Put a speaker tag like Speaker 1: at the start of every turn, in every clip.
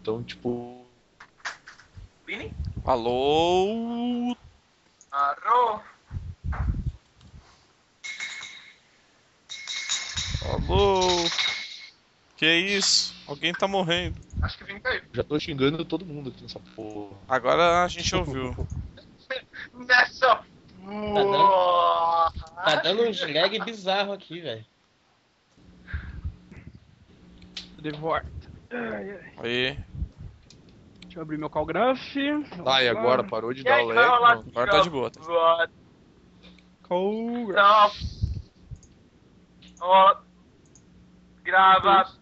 Speaker 1: Então, tipo.
Speaker 2: Vini?
Speaker 1: Alô?
Speaker 2: Arô?
Speaker 1: Alô? Que isso? Alguém tá morrendo.
Speaker 2: Acho que o Vini caiu.
Speaker 3: Já tô xingando todo mundo aqui nessa porra.
Speaker 1: Agora a gente ouviu.
Speaker 2: Nessa porra!
Speaker 4: Tá dando uns lag bizarro aqui, velho.
Speaker 5: De volta. Ai, ai.
Speaker 1: Aí.
Speaker 5: Deixa eu abrir meu Calgraph.
Speaker 3: Tá, e agora? Parou de
Speaker 2: E
Speaker 3: dar
Speaker 2: aí,
Speaker 3: o
Speaker 2: que vai rolar
Speaker 3: lag?
Speaker 2: esse
Speaker 1: Agora tá de boa.
Speaker 2: jogo? What
Speaker 5: Calgraph.
Speaker 2: the f- Então, Ó. Grava.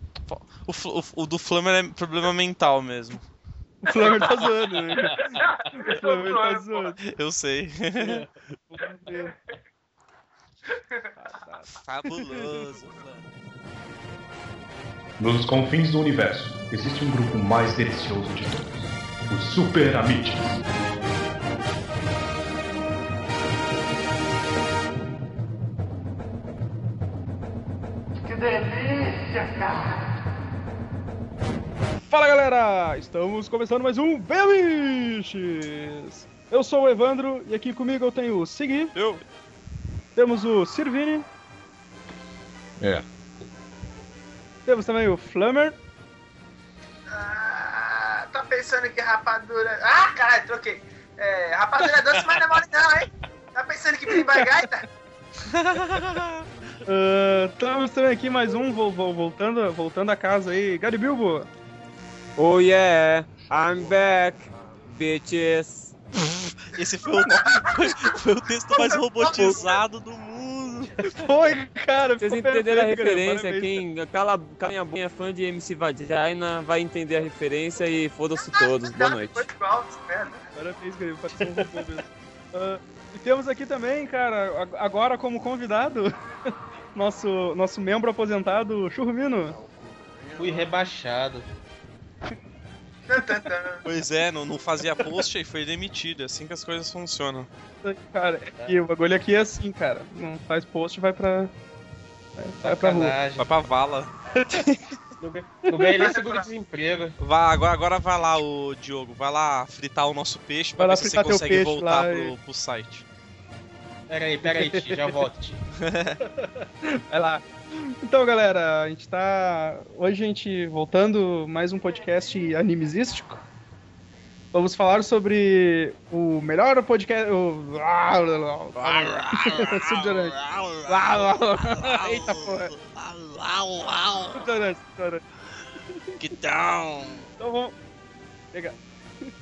Speaker 1: O, Fl- o- o do Flamer é problema mental mesmo.
Speaker 5: O Flamengo tá zoando, velho. O Flamengo tá
Speaker 2: Eu tô zoando,
Speaker 5: zoando.
Speaker 1: Eu sei.
Speaker 5: Meu
Speaker 1: Fabuloso. Flamer.
Speaker 6: Nos confins do universo, existe um grupo mais delicioso de todos: os Super Amigos.
Speaker 5: Fala galera, estamos começando mais um BMX! Eu sou o Evandro e aqui comigo eu tenho o Sigui,
Speaker 1: Eu.
Speaker 5: temos o Sirvini,
Speaker 3: É.
Speaker 5: temos também o Flamer,
Speaker 2: Ah, tá pensando que rapadura. Ah, caralho, troquei. É, rapadura é doce, mas não é mole, não, hein? Tá pensando que bimba é gaita?
Speaker 5: ah, temos também aqui mais um, vol- vol- voltando, voltando a casa aí, Gary Bilbo,
Speaker 7: Oh yeah, I'm back, bitches.
Speaker 1: Esse foi o, foi, foi o texto mais robotizado do mundo.
Speaker 5: foi cara,
Speaker 7: Vocês
Speaker 5: ficou
Speaker 7: entenderam a
Speaker 5: perfeito, cara,
Speaker 7: referência?
Speaker 5: parabéns.
Speaker 7: Quem cala, cala minha boca, é fã de MC Vagina, vai entender a referência e foda-se todos. Boa noite.
Speaker 2: Foi igual, merda.
Speaker 5: Parabéns, Gary, parece um robô mesmo. Ah, e temos aqui também, cara, ag- agora como convidado, nosso, nosso membro aposentado, Churmino.
Speaker 4: Fui rebaixado.
Speaker 2: Tan, tan, tan.
Speaker 1: Pois é, não, não fazia post e foi demitido. É assim que as coisas funcionam.
Speaker 5: Cara, e o bagulho aqui é assim, cara. Não faz post, vai pra. Vai, vai pra rua.
Speaker 4: Sacanagem.
Speaker 1: Vai pra vala.
Speaker 4: Não ganhei- Não ganhei nem seguro-desemprego.
Speaker 1: Vá, agora, agora vai lá, o Diogo. Vai lá fritar o nosso peixe pra
Speaker 5: Vai lá
Speaker 1: ver se você
Speaker 5: fritar teu
Speaker 1: consegue
Speaker 5: peixe
Speaker 1: voltar
Speaker 5: lá
Speaker 1: pro, pro site.
Speaker 4: Pera aí, pera aí, tio, já volto, tio.
Speaker 5: Vai lá. Então, galera, a gente tá. Hoje a gente voltando mais um podcast animesístico. Vamos falar sobre o melhor podcast. O... Subterrâneo. Eita porra. Subterrâneo, subterrâneo.
Speaker 1: Que tal?
Speaker 5: Então vamos. Pega.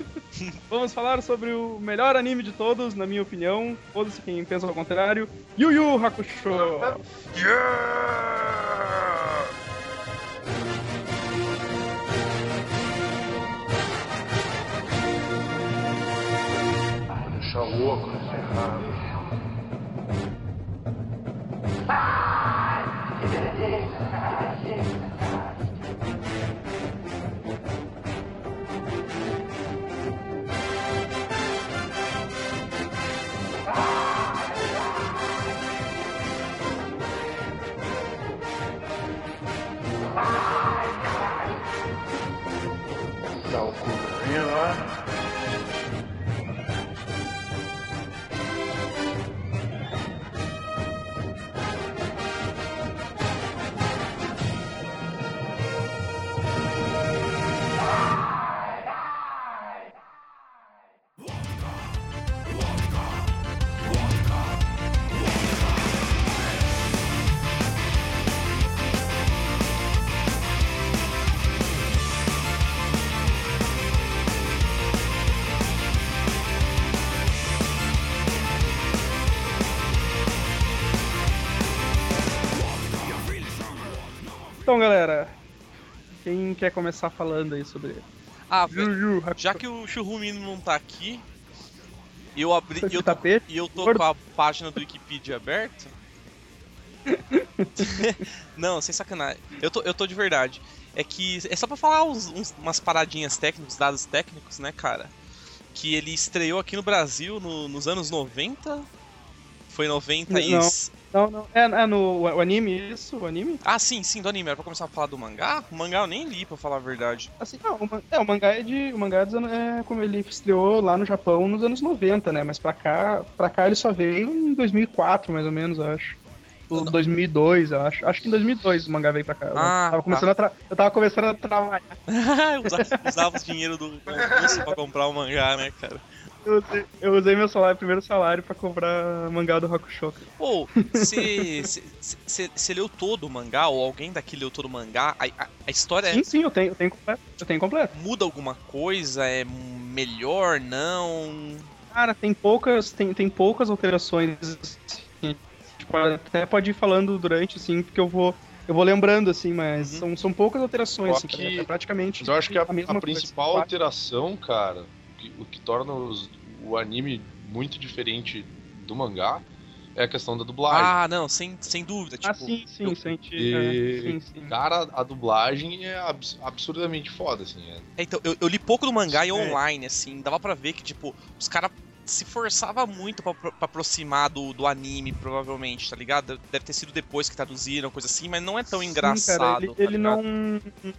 Speaker 5: vamos falar sobre o melhor anime de todos, na minha opinião. Foda-se quem pensa ao contrário. Yu Yu Hakusho! Então, galera, quem quer começar falando aí sobre
Speaker 1: Ah,
Speaker 5: Yu Yu Hakusho?
Speaker 1: já que o Churrumino não tá aqui, eu abri.
Speaker 5: Tá de
Speaker 1: Eu tô,
Speaker 5: tapete?
Speaker 1: e eu tô com a página do Wikipedia aberta. não, sem sacanagem. Eu tô, eu tô de verdade. É que. É só pra falar uns- uns- umas paradinhas técnicas, dados técnicos, né, cara? Que ele estreou aqui no Brasil no- nos anos 90. Foi 90 e.
Speaker 5: Não.
Speaker 1: s-
Speaker 5: Não, não. É, é no o anime, isso? O anime?
Speaker 1: Ah, sim, sim, do anime. Era pra começar a falar do mangá? O mangá eu nem li, pra falar a verdade.
Speaker 5: Assim, não, o, man- é, o mangá é de. O mangá é dos anos- é como ele estreou lá no Japão nos anos 90, né? Mas pra cá, pra cá ele só veio em 2004, mais ou menos, eu acho. Ou 2002, eu acho. Acho que em 2002 o mangá veio pra cá. Eu
Speaker 1: Ah,
Speaker 5: tava começando a tra- Eu tava começando a trabalhar.
Speaker 1: usava, usava o dinheiro do concurso pra comprar o mangá, né, cara?
Speaker 5: Eu usei, eu usei meu salário, primeiro salário, pra comprar mangá do Hakusho.
Speaker 1: Pô, você leu todo o mangá, ou alguém daqui leu todo o mangá, a, a- a história
Speaker 5: Sim, sim, eu tenho, eu tenho completo. Eu tenho completo.
Speaker 1: muda alguma coisa? É melhor? Não?
Speaker 5: Cara, tem poucas, tem, tem poucas alterações. assim, tipo, até pode ir falando durante, assim, porque eu vou, eu vou lembrando, assim, mas
Speaker 1: Uhum.
Speaker 5: são, são poucas alterações, assim,
Speaker 3: Só que-
Speaker 5: cara, é praticamente.
Speaker 3: Mas Então, eu acho que a,
Speaker 5: A mesma
Speaker 3: a
Speaker 5: coisa. assim,
Speaker 3: principal alteração, cara, o que, o que torna os- o anime muito diferente do mangá é a questão da dublagem.
Speaker 1: Ah, não, sem, sem dúvida. Tipo,
Speaker 5: ah, sim, sim,
Speaker 3: eu-
Speaker 5: sim, sim,
Speaker 3: e-
Speaker 5: sim, sim.
Speaker 3: Cara, a dublagem é abs- absurdamente foda, assim. é.
Speaker 1: É, então, eu, eu li pouco do mangá e
Speaker 5: É.
Speaker 1: online, assim, dava pra ver que, tipo, os caras se forçavam muito pra, pra aproximar do, do anime, provavelmente, tá ligado? Deve ter sido depois que traduziram, coisa assim, mas não é tão
Speaker 5: Sim,
Speaker 1: engraçado.
Speaker 5: cara, ele
Speaker 1: tá
Speaker 5: ele
Speaker 1: ligado?
Speaker 5: não.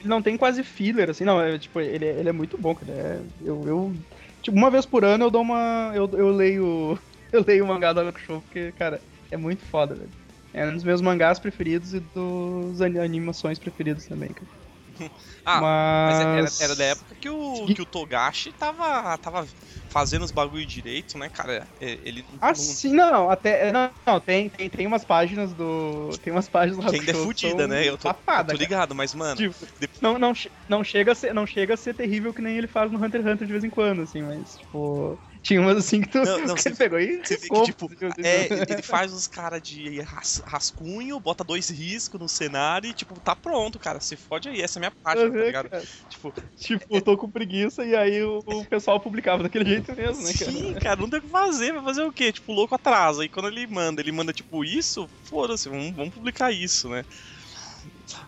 Speaker 5: Ele não tem quase filler, assim, não. É, tipo, ele, é- ele é muito bom, cara. é- eu, eu- tipo, uma vez por ano eu dou uma. Eu, eu leio. Eu leio o mangá do Hakusho, porque, cara, é muito foda, velho. É um dos meus mangás preferidos e dos ani- animações preferidos também, cara.
Speaker 1: Ah, Mas era-
Speaker 5: mas.
Speaker 1: era, era da época que o,
Speaker 5: Sim.
Speaker 1: que o Togashi tava, tava fazendo os bagulho direito, né, cara? É, Ele não-
Speaker 5: Ah, sim, não, não, até. Não, não, tem, tem, tem umas páginas do. Tem umas páginas do
Speaker 1: Que ainda é
Speaker 5: Hakusho que são
Speaker 1: fudida, né? Eu tô,
Speaker 5: safada,
Speaker 1: eu tô
Speaker 5: cara.
Speaker 1: ligado, mas, mano,
Speaker 5: Tipo, não, não, che- não, chega a ser, não chega a ser terrível que nem ele faz no Hunter x Hunter de vez em quando, assim, mas, tipo. Tinha umas assim que tu.
Speaker 1: Não, não,
Speaker 5: que
Speaker 1: você-
Speaker 5: você pegou aí?
Speaker 1: você vê que, tipo, é, ele- ele faz os caras de ras- rascunho, bota dois riscos no cenário e, tipo, tá pronto, cara. Se fode aí, essa é a minha parte,
Speaker 5: Uhum,
Speaker 1: tá ligado? Tipo,
Speaker 5: né, Tipo, eu tô com preguiça e aí o, o pessoal publicava daquele jeito mesmo, né, cara?
Speaker 1: Sim, cara, não tem o que fazer, vai fazer o quê? Tipo, o louco atrasa. E quando ele manda, ele manda tipo isso, foda-se, vamos, vamos publicar isso, né?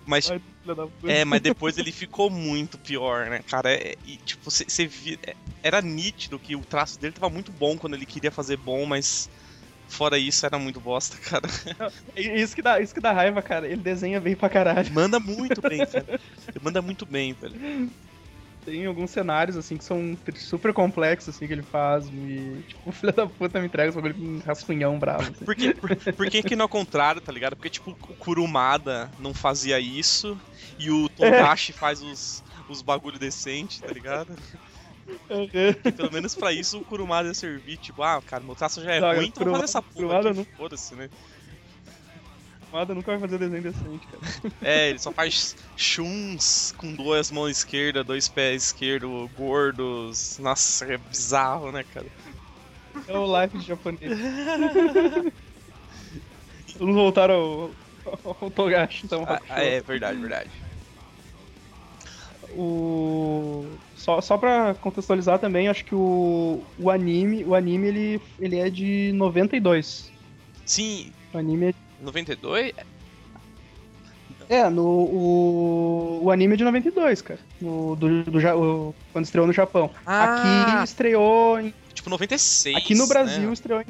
Speaker 1: Mas,
Speaker 5: Ai, filha da puta.
Speaker 1: é, mas depois ele ficou muito pior, né, cara? É, e, tipo, você via. é, Era nítido que o traço dele tava muito bom quando ele queria fazer bom, mas fora isso era muito bosta, cara.
Speaker 5: E Isso que, dá, isso que dá raiva, cara. Ele desenha bem pra caralho.
Speaker 1: Manda muito bem, cara. Ele manda muito bem, velho.
Speaker 5: Tem alguns cenários, assim, que são super complexos, assim, que ele faz. E, tipo, o filho da puta me entrega esse bagulho com um rascunhão bravo. assim.
Speaker 1: Por que, por, por que que não é o contrário, tá ligado? Porque, tipo, o Kurumada não fazia isso e o Togashi faz os, os bagulho decente, tá ligado? E pelo menos pra isso o Kurumada ia servir, tipo, ah, cara, meu traço já é
Speaker 5: Não,
Speaker 1: ruim, então vou fazer
Speaker 5: Kurumada-
Speaker 1: essa porra
Speaker 5: Kurumada
Speaker 1: aqui, foda-se, né?
Speaker 5: Mada nunca vai fazer desenho decente, cara.
Speaker 1: É, ele só faz chuns com duas mãos esquerdas, dois pés esquerdos, gordos. Nossa, é bizarro, né, cara?
Speaker 5: É o life de japonês. Vamos voltar ao, ao Togashi, então.
Speaker 1: Ah, ah, é, verdade, verdade.
Speaker 5: O... Só, só pra contextualizar também, acho que o, o anime, o anime ele, ele é de 92.
Speaker 1: Sim,
Speaker 5: O anime é...
Speaker 1: 92?
Speaker 5: É, no, o, o anime é de 92, cara. No, do, do, Ja- o- quando estreou no Japão. Aqui estreou... em-
Speaker 1: Tipo 96.
Speaker 5: aqui no Brasil
Speaker 1: Ah. né?
Speaker 5: estreou em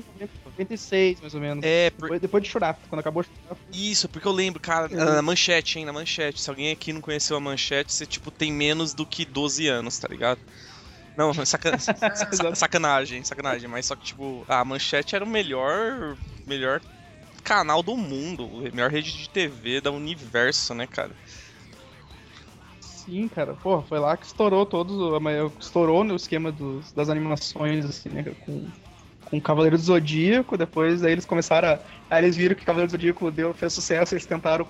Speaker 5: 96, mais ou menos.
Speaker 1: É, por,
Speaker 5: Depois, depois de chorar, quando acabou Shurato.
Speaker 1: Isso, porque eu lembro, cara,
Speaker 5: Uhum.
Speaker 1: na manchete, hein, na manchete. Se alguém aqui não conheceu a manchete, você, tipo, tem menos do que 12 anos, tá ligado? Não, saca- sa- sacanagem, sacanagem. Mas só que, tipo, a manchete era o melhor, melhor canal do mundo, a melhor rede de TV da universo, né, cara?
Speaker 5: Sim, cara, pô, foi lá que estourou todos, o- a maior- estourou no esquema dos, das animações, assim, né, com, com Cavaleiro do Zodíaco, depois aí eles começaram a, aí eles viram que Cavaleiro do Zodíaco deu, fez sucesso, eles tentaram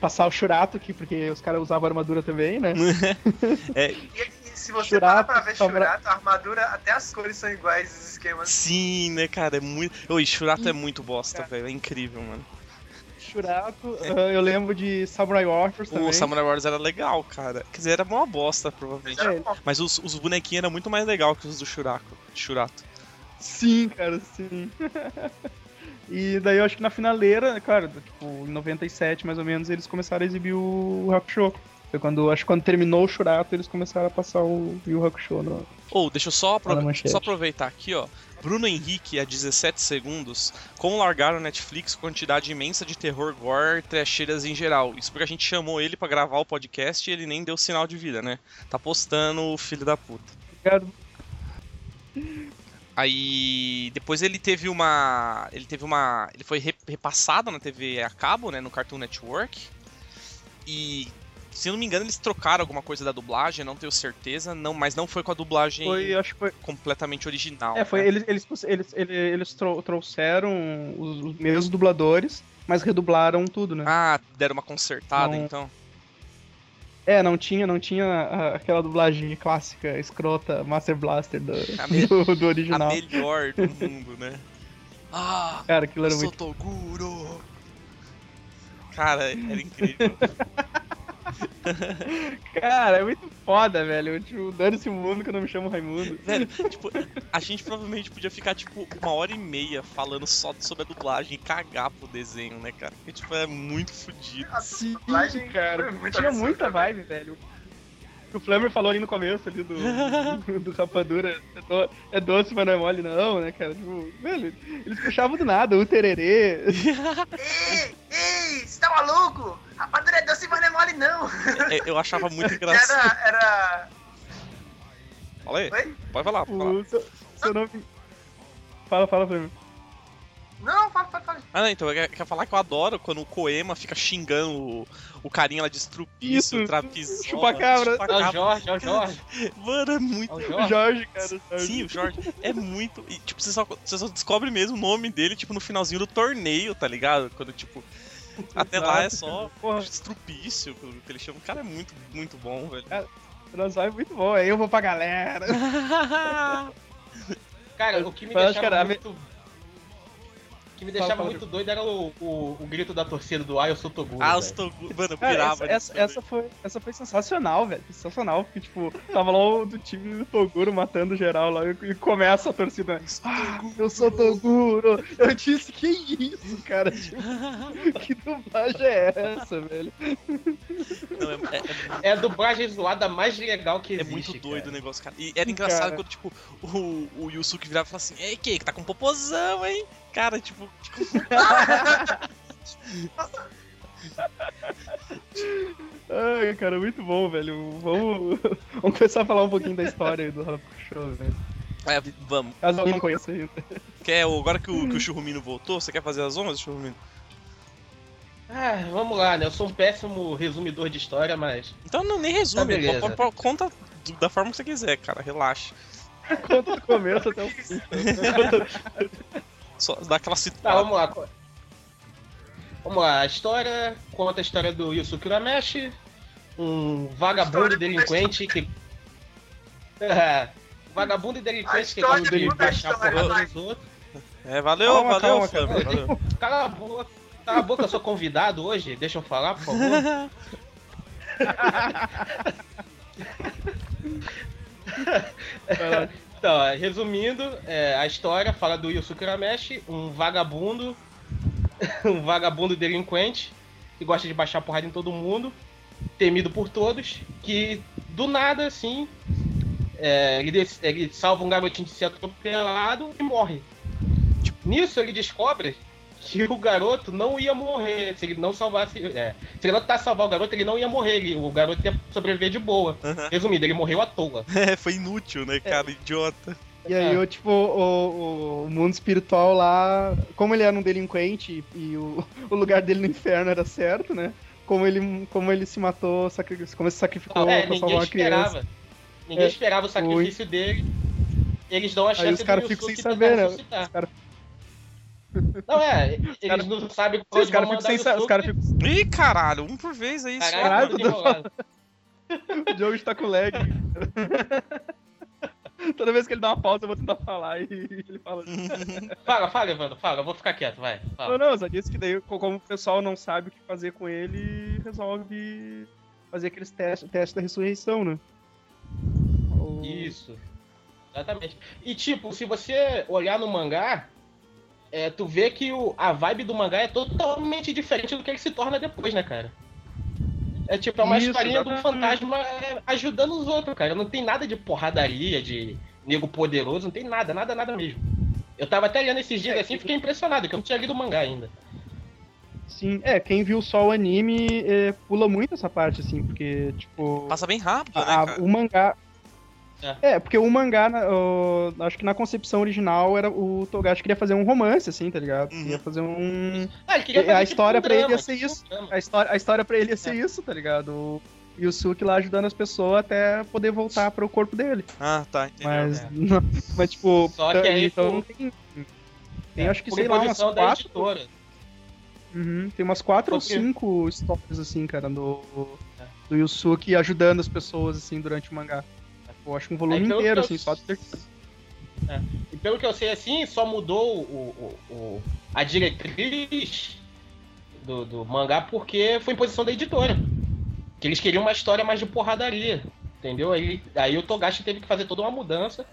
Speaker 5: passar o Churato aqui, porque os caras usavam armadura também, né,
Speaker 1: Hum.
Speaker 2: E, e se você
Speaker 5: Churato,
Speaker 2: parar pra ver
Speaker 5: sobra-
Speaker 2: Churato, a armadura, até as cores são iguais, os esquemas.
Speaker 1: Sim, né, cara? É muito. Oi, Shurato é muito bosta, velho. É incrível, mano.
Speaker 5: Churato, ah, eu lembro de Samurai Warriors também,
Speaker 1: O Samurai Wars era legal, cara. Quer dizer, era uma bosta, provavelmente.
Speaker 2: Era
Speaker 5: É.
Speaker 2: bom.
Speaker 1: Mas os, os bonequinhos eram muito mais legal que os do Shurato. Shurato.
Speaker 5: sim, cara, sim. E daí eu acho que na finaleira, cara, tipo, em 97 mais ou menos, eles começaram a exibir o Hakusho. Foi quando, acho que quando terminou o Shurato, eles começaram a passar o né? Yu Hakusho no...
Speaker 1: Ou, deixa eu só, apro-
Speaker 5: Fala, manchete.
Speaker 1: só aproveitar aqui, ó. Bruno Henrique, a 17 segundos, como largaram o Netflix quantidade imensa de terror, gore, trecheiras em geral. Isso porque a gente chamou ele pra gravar o podcast e ele nem deu sinal de vida, né? Tá postando o filho da puta.
Speaker 5: Obrigado.
Speaker 1: Aí depois ele teve uma, ele teve uma, ele foi re- repassado na TV a cabo, né, no Cartoon Network. E se eu não me engano eles trocaram alguma coisa da dublagem, não tenho certeza, não, mas não foi com a dublagem
Speaker 5: Foi, acho que foi...
Speaker 1: completamente original.
Speaker 5: É, foi,
Speaker 1: né?
Speaker 5: eles, eles, eles, eles, eles trou- trouxeram os, os mesmos dubladores, mas redublaram tudo, né?
Speaker 1: Ah, deram uma consertada
Speaker 5: Não.
Speaker 1: então.
Speaker 5: É, não tinha, não tinha a- aquela dublagem clássica, escrota, Master Blaster do,
Speaker 1: É A, me-
Speaker 5: do, do
Speaker 1: a
Speaker 5: original.
Speaker 1: melhor do mundo, né? Ah,
Speaker 5: Cara,
Speaker 1: eu
Speaker 5: aquilo era
Speaker 1: sou
Speaker 5: muito.
Speaker 1: Toguro. Cara, era incrível.
Speaker 5: Cara, é muito foda, velho. Tipo, dane-se o mundo que eu não me chamo Raimundo.
Speaker 1: Velho, tipo, a gente provavelmente podia ficar, tipo, uma hora e meia falando só sobre a dublagem e cagar pro desenho, né, cara? Porque, tipo, é muito fodido.
Speaker 2: A
Speaker 5: Sim,
Speaker 2: dublagem
Speaker 5: cara.
Speaker 2: foi muito
Speaker 5: tinha
Speaker 2: absurda,
Speaker 5: muita
Speaker 2: né?
Speaker 5: vibe, velho. O que o Flammer falou ali no começo, ali do, do Rapadura, é, do- é doce, mas não é mole não, né, cara? Tipo, velho, eles puxavam do nada, o tererê, tipo,
Speaker 2: Ei, ei, você tá maluco? Rapadura é doce, mas não é mole, não.
Speaker 1: É, Eu achava muito engraçado.
Speaker 2: Era, era...
Speaker 1: Fala aí,
Speaker 2: Oi?
Speaker 1: pode falar, pode falar.
Speaker 5: o seu, seu nome... Fala, fala, Flammer.
Speaker 2: Não, fala, fala, fala.
Speaker 1: Ah, não, então, eu quero falar que eu adoro quando o Coema fica xingando o, o carinha lá de estrupiço,
Speaker 5: Isso,
Speaker 1: trapizola,
Speaker 5: chupacabra.
Speaker 4: É o
Speaker 1: chupacabra.
Speaker 4: Jorge, é o Jorge.
Speaker 1: Mano, é muito...
Speaker 4: É o
Speaker 5: O
Speaker 4: Jorge.
Speaker 5: Jorge, cara. o Jorge.
Speaker 1: Sim, o Jorge é muito. E, tipo, você só, você só descobre mesmo o nome dele, tipo, no finalzinho do torneio, tá ligado? Quando, tipo. Até lá é só
Speaker 5: Porra.
Speaker 1: estrupício, pelo que ele chama. O cara é muito, muito bom, velho.
Speaker 5: É Nós vai muito bom, aí eu vou pra galera.
Speaker 4: Cara, o que me
Speaker 5: Eu acho que
Speaker 4: deixava
Speaker 5: era a me-
Speaker 4: muito. O que me deixava
Speaker 5: Fala,
Speaker 4: muito doido era o, o, o grito da torcida do Ah, eu sou Toguro.
Speaker 1: Ah,
Speaker 4: velho.
Speaker 1: os Togu. Mano, eu
Speaker 5: Cara,
Speaker 1: pirava.
Speaker 5: É, essa, essa,
Speaker 1: nisso
Speaker 5: essa foi, essa foi sensacional, velho. Sensacional, porque, tipo, tava lá o do time do Toguro matando geral lá e, e começa a torcida. né? Ah, eu sou Toguro! Eu disse, que isso, cara? Tipo, que dublagem é essa, velho?
Speaker 1: também. Não, é- é-
Speaker 4: É a dublagem zoada mais legal que
Speaker 1: é
Speaker 4: existe.
Speaker 1: muito doido o
Speaker 4: cara.
Speaker 1: negócio, cara. E era engraçado
Speaker 5: Cara.
Speaker 1: quando, tipo, o, o Yusuke virava e falava assim: Ei, que tá com popozão, hein? Cara, tipo.
Speaker 5: Ai, cara, muito bom, velho. Vamos, vamos começar a falar um pouquinho da história aí do Show, velho.
Speaker 1: é, vamos.
Speaker 5: Caso alguém não conheça ainda.
Speaker 1: Quer, agora que o, que o Churrumino voltou, você quer fazer as honras, Churrumino?
Speaker 4: Ah, vamos lá, né? Eu sou um péssimo resumidor de história, mas.
Speaker 1: Então não nem resume,
Speaker 4: beleza.
Speaker 1: po- po- po- conta do- da forma que você quiser, cara, relaxa.
Speaker 5: Conta do começo até o fim.
Speaker 1: Só dá aquela
Speaker 4: Tá,
Speaker 1: citada.
Speaker 4: vamos lá. co- Vamos lá, a história conta a história do Yusuke Urameshi, um vagabundo
Speaker 2: História
Speaker 4: delinquente que. Ah, vagabundo e delinquente que
Speaker 2: A história
Speaker 4: gosta de
Speaker 2: muda a
Speaker 4: baixar
Speaker 2: história,
Speaker 4: porrada
Speaker 2: vai.
Speaker 4: nos outros.
Speaker 1: É, valeu,
Speaker 5: Calma,
Speaker 1: valeu,
Speaker 5: calma,
Speaker 1: Fábio. valeu.
Speaker 4: Cala a boca, cala a boca, eu sou convidado hoje, deixa eu falar, por favor. Então, é, resumindo, é, a história fala do Yusuke Urameshi, um vagabundo, um vagabundo delinquente, que gosta de baixar porrada em todo mundo, temido por todos, que do nada, assim, é, ele, des- ele salva um garotinho de ser atropelado e morre. Tipo, Nisso ele descobre que o garoto não ia morrer, se ele não salvasse. é, se ele não tá salvar o garoto, ele não ia morrer, ele- o garoto ia sobreviver de boa.
Speaker 1: Aham.
Speaker 4: Resumindo, ele morreu à toa.
Speaker 1: É, foi inútil, né, cara? Idiota.
Speaker 5: E
Speaker 4: É.
Speaker 5: aí, o, tipo, o, o- o mundo espiritual lá, como ele era um delinquente e, e o, o lugar dele no inferno era certo, né? Como ele, como ele se matou, sacri- como ele se sacrificou
Speaker 4: é,
Speaker 5: pra
Speaker 4: ninguém
Speaker 5: salvar uma
Speaker 4: esperava.
Speaker 5: criança.
Speaker 4: Ninguém
Speaker 5: É,
Speaker 4: esperava o sacrifício dele. Eles dão a chance
Speaker 5: Aí os caras ficam sem
Speaker 4: Yusuke
Speaker 5: saber,
Speaker 4: tentar
Speaker 5: né?
Speaker 4: ressuscitar.
Speaker 5: Os caras
Speaker 4: Não, é,
Speaker 5: cara-
Speaker 4: eles não sabem pra
Speaker 5: os
Speaker 4: onde
Speaker 5: caras
Speaker 4: vão
Speaker 5: ficam sem
Speaker 4: mandar
Speaker 5: saber. Os
Speaker 4: Yusuke.
Speaker 5: caras ficam.
Speaker 1: Ih, caralho, um por vez aí só.
Speaker 4: Caralho,
Speaker 5: Caralho,
Speaker 4: tá enrolado.
Speaker 5: O Diogo está com lag. Toda vez que ele dá uma pausa, eu vou tentar falar e ele fala. assim,
Speaker 4: Hum. Fala, fala, Evandro, fala, eu vou ficar quieto, vai.
Speaker 5: Não,
Speaker 4: Fala.
Speaker 5: não, eu só disse que daí, co- como o pessoal não sabe o que fazer com ele, resolve fazer aqueles testes, testes da ressurreição, né? O-
Speaker 4: Isso. Exatamente. E tipo, se você olhar no mangá, é, tu vê que o- a vibe do mangá é totalmente diferente do que ele se torna depois, né, cara? É tipo, é uma
Speaker 5: Isso,
Speaker 4: historinha do
Speaker 5: exatamente.
Speaker 4: fantasma é, ajudando os outros, cara. Não tem nada de porradaria, de nego poderoso, não tem nada, nada, nada mesmo. Eu tava até lendo esses
Speaker 5: É,
Speaker 4: dias assim e fiquei impressionado, que eu não tinha lido o mangá ainda.
Speaker 5: Sim, é, quem viu só o anime é, pula muito essa parte, assim, porque, tipo.
Speaker 1: Passa bem rápido, né,
Speaker 5: a-
Speaker 1: cara?
Speaker 5: o mangá. É. porque o mangá, na- o- acho que na concepção original, era o Togashi queria fazer um romance, assim, tá ligado?
Speaker 1: Uhum.
Speaker 5: Ia fazer um.
Speaker 4: Ah, ele queria
Speaker 5: E-
Speaker 4: fazer
Speaker 5: a
Speaker 4: tipo
Speaker 5: história pra ele ia
Speaker 4: drama,
Speaker 5: ser
Speaker 4: tipo um
Speaker 5: isso.
Speaker 4: drama.
Speaker 5: A história, a história pra ele ia ser isso, tá ligado? O Yusuke lá ajudando as pessoas até poder voltar pro corpo dele.
Speaker 1: Ah, tá, entendeu.
Speaker 5: Mas,
Speaker 4: É.
Speaker 5: não- mas tipo,
Speaker 4: Só que aí, É,
Speaker 5: então
Speaker 4: pô,
Speaker 5: tem, tem acho que
Speaker 4: por
Speaker 5: sei lá, umas
Speaker 4: imposição da
Speaker 5: quatro,
Speaker 4: editora.
Speaker 5: Uhum, tem umas quatro ou
Speaker 4: Porque-
Speaker 5: cinco histórias, assim, cara, do,
Speaker 4: É.
Speaker 5: do Yusuke ajudando as pessoas, assim, durante o mangá. Eu acho que um volume
Speaker 4: Aí, É, pelo
Speaker 5: inteiro,
Speaker 4: que eu- é.
Speaker 5: assim, só de ter...
Speaker 4: E pelo que eu sei, assim, só mudou o, o- o- a diretriz do, do mangá porque foi imposição da editora. Que eles queriam uma história mais de porradaria, entendeu? Aí, aí o Togashi teve que fazer toda uma mudança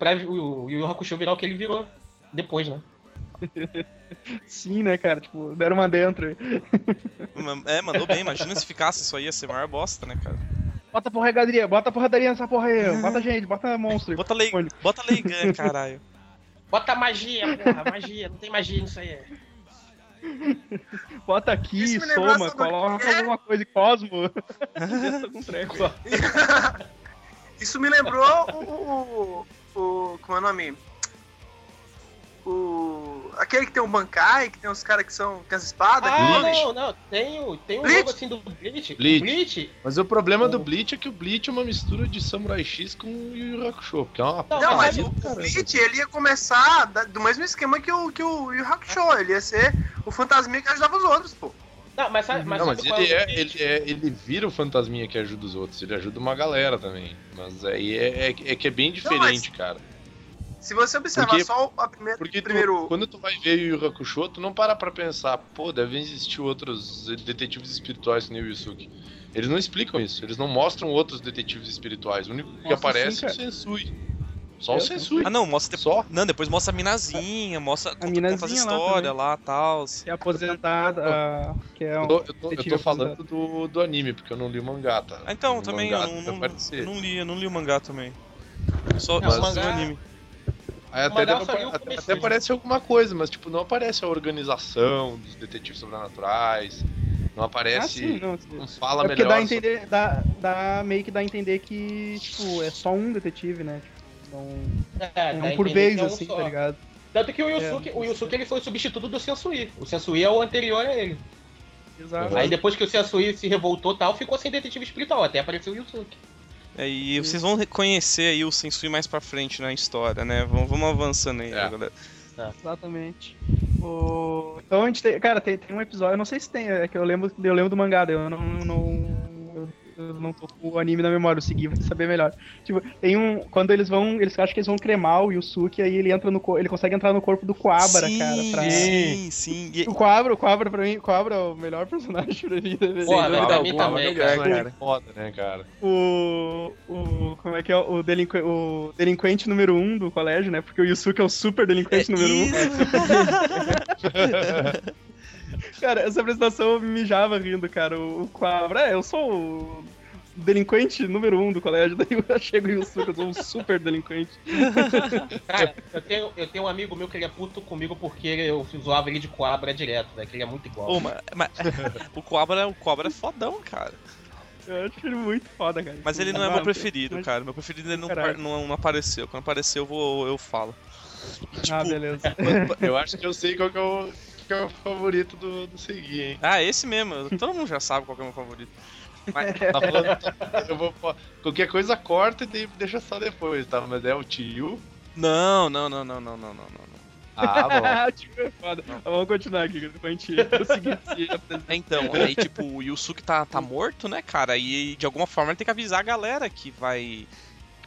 Speaker 4: pra o, o Yu Hakusho virar o que ele virou depois, né?
Speaker 5: Sim, né, cara? Tipo, deram uma dentro. aí.
Speaker 1: É, mandou bem. Imagina se ficasse isso aí, ia ser a maior bosta, né, cara?
Speaker 5: Bota porradaria, bota porradaria nessa porra aí. Bota gente, bota monstro. aí.
Speaker 1: Bota lei, bota Leigan, caralho.
Speaker 4: Bota magia, porra, magia, não tem magia nisso aí.
Speaker 5: Bota aqui,
Speaker 2: Isso me lembrou
Speaker 5: soma,
Speaker 2: sobre o
Speaker 5: coloca
Speaker 2: quê?
Speaker 5: alguma coisa em Cosmo. um treco.
Speaker 2: Isso me lembrou o, o, o. Como é o nome? O. Aquele que tem o Bankai, que tem os caras que são. com as espadas.
Speaker 4: Ah,
Speaker 2: que-
Speaker 4: não, não, tem, o- tem um
Speaker 2: Bleach?
Speaker 4: jogo assim do Bleach. O
Speaker 3: Bleach.
Speaker 4: Bleach?
Speaker 3: Mas o problema do Bleach é que o Bleach é uma mistura de Samurai X com Yu Yu Hakusho, porque é uma
Speaker 4: Não,
Speaker 2: Não, mas
Speaker 4: Caralho,
Speaker 2: o, o
Speaker 3: caramba.
Speaker 2: Bleach, ele ia começar da- do mesmo esquema que o, que o Yu Hakusho. Ele ia ser o fantasminha que ajudava os outros, pô.
Speaker 4: Não, mas sabe, mas
Speaker 3: Não,
Speaker 4: sabe
Speaker 3: mas
Speaker 4: qual
Speaker 3: ele
Speaker 4: o
Speaker 3: é,
Speaker 4: Bleach?
Speaker 3: ele é- ele vira o fantasminha que ajuda os outros, ele ajuda uma galera também. Mas aí é, é- é que é bem diferente, cara.
Speaker 2: Se você observar
Speaker 3: Porque-
Speaker 2: só o- a primeira,
Speaker 3: Porque tu-
Speaker 2: primeiro.
Speaker 3: quando tu vai ver Yu Yu Hakusho, tu não para pra pensar, pô, devem existir outros detetives espirituais que nem o Yusuke. Eles não explicam isso, eles não mostram outros detetives espirituais. O único que
Speaker 5: Mostra
Speaker 3: aparece
Speaker 5: sim,
Speaker 3: é o
Speaker 5: cara.
Speaker 3: Sensui. Só
Speaker 5: Eu-
Speaker 3: o Sensui.
Speaker 1: Ah, não, mostra depois.
Speaker 3: Só.
Speaker 1: Não, depois mostra a minazinha, mostra conta- conta as
Speaker 5: minazinha lá
Speaker 1: histórias lá, tal.
Speaker 5: É aposentada, que é
Speaker 3: Eu
Speaker 5: um...
Speaker 3: tô, eu tô- eu
Speaker 5: detetive
Speaker 3: tô falando do, do anime, porque eu não li o mangá, tá?
Speaker 1: Ah, então,
Speaker 3: No
Speaker 1: também
Speaker 3: mangá
Speaker 1: eu não,
Speaker 3: deve
Speaker 1: não-
Speaker 3: aparecer.
Speaker 1: não li, eu não li o mangá também. Só,
Speaker 4: Não,
Speaker 1: só
Speaker 3: o
Speaker 1: li o
Speaker 4: mangá-
Speaker 1: anime.
Speaker 3: Aí
Speaker 4: O
Speaker 3: até,
Speaker 4: mangá
Speaker 3: deve
Speaker 4: só
Speaker 3: apa-
Speaker 4: viu o
Speaker 3: até-
Speaker 4: comecinho.
Speaker 3: até aparece alguma coisa, mas tipo, não aparece a organização dos detetives sobrenaturais, não aparece.
Speaker 5: Ah, sim, não.
Speaker 3: Não fala
Speaker 5: É porque
Speaker 3: melhor.
Speaker 5: dá a entender, dá, dá meio que dá a entender que, tipo, é só um detetive, né? Tipo, não,
Speaker 4: É,
Speaker 5: é
Speaker 4: dá a
Speaker 5: um por
Speaker 4: entender
Speaker 5: vez,
Speaker 4: que é um
Speaker 5: assim,
Speaker 4: só.
Speaker 5: tá ligado?
Speaker 4: Tanto que o Yusuke, o Yusuke ele foi o substituto do Sensui. O Sensui é o anterior a ele.
Speaker 5: Exato.
Speaker 3: Uhum.
Speaker 4: Aí depois que o Sensui se revoltou e tal, ficou sem detetive espiritual, até apareceu o Yusuke.
Speaker 1: É, e vocês vão reconhecer aí o Sensui mais pra frente na história, né? Vamos, vamos avançando aí,
Speaker 3: É.
Speaker 1: galera.
Speaker 5: Exatamente. O- Então a gente tem. Cara, tem, tem um episódio, eu não sei se tem, é que eu lembro, eu lembro do mangá, daí eu não. não eu- eu não tô com o anime na memória, eu segui, vou saber melhor. Tipo, tem um. Quando eles vão. Eles acham que eles vão cremar o Yusuke, aí ele entra no co- Ele consegue entrar no corpo do Coabra,
Speaker 1: sim,
Speaker 5: cara. pra-
Speaker 1: Sim, sim. E-
Speaker 5: O Coabra, o Coabra, pra mim, o Coabra é o melhor personagem pra mim. né,
Speaker 7: Sem
Speaker 4: Porra,
Speaker 7: dúvida
Speaker 4: pra mim
Speaker 7: alguma,
Speaker 4: também,
Speaker 7: melhor,
Speaker 3: cara.
Speaker 7: cara.
Speaker 3: Foda, né, cara?
Speaker 5: o, o. Como é que é? O, delinqu... o delinquente número um do colégio, né? Porque o Yusuke é o super delinquente número um. Cara, essa apresentação eu mijava rindo, cara. O, o Coabra, é, eu sou o delinquente número um do colégio, daí eu chego e o Suca, eu sou um super delinquente.
Speaker 4: Cara, eu tenho, eu tenho um amigo meu que ele é puto comigo porque eu zoava ele de Coabra direto, né? Que ele é muito igual.
Speaker 1: Ô, mas, mas- o, cobra, o cobra é fodão, cara.
Speaker 5: Eu acho ele muito foda, cara.
Speaker 1: Mas ele não é meu preferido, cara. Meu preferido ele não,
Speaker 5: Caralho.
Speaker 1: par- não, não apareceu. Quando apareceu, eu, vou, eu falo.
Speaker 5: Ah,
Speaker 1: Tipo,
Speaker 5: beleza.
Speaker 3: Eu acho que eu sei qual que é o, que é o favorito do, do Segui, hein?
Speaker 1: Ah, esse mesmo. Todo mundo já sabe qual que é o meu favorito.
Speaker 3: Tá falando- eu vou- qualquer coisa corta e de- deixa só depois, tá? Mas é o tio.
Speaker 1: Não, não, não, não, não, não, não, não.
Speaker 3: Ah,
Speaker 5: Ah, tipo, é foda. Mas Vamos continuar aqui, que depois a gente conseguir
Speaker 1: É, Então, aí tipo, o Yusuke tá, tá morto, né, cara? E de alguma forma ele tem que avisar a galera que vai.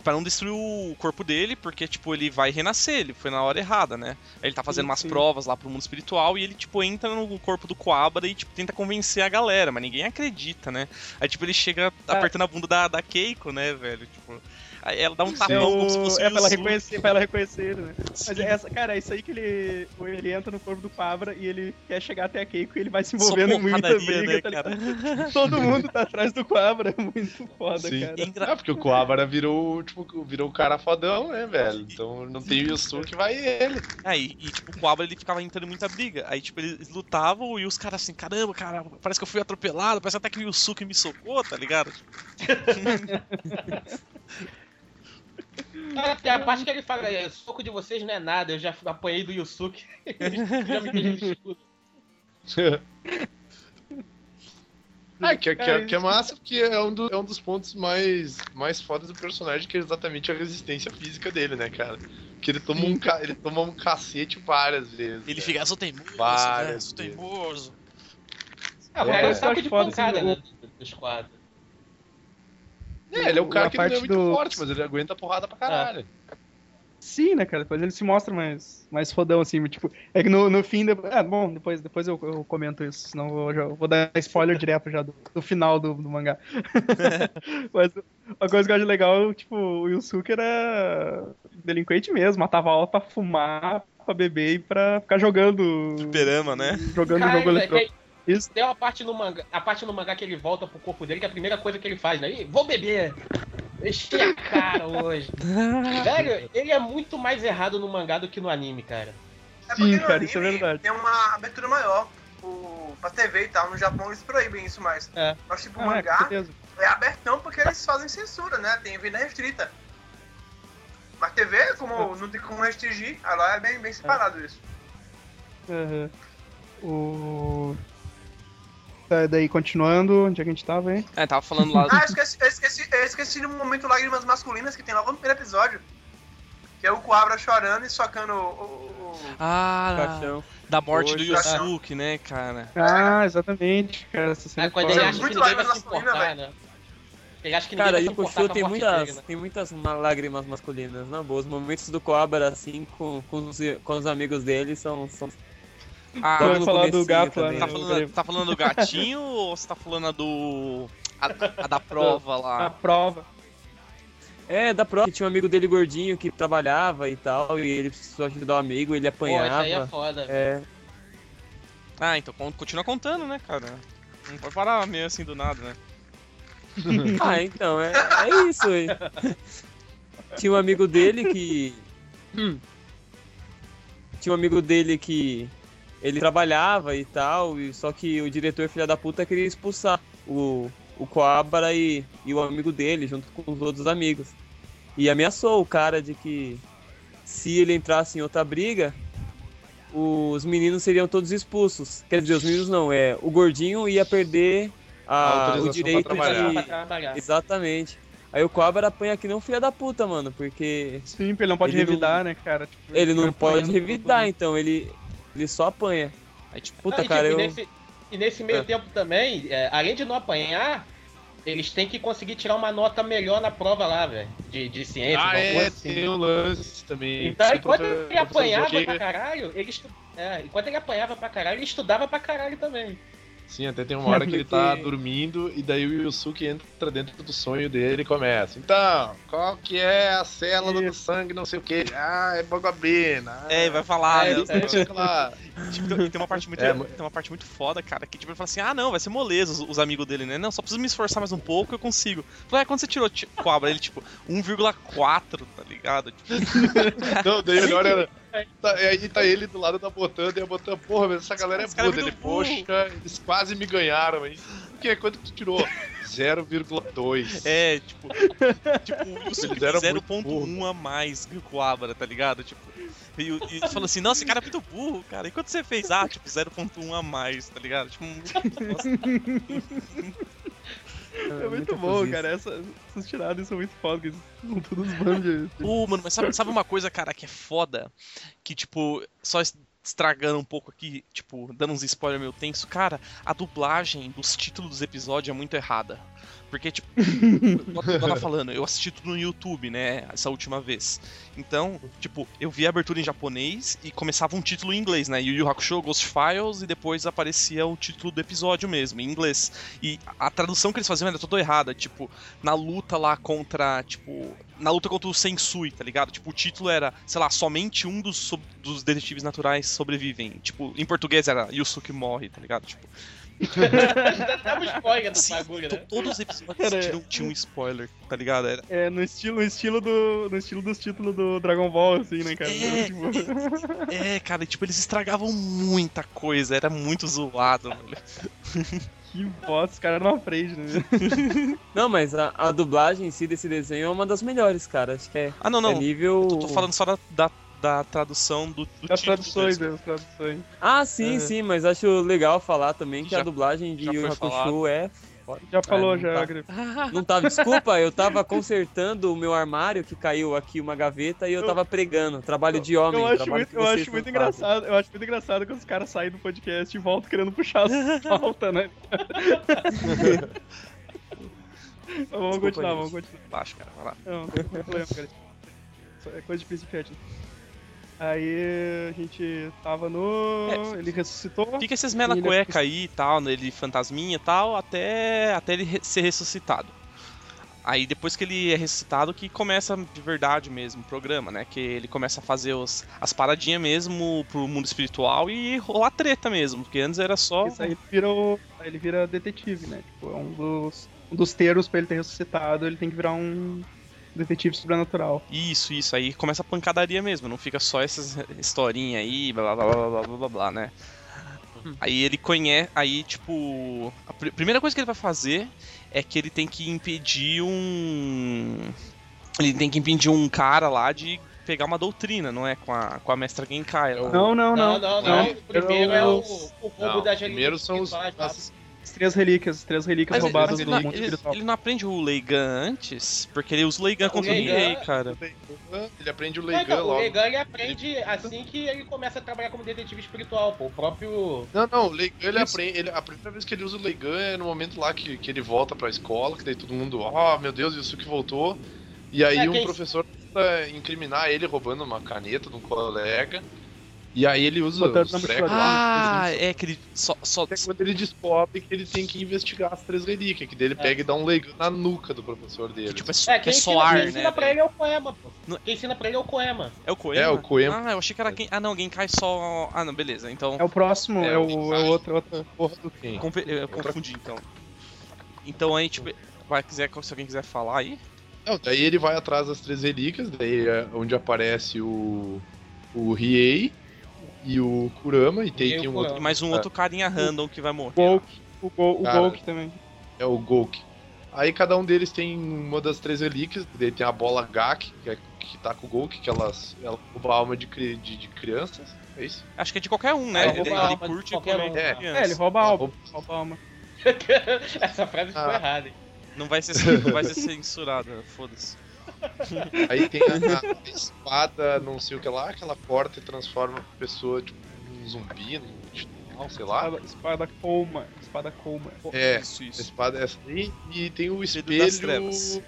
Speaker 1: Pra não destruir o corpo dele, porque, tipo, ele vai renascer, ele foi na hora errada, né? Aí ele tá fazendo umas provas lá pro mundo espiritual e ele, tipo, entra no corpo do Coabra e, tipo, tenta convencer a galera, mas ninguém acredita, né? Aí, tipo, ele chega
Speaker 5: É.
Speaker 1: apertando a bunda da, da Keiko, né, velho? Tipo, aí ela dá um
Speaker 5: É,
Speaker 1: tapão
Speaker 5: o...
Speaker 1: como se fosse o
Speaker 5: é pra, ela
Speaker 1: Yusuke.
Speaker 5: reconhecer, pra ela reconhecer ele, né?
Speaker 1: Sim.
Speaker 5: Mas essa, cara, é isso aí que ele. Ele entra no corpo do Pabra e ele quer chegar até a Keiko e ele vai se
Speaker 1: Só
Speaker 5: envolvendo em muita
Speaker 1: porradaria,
Speaker 5: briga,
Speaker 1: né,
Speaker 5: tá ligado?
Speaker 1: cara?
Speaker 5: Todo mundo tá atrás do Coabra, é muito foda,
Speaker 3: Sim.
Speaker 5: cara.
Speaker 1: É engra-
Speaker 3: Ah, porque o Coabra virou, tipo, virou o cara fodão, né, velho? Então não tem o Yusuke, vai ele.
Speaker 1: Aí, e tipo, o Coabra ele ficava entrando em muita briga. Aí, tipo, eles lutavam e os caras assim, caramba, cara, parece que eu fui atropelado, parece até que o Yusuke me socou, tá ligado?
Speaker 4: Ah, Tem a parte que ele fala, é, soco de vocês não é nada, eu já apanhei do Yusuke. já me
Speaker 5: É,
Speaker 4: pedi de escudo.
Speaker 3: Ah, que, que,
Speaker 5: É
Speaker 3: que é massa, porque é um, do- é um dos pontos mais, mais fodas do personagem, que é exatamente a resistência física dele, né, cara? Porque ele toma um, ca- ele toma um cacete várias vezes.
Speaker 1: Ele
Speaker 3: né?
Speaker 1: fica, sou teimoso, né?
Speaker 3: Várias
Speaker 1: sou
Speaker 3: vezes.
Speaker 1: teimoso.
Speaker 4: Ah, o cara é um
Speaker 5: É.
Speaker 4: saco de
Speaker 5: Eu acho foda
Speaker 4: pancada,
Speaker 5: esse
Speaker 4: né? Dos quadros.
Speaker 3: É, ele é um
Speaker 5: A
Speaker 3: cara que não é
Speaker 5: parte
Speaker 3: muito
Speaker 5: do-
Speaker 3: forte, mas ele aguenta a porrada
Speaker 1: Ah,
Speaker 3: pra caralho.
Speaker 5: Sim, né, cara? Depois ele se mostra mais, mais fodão, assim, tipo. É que no, no fim. De... Ah, bom, depois, depois eu, eu comento isso, senão eu vou- já, eu vou dar spoiler direto já do, do final do, do mangá. Mas uma coisa que eu acho legal, tipo, o Yusuke era delinquente mesmo, matava aula pra fumar, pra beber e pra ficar jogando.
Speaker 1: Perama, né?
Speaker 5: Jogando
Speaker 4: Cara,
Speaker 5: jogo
Speaker 4: velho,
Speaker 5: eletrônico.
Speaker 4: tem-
Speaker 5: Isso.
Speaker 4: Tem uma parte no mangá, a parte no mangá que ele volta pro corpo dele, que é a primeira coisa que ele faz, né? Ih, vou beber. Enchei a cara hoje. Velho, ele é muito mais errado no mangá do que no anime, cara.
Speaker 2: É
Speaker 5: Sim,
Speaker 2: porque no
Speaker 5: cara, isso é
Speaker 2: anime
Speaker 5: verdade.
Speaker 2: Tem uma abertura maior o, pra TV e tal. No Japão eles proíbem isso mais.
Speaker 4: É.
Speaker 2: Mas, tipo, o
Speaker 5: Ah, com
Speaker 2: mangá
Speaker 5: certeza.
Speaker 2: é abertão porque eles fazem censura, né? Tem vida restrita. Mas TV, como não tem como restringir, aí lá é bem, bem separado isso.
Speaker 5: Aham. O. Tá, daí continuando, onde é que a gente tava, hein?
Speaker 1: É, tava falando lá.
Speaker 2: Ah, eu esqueci, eu esqueci, eu esqueci do momento Lágrimas Masculinas que tem logo no primeiro episódio. Que é o Coabra chorando e socando o. o- o-
Speaker 1: Ah,
Speaker 7: Caixão.
Speaker 1: da morte do
Speaker 7: Poxa.
Speaker 1: Yusuke, né, cara?
Speaker 5: Ah, exatamente, cara. Essa cena
Speaker 4: Aí
Speaker 5: é
Speaker 4: Ah, quando
Speaker 2: Mas
Speaker 5: foda.
Speaker 4: ele
Speaker 2: é
Speaker 4: acha que
Speaker 2: muito
Speaker 4: ninguém vai
Speaker 2: lágrima
Speaker 4: se
Speaker 2: masculina,
Speaker 4: importar, né? Ele acha que ninguém
Speaker 7: Cara,
Speaker 4: vai se importar
Speaker 7: Yokosho
Speaker 4: com a
Speaker 7: tem
Speaker 4: morte dele,
Speaker 7: muitas,
Speaker 4: né?
Speaker 7: tem muitas ma- lágrimas masculinas, na boa. Os momentos do Coabra, assim, com, com, os, com os amigos dele são... são...
Speaker 1: Ah,
Speaker 5: Vamos
Speaker 7: no
Speaker 5: falar do
Speaker 7: comecinho
Speaker 5: gato lá, né?
Speaker 7: também.
Speaker 1: tá, falando, tá falando do gatinho ou você tá falando a do. A, a da prova
Speaker 5: A
Speaker 1: lá?
Speaker 5: prova.
Speaker 7: É, da prova. Tinha um amigo dele gordinho que trabalhava e tal, e ele precisou ajudar o amigo, ele
Speaker 4: Pô, isso aí é
Speaker 7: apanhava.
Speaker 4: foda.
Speaker 7: É,
Speaker 1: Ah, então con- continua contando, né, cara? Não pode parar meio assim do nada, né?
Speaker 7: Ah, então, é, é isso aí. Tinha um amigo dele que.
Speaker 3: Hum.
Speaker 7: Tinha um amigo dele que. Ele trabalhava e tal, e só que o diretor, filha da puta, queria expulsar o, o Coabra e, e o amigo dele, junto com os outros amigos. E ameaçou o cara de que se ele entrasse em outra briga, os meninos seriam todos expulsos. Quer dizer, os meninos não, é. O gordinho ia perder
Speaker 3: A
Speaker 7: a,
Speaker 3: autorização
Speaker 7: o
Speaker 3: pra
Speaker 7: direito
Speaker 3: trabalhar.
Speaker 7: de, Exatamente. Aí o Coabra apanha que nem um filho da puta, mano, porque
Speaker 5: Sim, ele não pode
Speaker 7: Ele não-
Speaker 5: revidar, né, cara? Tipo,
Speaker 7: ele não
Speaker 5: fica
Speaker 7: pode
Speaker 5: apanhando
Speaker 7: revidar, então ele, ele só apanha. Aí tipo,
Speaker 4: Não,
Speaker 7: puta,
Speaker 4: e,
Speaker 7: cara, eu...
Speaker 4: tipo, e, nesse, e nesse meio
Speaker 7: É.
Speaker 4: tempo também, é, além de não apanhar, eles têm que conseguir tirar uma nota melhor na prova lá, velho. De, de ciência,
Speaker 3: Ah,
Speaker 4: alguma
Speaker 3: é,
Speaker 4: coisa assim.
Speaker 3: tem o lance também.
Speaker 4: Então,
Speaker 3: Se o
Speaker 4: enquanto
Speaker 3: profe-
Speaker 4: ele
Speaker 3: professor né?
Speaker 4: apanhava
Speaker 3: Zuki-
Speaker 4: pra caralho, ele estu... é, enquanto ele apanhava pra caralho, ele estudava pra caralho também.
Speaker 3: Sim, até tem uma hora que ele tá
Speaker 7: Porque-
Speaker 3: dormindo e daí o Yusuke entra dentro do sonho dele e começa. Então, qual que é a célula do sangue, não sei o que? Ah, é bogobrina.
Speaker 1: É, e vai falar,
Speaker 4: É,
Speaker 1: né?
Speaker 4: é.
Speaker 3: Não sei o que lá.
Speaker 1: Tipo, tem, tem uma parte muito,
Speaker 3: É, mo-
Speaker 1: tem uma parte muito foda, cara, que tipo, ele fala assim, ah não, vai ser moleza os, os amigos dele, né? Não, só preciso me esforçar mais um pouco eu consigo. Falei, ah, quando você tirou ti- cobra, ele tipo, 1,4, tá ligado? Tipo,
Speaker 3: Não, daí ele olha. Tá, e aí tá ele do lado da Botanda e a Botanda, porra, mas essa galera é
Speaker 1: Esse cara é
Speaker 3: burra. Ele,
Speaker 1: muito burro.
Speaker 3: poxa, eles quase me ganharam, hein? O que? Quanto que tu tirou? 0,2.
Speaker 1: é, tipo, tipo, o Wilson
Speaker 3: Eles
Speaker 1: tem
Speaker 3: eram muito
Speaker 1: 0.1 a mais que o Coabra, tá ligado? Tipo, e, o- e ele fala assim, nossa, esse cara é muito burro, cara. E quando você fez? Ah, tipo, 0.1 a mais, tá ligado? Tipo, nossa,
Speaker 5: É muito bom, cara. Essa- essas tiradas são muito fodas, que eles são todos bandos. de-
Speaker 1: Pô, mano, mas sabe, sabe uma coisa, cara, que é foda? Que, tipo, só es- estragando um pouco aqui, tipo, dando uns spoilers meio tenso, cara, a dublagem dos títulos dos episódios é muito errada. Porque, tipo, eu tava falando, eu assisti tudo no YouTube, né, essa última vez. Então, tipo, eu vi a abertura em japonês e começava um título em inglês, né, Yu Yu Hakusho, Ghost Files, e depois aparecia o título do episódio mesmo, em inglês. E a tradução que eles faziam era toda errada, tipo, na luta lá contra, tipo, na luta contra o Sensui, tá ligado? Tipo, o título era, sei lá, somente um dos, sob- dos detetives naturais sobrevivem. Tipo, em português era Yusuke morre, tá ligado? Tipo,
Speaker 4: Dava spoiler do
Speaker 1: Sim,
Speaker 4: bagulho,
Speaker 1: to-
Speaker 4: né?
Speaker 1: todos os episódios
Speaker 5: Cara,
Speaker 1: tinham, tinham um spoiler, tá ligado? Era,
Speaker 5: É, no estilo, no estilo do. No estilo dos títulos do Dragon Ball, assim, né, cara?
Speaker 1: É.
Speaker 5: Tipo,
Speaker 1: é, cara, e, tipo, eles estragavam muita coisa, era muito zoado, velho.
Speaker 5: que bosta, os caras não aprendem, né?
Speaker 7: Não, mas a, a dublagem em si desse desenho é uma das melhores, cara. Acho que é,
Speaker 1: Ah, não, não,
Speaker 7: é nível.
Speaker 1: eu tô falando só da, da, da tradução do, do
Speaker 5: As
Speaker 1: título
Speaker 5: traduções,
Speaker 1: mesmo.
Speaker 5: né? As traduções.
Speaker 7: Ah, sim,
Speaker 5: É.
Speaker 7: sim, mas acho legal falar também que
Speaker 1: Já-
Speaker 7: a dublagem de
Speaker 1: já
Speaker 7: Yu
Speaker 1: foi
Speaker 7: Hakusho
Speaker 1: falado.
Speaker 7: é.
Speaker 5: Já falou,
Speaker 7: não
Speaker 5: já,
Speaker 7: tá.
Speaker 5: Grifo.
Speaker 7: Não tava, desculpa, eu tava consertando o meu armário que caiu aqui uma gaveta e eu,
Speaker 5: Eu-
Speaker 7: tava pregando. Trabalho de homem,
Speaker 5: Eu acho
Speaker 7: trabalho
Speaker 5: muito,
Speaker 7: que
Speaker 5: eu
Speaker 7: vocês
Speaker 5: acho
Speaker 7: não
Speaker 5: muito
Speaker 7: fazem.
Speaker 5: engraçado. Eu acho muito engraçado quando os caras saem do podcast e voltam querendo puxar as pautas, né? Mas vamos
Speaker 7: Desculpa,
Speaker 5: continuar,
Speaker 7: gente.
Speaker 5: vamos continuar.
Speaker 1: Baixo, cara, vai lá.
Speaker 5: Não, não tem problema, cara. Isso é coisa de principiante. Aí a gente tava no. Ele ressuscitou.
Speaker 1: Fica esses mela
Speaker 5: Ele-
Speaker 1: cueca aí e tal, né, ele fantasminha e tal, até, até ele re- ser ressuscitado. Aí depois que ele é ressuscitado que começa de verdade mesmo o programa, né? Que ele começa a fazer os- as paradinhas mesmo pro mundo espiritual e rolar treta mesmo, porque antes era só...
Speaker 5: Isso aí ele vira, o- aí ele vira detetive, né? Tipo, é um dos, um dos termos pra ele ter ressuscitado, ele tem que virar um detetive sobrenatural.
Speaker 1: Isso, isso, aí começa a pancadaria mesmo, não fica só essas historinha aí, blá blá blá blá blá blá blá, blá né? Aí ele conhece, aí tipo, a pri- primeira coisa que ele vai fazer é que ele tem que impedir um ele tem que impedir um cara lá de pegar uma doutrina, não é com a com a mestra Genkai lá.
Speaker 5: Não, não, não.
Speaker 4: Não, não,
Speaker 3: não.
Speaker 4: não. O primeiro é o, o combo
Speaker 3: Não,
Speaker 4: da Angelina.
Speaker 3: primeiro são os.
Speaker 4: Faz, faz.
Speaker 3: as-
Speaker 5: As três relíquias, as três relíquias
Speaker 1: Mas ele,
Speaker 5: roubadas
Speaker 1: mas ele
Speaker 5: do
Speaker 1: não,
Speaker 5: mundo
Speaker 1: ele,
Speaker 5: espiritual.
Speaker 1: ele não aprende o Leigan antes, porque ele usa o Leigan
Speaker 4: Não, o
Speaker 1: contra o
Speaker 4: Leigan-
Speaker 1: Rirei, cara.
Speaker 3: Ele aprende o
Speaker 4: Não,
Speaker 3: Leigan
Speaker 4: então, o
Speaker 3: logo.
Speaker 4: Legan ele aprende assim que ele começa a trabalhar como detetive espiritual, pô. O próprio.
Speaker 3: Não, não, o Leigan, ele aprende. ele- a primeira vez que ele usa o Leigan é no momento lá que, que ele volta pra escola, que daí todo mundo, ó, meu Deus, isso que voltou. E aí
Speaker 4: É,
Speaker 3: um
Speaker 4: quem-
Speaker 3: professor tenta incriminar ele roubando uma caneta de um colega. E aí ele usa
Speaker 5: Botando
Speaker 3: os
Speaker 5: na
Speaker 3: pregos lá.
Speaker 1: Ah, é que ele só só
Speaker 3: Até quando ele descobre que ele tem que investigar as três relíquias, que daí ele pega e dá um Leigan na nuca do professor dele.
Speaker 1: que, tipo, é,
Speaker 4: É,
Speaker 1: é,
Speaker 4: quem ensina,
Speaker 1: solar,
Speaker 4: quem ensina
Speaker 1: né?
Speaker 4: pra ele é o poema, pô.
Speaker 1: Não-
Speaker 4: Quem ensina pra ele é o poema.
Speaker 1: É o Koema?
Speaker 3: É, o Koema.
Speaker 1: Ah, eu achei que era quem. Ah, não, alguém cai só. Ah, não, beleza. Então.
Speaker 5: É o próximo,
Speaker 3: É,
Speaker 5: é, o, é o outro, outro.
Speaker 3: porra do quem?
Speaker 1: confe- Eu confundi, então. Então aí, tipo. Vai, quiser, se alguém quiser falar aí.
Speaker 3: Não, daí ele vai atrás das três relíquias, daí é onde aparece o, o Riei e o Kurama, e tem,
Speaker 4: Riei e
Speaker 3: tem
Speaker 4: o
Speaker 3: um outro,
Speaker 1: E mais um
Speaker 3: Tá.
Speaker 1: outro carinha random que vai morrer.
Speaker 5: Golk, o, Gol, o
Speaker 3: Cara.
Speaker 5: Golk também.
Speaker 3: é o Gok. Aí cada um deles tem uma das três relíquias, daí tem a bola Gak, que, é, que tá com o Gok, que elas, ela rouba a alma de, cri- de, de crianças, é isso?
Speaker 1: Acho que é de qualquer um,
Speaker 4: É,
Speaker 1: né? Ele,
Speaker 4: rouba
Speaker 1: ele
Speaker 4: a alma de
Speaker 1: curte
Speaker 4: qualquer
Speaker 1: quando
Speaker 4: um.
Speaker 1: é
Speaker 3: É.
Speaker 1: criança.
Speaker 5: É, ele rouba a alma.
Speaker 3: Ela rouba-
Speaker 5: Rouba a alma.
Speaker 4: Essa frase ficou
Speaker 3: Ah.
Speaker 4: errada. hein?
Speaker 1: Não vai ser, cen- não vai ser censurado, foda-se.
Speaker 3: Aí tem a, a espada, não sei o que lá, que ela corta e transforma a pessoa, tipo, num zumbi, num animal, sei lá.
Speaker 5: Espada, espada Colma. Espada Colma.
Speaker 3: É,
Speaker 1: Isso,
Speaker 3: A
Speaker 1: isso.
Speaker 3: espada é essa aí, e tem o espelho...
Speaker 1: das trevas.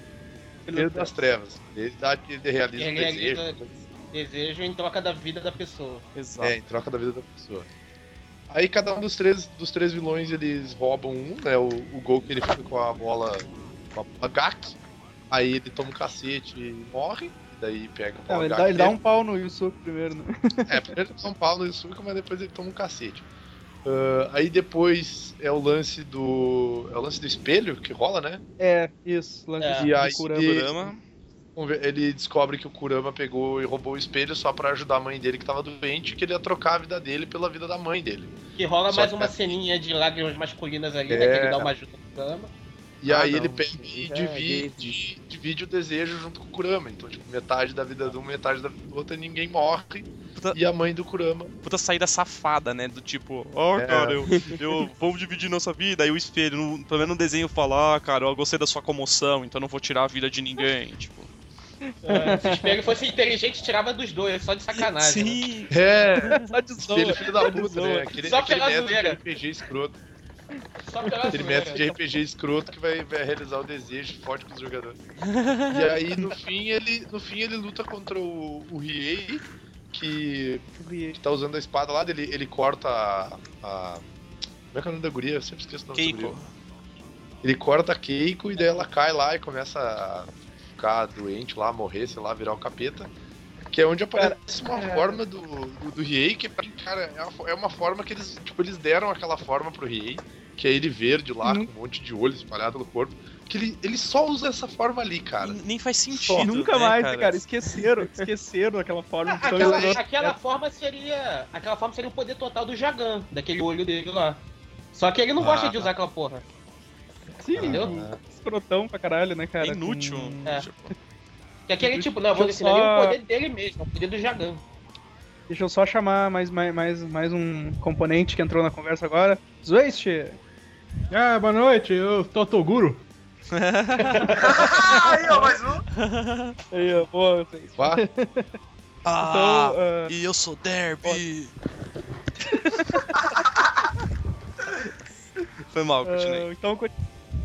Speaker 3: Espelho das Trevas. Ele, dá, ele realiza
Speaker 4: Ele
Speaker 3: o desejo. né?
Speaker 4: realiza- Desejo em troca da vida da pessoa.
Speaker 1: Exato.
Speaker 3: É, em troca da vida da pessoa. Aí cada um dos três, dos três vilões eles roubam um, né? O, o gol que ele fica com a bola. com a bola Gak. Aí ele toma um cacete e morre. Daí pega a bola
Speaker 5: Não, ele,
Speaker 3: Gak
Speaker 5: dá, ele dá
Speaker 3: dele.
Speaker 5: um pau no Yusuke primeiro, né?
Speaker 3: É, primeiro ele toma um pau no Yusuke, mas depois ele toma um cacete. Ah, aí depois é o lance do. É o lance do espelho que rola, né?
Speaker 5: É, isso. Lance
Speaker 4: É.
Speaker 5: de
Speaker 3: E aí-
Speaker 5: Kurama.
Speaker 3: e-
Speaker 1: Kurama.
Speaker 3: Ele descobre que o Kurama pegou e roubou o espelho só pra ajudar a mãe dele que tava doente, que ele ia trocar a vida dele pela vida da mãe dele.
Speaker 4: Que rola
Speaker 3: Só
Speaker 4: mais
Speaker 3: que-
Speaker 4: uma ceninha de lágrimas masculinas ali,
Speaker 3: É.
Speaker 4: né? Que ele dá uma ajuda no cama.
Speaker 3: E
Speaker 7: Ah,
Speaker 3: aí
Speaker 7: não.
Speaker 3: ele pega e
Speaker 7: Já
Speaker 3: divide,
Speaker 7: é
Speaker 3: di- divide o desejo junto com o Kurama. Então, tipo, metade da vida de um, metade da vida do outro, e ninguém morre.
Speaker 1: Puta-
Speaker 3: E a mãe do Kurama.
Speaker 1: Puta saída safada, né? Do tipo, ó,
Speaker 3: É.
Speaker 1: cara, eu, eu vamos dividir nossa vida. Aí o espelho, no- pelo menos no desenho, fala, ah, cara, eu gostei da sua comoção, então eu não vou tirar a vida de ninguém. Tipo,
Speaker 4: É, se o espelho fosse inteligente, tirava dos dois, só de sacanagem. né?
Speaker 1: Sim,
Speaker 3: É,
Speaker 5: Só de zoa.
Speaker 3: aquele filho da puta,
Speaker 5: zoa.
Speaker 3: né? Aquele,
Speaker 4: Só
Speaker 3: aquele
Speaker 4: pela
Speaker 3: método de
Speaker 4: zoeira.
Speaker 3: RPG escroto.
Speaker 4: Só pela
Speaker 3: Aquele
Speaker 4: zoeira.
Speaker 3: método de RPG escroto que vai, vai realizar o desejo forte com os jogadores. E aí, no fim, ele, no fim, ele luta contra o, o Riei, que, que tá usando a espada lá, ele, ele corta a, a- Como é que é o nome da guria? Eu sempre esqueço o nome da
Speaker 1: Keiko.
Speaker 3: guria. Ele corta a Keiko e daí ela cai lá e começa a ficar doente lá, morrer, sei lá, virar o capeta. Que é onde aparece uma forma do, do, do Riei, que pra mim, cara, é uma, fo- é uma forma que eles, tipo, eles deram aquela forma pro Riei, que é ele verde lá,
Speaker 5: Uhum.
Speaker 3: com um monte de olho espalhado no corpo, que ele, ele só usa essa forma ali, cara.
Speaker 1: nem faz
Speaker 5: E
Speaker 1: sentido.
Speaker 5: Nunca
Speaker 1: né,
Speaker 5: mais, cara. esqueceram, esqueceram aquela forma
Speaker 4: Ah,
Speaker 5: tão
Speaker 4: Aquela,
Speaker 5: escrota.
Speaker 4: aquela forma seria. Aquela forma seria o poder total do Jagan, daquele olho dele lá. Só que ele não
Speaker 5: Ah,
Speaker 4: gosta de
Speaker 5: tá.
Speaker 4: usar aquela porra.
Speaker 5: Sim,
Speaker 4: Entendeu?
Speaker 5: escrotão pra caralho, né,
Speaker 1: É
Speaker 5: cara?
Speaker 1: inútil.
Speaker 5: Com-
Speaker 4: É.
Speaker 1: Tipo,
Speaker 4: Que aquele tipo, não, eu vou
Speaker 5: Deixa eu
Speaker 4: ensinar ali o
Speaker 5: só-
Speaker 4: poder dele mesmo, o poder do Jagan.
Speaker 5: Deixa eu só chamar mais, mais, mais, mais um componente que entrou na conversa agora. Zwaste!
Speaker 8: Ah, boa noite, eu tô Toguro.
Speaker 2: Aí, ó, mais um.
Speaker 5: Aí, ó, boa, Zwaste.
Speaker 3: Vá.
Speaker 5: Então, ah,
Speaker 1: e eu sou derby. Foi mal, continuei.
Speaker 5: Ah, então, conti-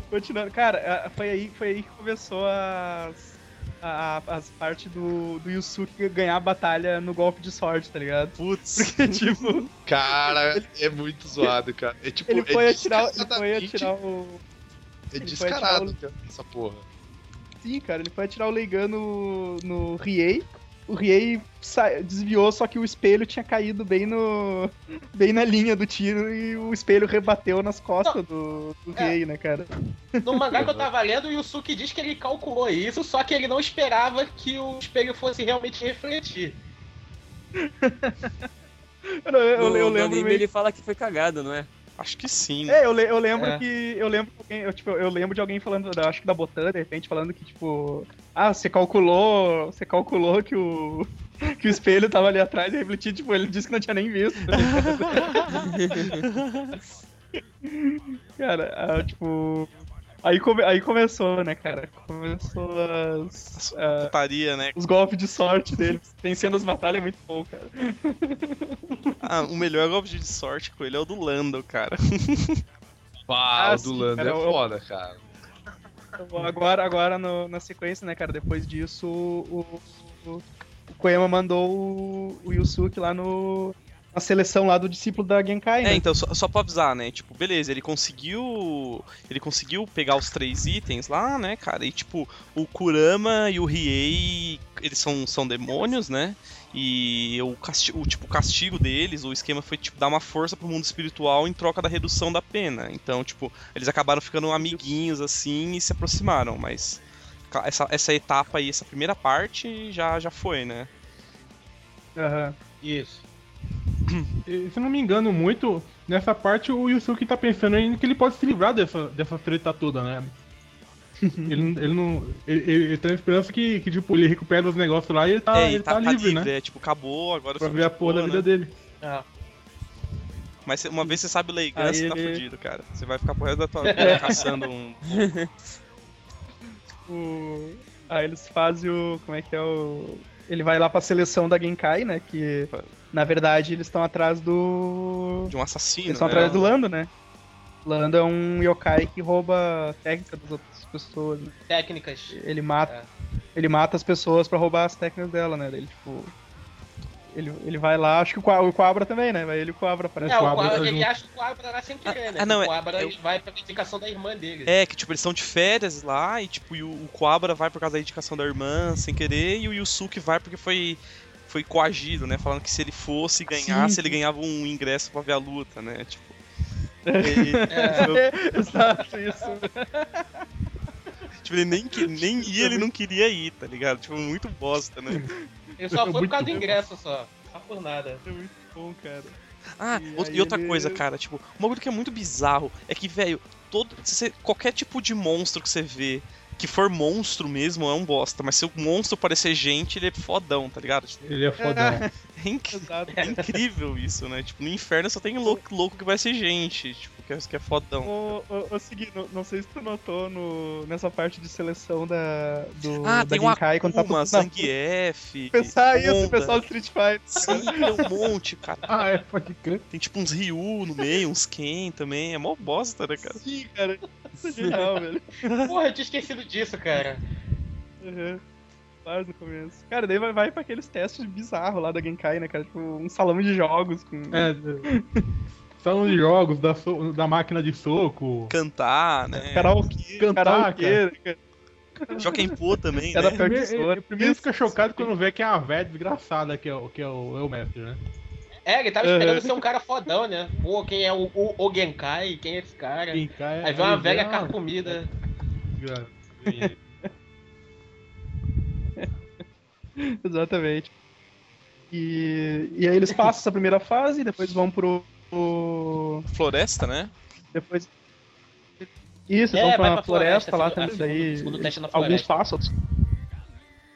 Speaker 5: continuando. Cara, ah, foi aí, foi aí que começou as, a, a- as partes do, do Yusuke ganhar a batalha no golpe de sorte, tá ligado?
Speaker 1: Putz.
Speaker 5: Porque, tipo,
Speaker 3: Cara, é muito zoado, cara. É tipo,
Speaker 5: ele foi
Speaker 3: é
Speaker 5: atirar, ele foi
Speaker 3: descaradamente-
Speaker 5: atirar o...
Speaker 3: É
Speaker 5: ele foi atirar
Speaker 3: descarado essa porra.
Speaker 5: Sim, cara, ele foi atirar o Leigan no, no Riei. O Riei sa- desviou, só que o espelho tinha caído bem no bem na linha do tiro e o espelho rebateu nas costas do, do
Speaker 4: É.
Speaker 5: Riei, né, cara?
Speaker 4: No mangá que eu tava lendo, o Yusuke diz que ele calculou isso, só que ele não esperava que o espelho fosse realmente refletir.
Speaker 5: Eu, eu- eu
Speaker 7: no, no
Speaker 5: lembro
Speaker 7: anime
Speaker 5: meio-
Speaker 7: ele fala que foi cagado, não é?
Speaker 1: Acho que sim. né?
Speaker 5: É, eu, le- eu lembro
Speaker 4: É.
Speaker 5: que. Eu lembro que alguém, eu, tipo, eu lembro de alguém falando, da- acho que da Botana, de repente, falando que, tipo, ah, você calculou. Você calculou que o. que o espelho tava ali atrás e refletia, tipo, ele disse que não tinha nem visto. cara, ah, tipo. Aí, come- aí começou, né, cara? Começou as. ah,
Speaker 1: Putaria, né?
Speaker 5: os golpes de sorte dele. Vencendo as batalhas é muito bom, cara.
Speaker 1: Ah, o melhor golpe de sorte com ele é o do Lando, cara.
Speaker 3: Pá,
Speaker 5: Ah,
Speaker 3: o do
Speaker 5: sim,
Speaker 3: Lando
Speaker 5: cara,
Speaker 3: é
Speaker 5: eu-
Speaker 3: foda, cara.
Speaker 5: Bom, Agora, agora no- na sequência, né, cara? Depois disso, o, o, o Koyama mandou o, o Yusuke lá no, na seleção lá do discípulo da Genkai,
Speaker 1: É,
Speaker 5: né?
Speaker 1: então, só, só pra avisar, né? Tipo, beleza, ele conseguiu. Ele conseguiu pegar os três itens lá, né, cara? E tipo, o Kurama e o Riei, eles são, são demônios, né? E o, casti o, tipo, o castigo deles, o esquema foi tipo dar uma força pro mundo espiritual em troca da redução da pena. Então, tipo, eles acabaram ficando amiguinhos assim e se aproximaram, mas ca- essa, essa etapa aí, essa primeira parte já, já foi, né?
Speaker 5: Aham.
Speaker 4: Isso.
Speaker 8: E, se eu não me engano muito, nessa parte o Yusuke tá pensando ainda que ele pode se livrar dessa, dessa treta toda, né? ele, não- ele não. Ele, ele, ele tem a esperança que, que, tipo, ele recupera os negócios lá e ele tá,
Speaker 1: é, e
Speaker 8: ele tá, livre, né?
Speaker 1: é, tipo, acabou, agora
Speaker 8: Pra
Speaker 1: só
Speaker 8: ver a
Speaker 1: de
Speaker 8: porra da
Speaker 1: boa,
Speaker 8: vida
Speaker 1: né?
Speaker 8: dele.
Speaker 4: Ah.
Speaker 1: Mas cê- uma vez você sabe Leigan,
Speaker 5: Aí
Speaker 1: você tá
Speaker 5: ele-
Speaker 1: fudido, cara. Você vai ficar pro resto da tua vida caçando um.
Speaker 5: O- Aí eles fazem o. Como é que é o. Ele vai lá pra seleção da Genkai, né? Que na verdade eles estão atrás do.
Speaker 1: de um assassino.
Speaker 5: Eles estão
Speaker 1: né?
Speaker 5: atrás do Lando, né? Lando é um yokai que rouba técnica das outras pessoas, né?
Speaker 4: Técnicas.
Speaker 5: ele mata ele mata as pessoas pra roubar as técnicas dela, né? Ele tipo ele, ele vai lá, acho que o Qua- o Coabra também, né? Vai ele e o Coabra
Speaker 4: É,
Speaker 5: parece.
Speaker 4: o
Speaker 8: o Abra
Speaker 4: Quabra,
Speaker 8: tá
Speaker 4: ele
Speaker 8: junto.
Speaker 4: acha que o Quabra lá sem querer, né?
Speaker 1: ah, não,
Speaker 4: o
Speaker 1: é-
Speaker 4: Quabra
Speaker 1: é o-
Speaker 4: ele vai pra indicação da irmã dele.
Speaker 1: É, que tipo, eles estão de férias lá e tipo, e o, o Coabra vai por causa da indicação da irmã, sem querer, e o Yusuke vai porque foi foi coagido, né? Falando que se ele fosse ganhar,
Speaker 5: Sim.
Speaker 1: se ele ganhava um ingresso pra ver a luta, né? Tipo. Ele,
Speaker 5: Exato, isso.
Speaker 1: tipo, ele nem, que- nem ia, ele não queria ir, tá ligado? Tipo, muito bosta, né?
Speaker 4: Ele só foi por causa do ingresso só. Só por nada.
Speaker 5: É muito bom, cara.
Speaker 1: Ah,
Speaker 5: E
Speaker 1: ou- e,
Speaker 5: aí
Speaker 1: outra
Speaker 5: ele-
Speaker 1: coisa, cara, tipo, um bagulho que é muito bizarro é que, velho, todo. se você- qualquer tipo de monstro que você vê que for monstro mesmo é um bosta, mas se o monstro parecer gente, ele é fodão, tá ligado? Tipo,
Speaker 8: Ele é fodão.
Speaker 1: é, inc-
Speaker 5: Exato.
Speaker 1: é incrível isso, né? Tipo, no inferno só tem louco, louco que vai ser gente, tipo, que é, que é fodão.
Speaker 5: Ô, ô, ô Seguino, não sei se tu notou no, nessa parte de seleção da, do,
Speaker 1: Ah,
Speaker 5: da
Speaker 1: tem um
Speaker 5: Genkai, quando tá tudo
Speaker 1: Akuma, um
Speaker 5: na-
Speaker 1: Zangief,
Speaker 5: Pensar isso,
Speaker 1: Honda.
Speaker 5: pessoal do Street Fighter.
Speaker 1: Sim, tem um monte, cara.
Speaker 8: ah, é, pode crer.
Speaker 1: Tem tipo uns Ryu no meio, uns Ken também, é mó bosta, né, cara?
Speaker 5: Sim, cara. Isso é genial, velho.
Speaker 4: Porra, eu tinha esquecido disso, cara.
Speaker 5: Uhum. Claro, no começo. Cara, daí vai, vai pra aqueles testes bizarros lá da Genkai, né, cara? Tipo, um salão de jogos com...
Speaker 8: É. Salão de jogos, da, so- da máquina de soco.
Speaker 1: Cantar, né?
Speaker 5: Karaokê,
Speaker 8: Cantar, É
Speaker 5: karaokê, é né, cara?
Speaker 1: Joaquim Pô também,
Speaker 5: Era
Speaker 1: né?
Speaker 5: pior que
Speaker 8: Primeiro,
Speaker 5: isso,
Speaker 8: ele- primeiro fica chocado quando vê que é a velha desgraçada que é o, que é o, é o mestre, né?
Speaker 4: É, ele tava
Speaker 5: Uhum.
Speaker 4: esperando ser um cara fodão, né? Pô, quem é o, o, o Genkai? Quem é esse cara?
Speaker 8: Quem cai-
Speaker 4: Aí vem uma
Speaker 8: vem
Speaker 5: é.
Speaker 4: velha
Speaker 8: a-
Speaker 4: carcomida.
Speaker 5: Exatamente. E, e aí eles passam essa primeira fase, depois vão pro... pro-
Speaker 1: Floresta, né?
Speaker 5: Depois... Isso,
Speaker 4: É,
Speaker 5: vão
Speaker 4: vai
Speaker 5: pra,
Speaker 4: pra
Speaker 5: floresta,
Speaker 4: floresta,
Speaker 5: lá
Speaker 4: segundo-
Speaker 5: também. daí,
Speaker 4: é, segundo- segundo teste na
Speaker 5: alguns
Speaker 4: floresta.
Speaker 5: passam, outros...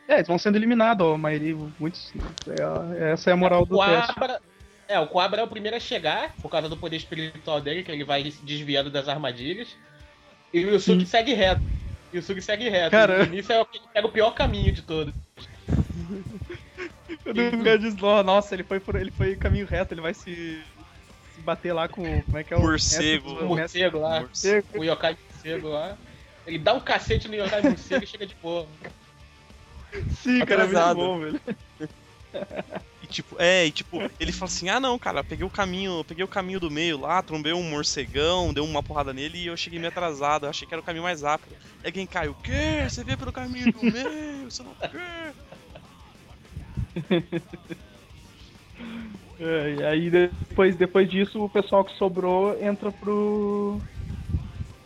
Speaker 5: É, eles vão sendo eliminados, ó, a maioria, muitos... é a- essa é a moral do
Speaker 4: o
Speaker 5: teste.
Speaker 4: Abra... É, o Coabra é o primeiro a chegar, por causa do poder espiritual dele, que ele vai se desviando das armadilhas. E o Yusuke segue reto. E o Yusuke segue reto.
Speaker 5: Cara.
Speaker 4: E o Início é o que pega o pior caminho de todos.
Speaker 5: Quando o cara diz, "Nó- nossa, ele foi, por, ele foi caminho reto, ele vai se, se bater lá com. Como é que é o.
Speaker 1: Morcego.
Speaker 5: mestre
Speaker 4: O
Speaker 5: dos- mestre-
Speaker 4: morcego lá.
Speaker 1: Morcego.
Speaker 4: O Yokai morcego lá. Ele dá um cacete no Yokai morcego e chega de boa.
Speaker 5: Sim, cara, é muito
Speaker 7: Atrasado.
Speaker 5: bom, velho.
Speaker 1: E tipo, é, e tipo, ele fala assim: "Ah, não, cara, peguei o caminho, peguei o caminho do meio lá, trombei um morcegão, deu uma porrada nele e eu cheguei meio atrasado, eu achei que era o caminho mais rápido". É quem cai, o quê? Você veio pelo caminho do meio, você não quer.
Speaker 5: É, e aí depois, depois disso, o pessoal que sobrou entra pro.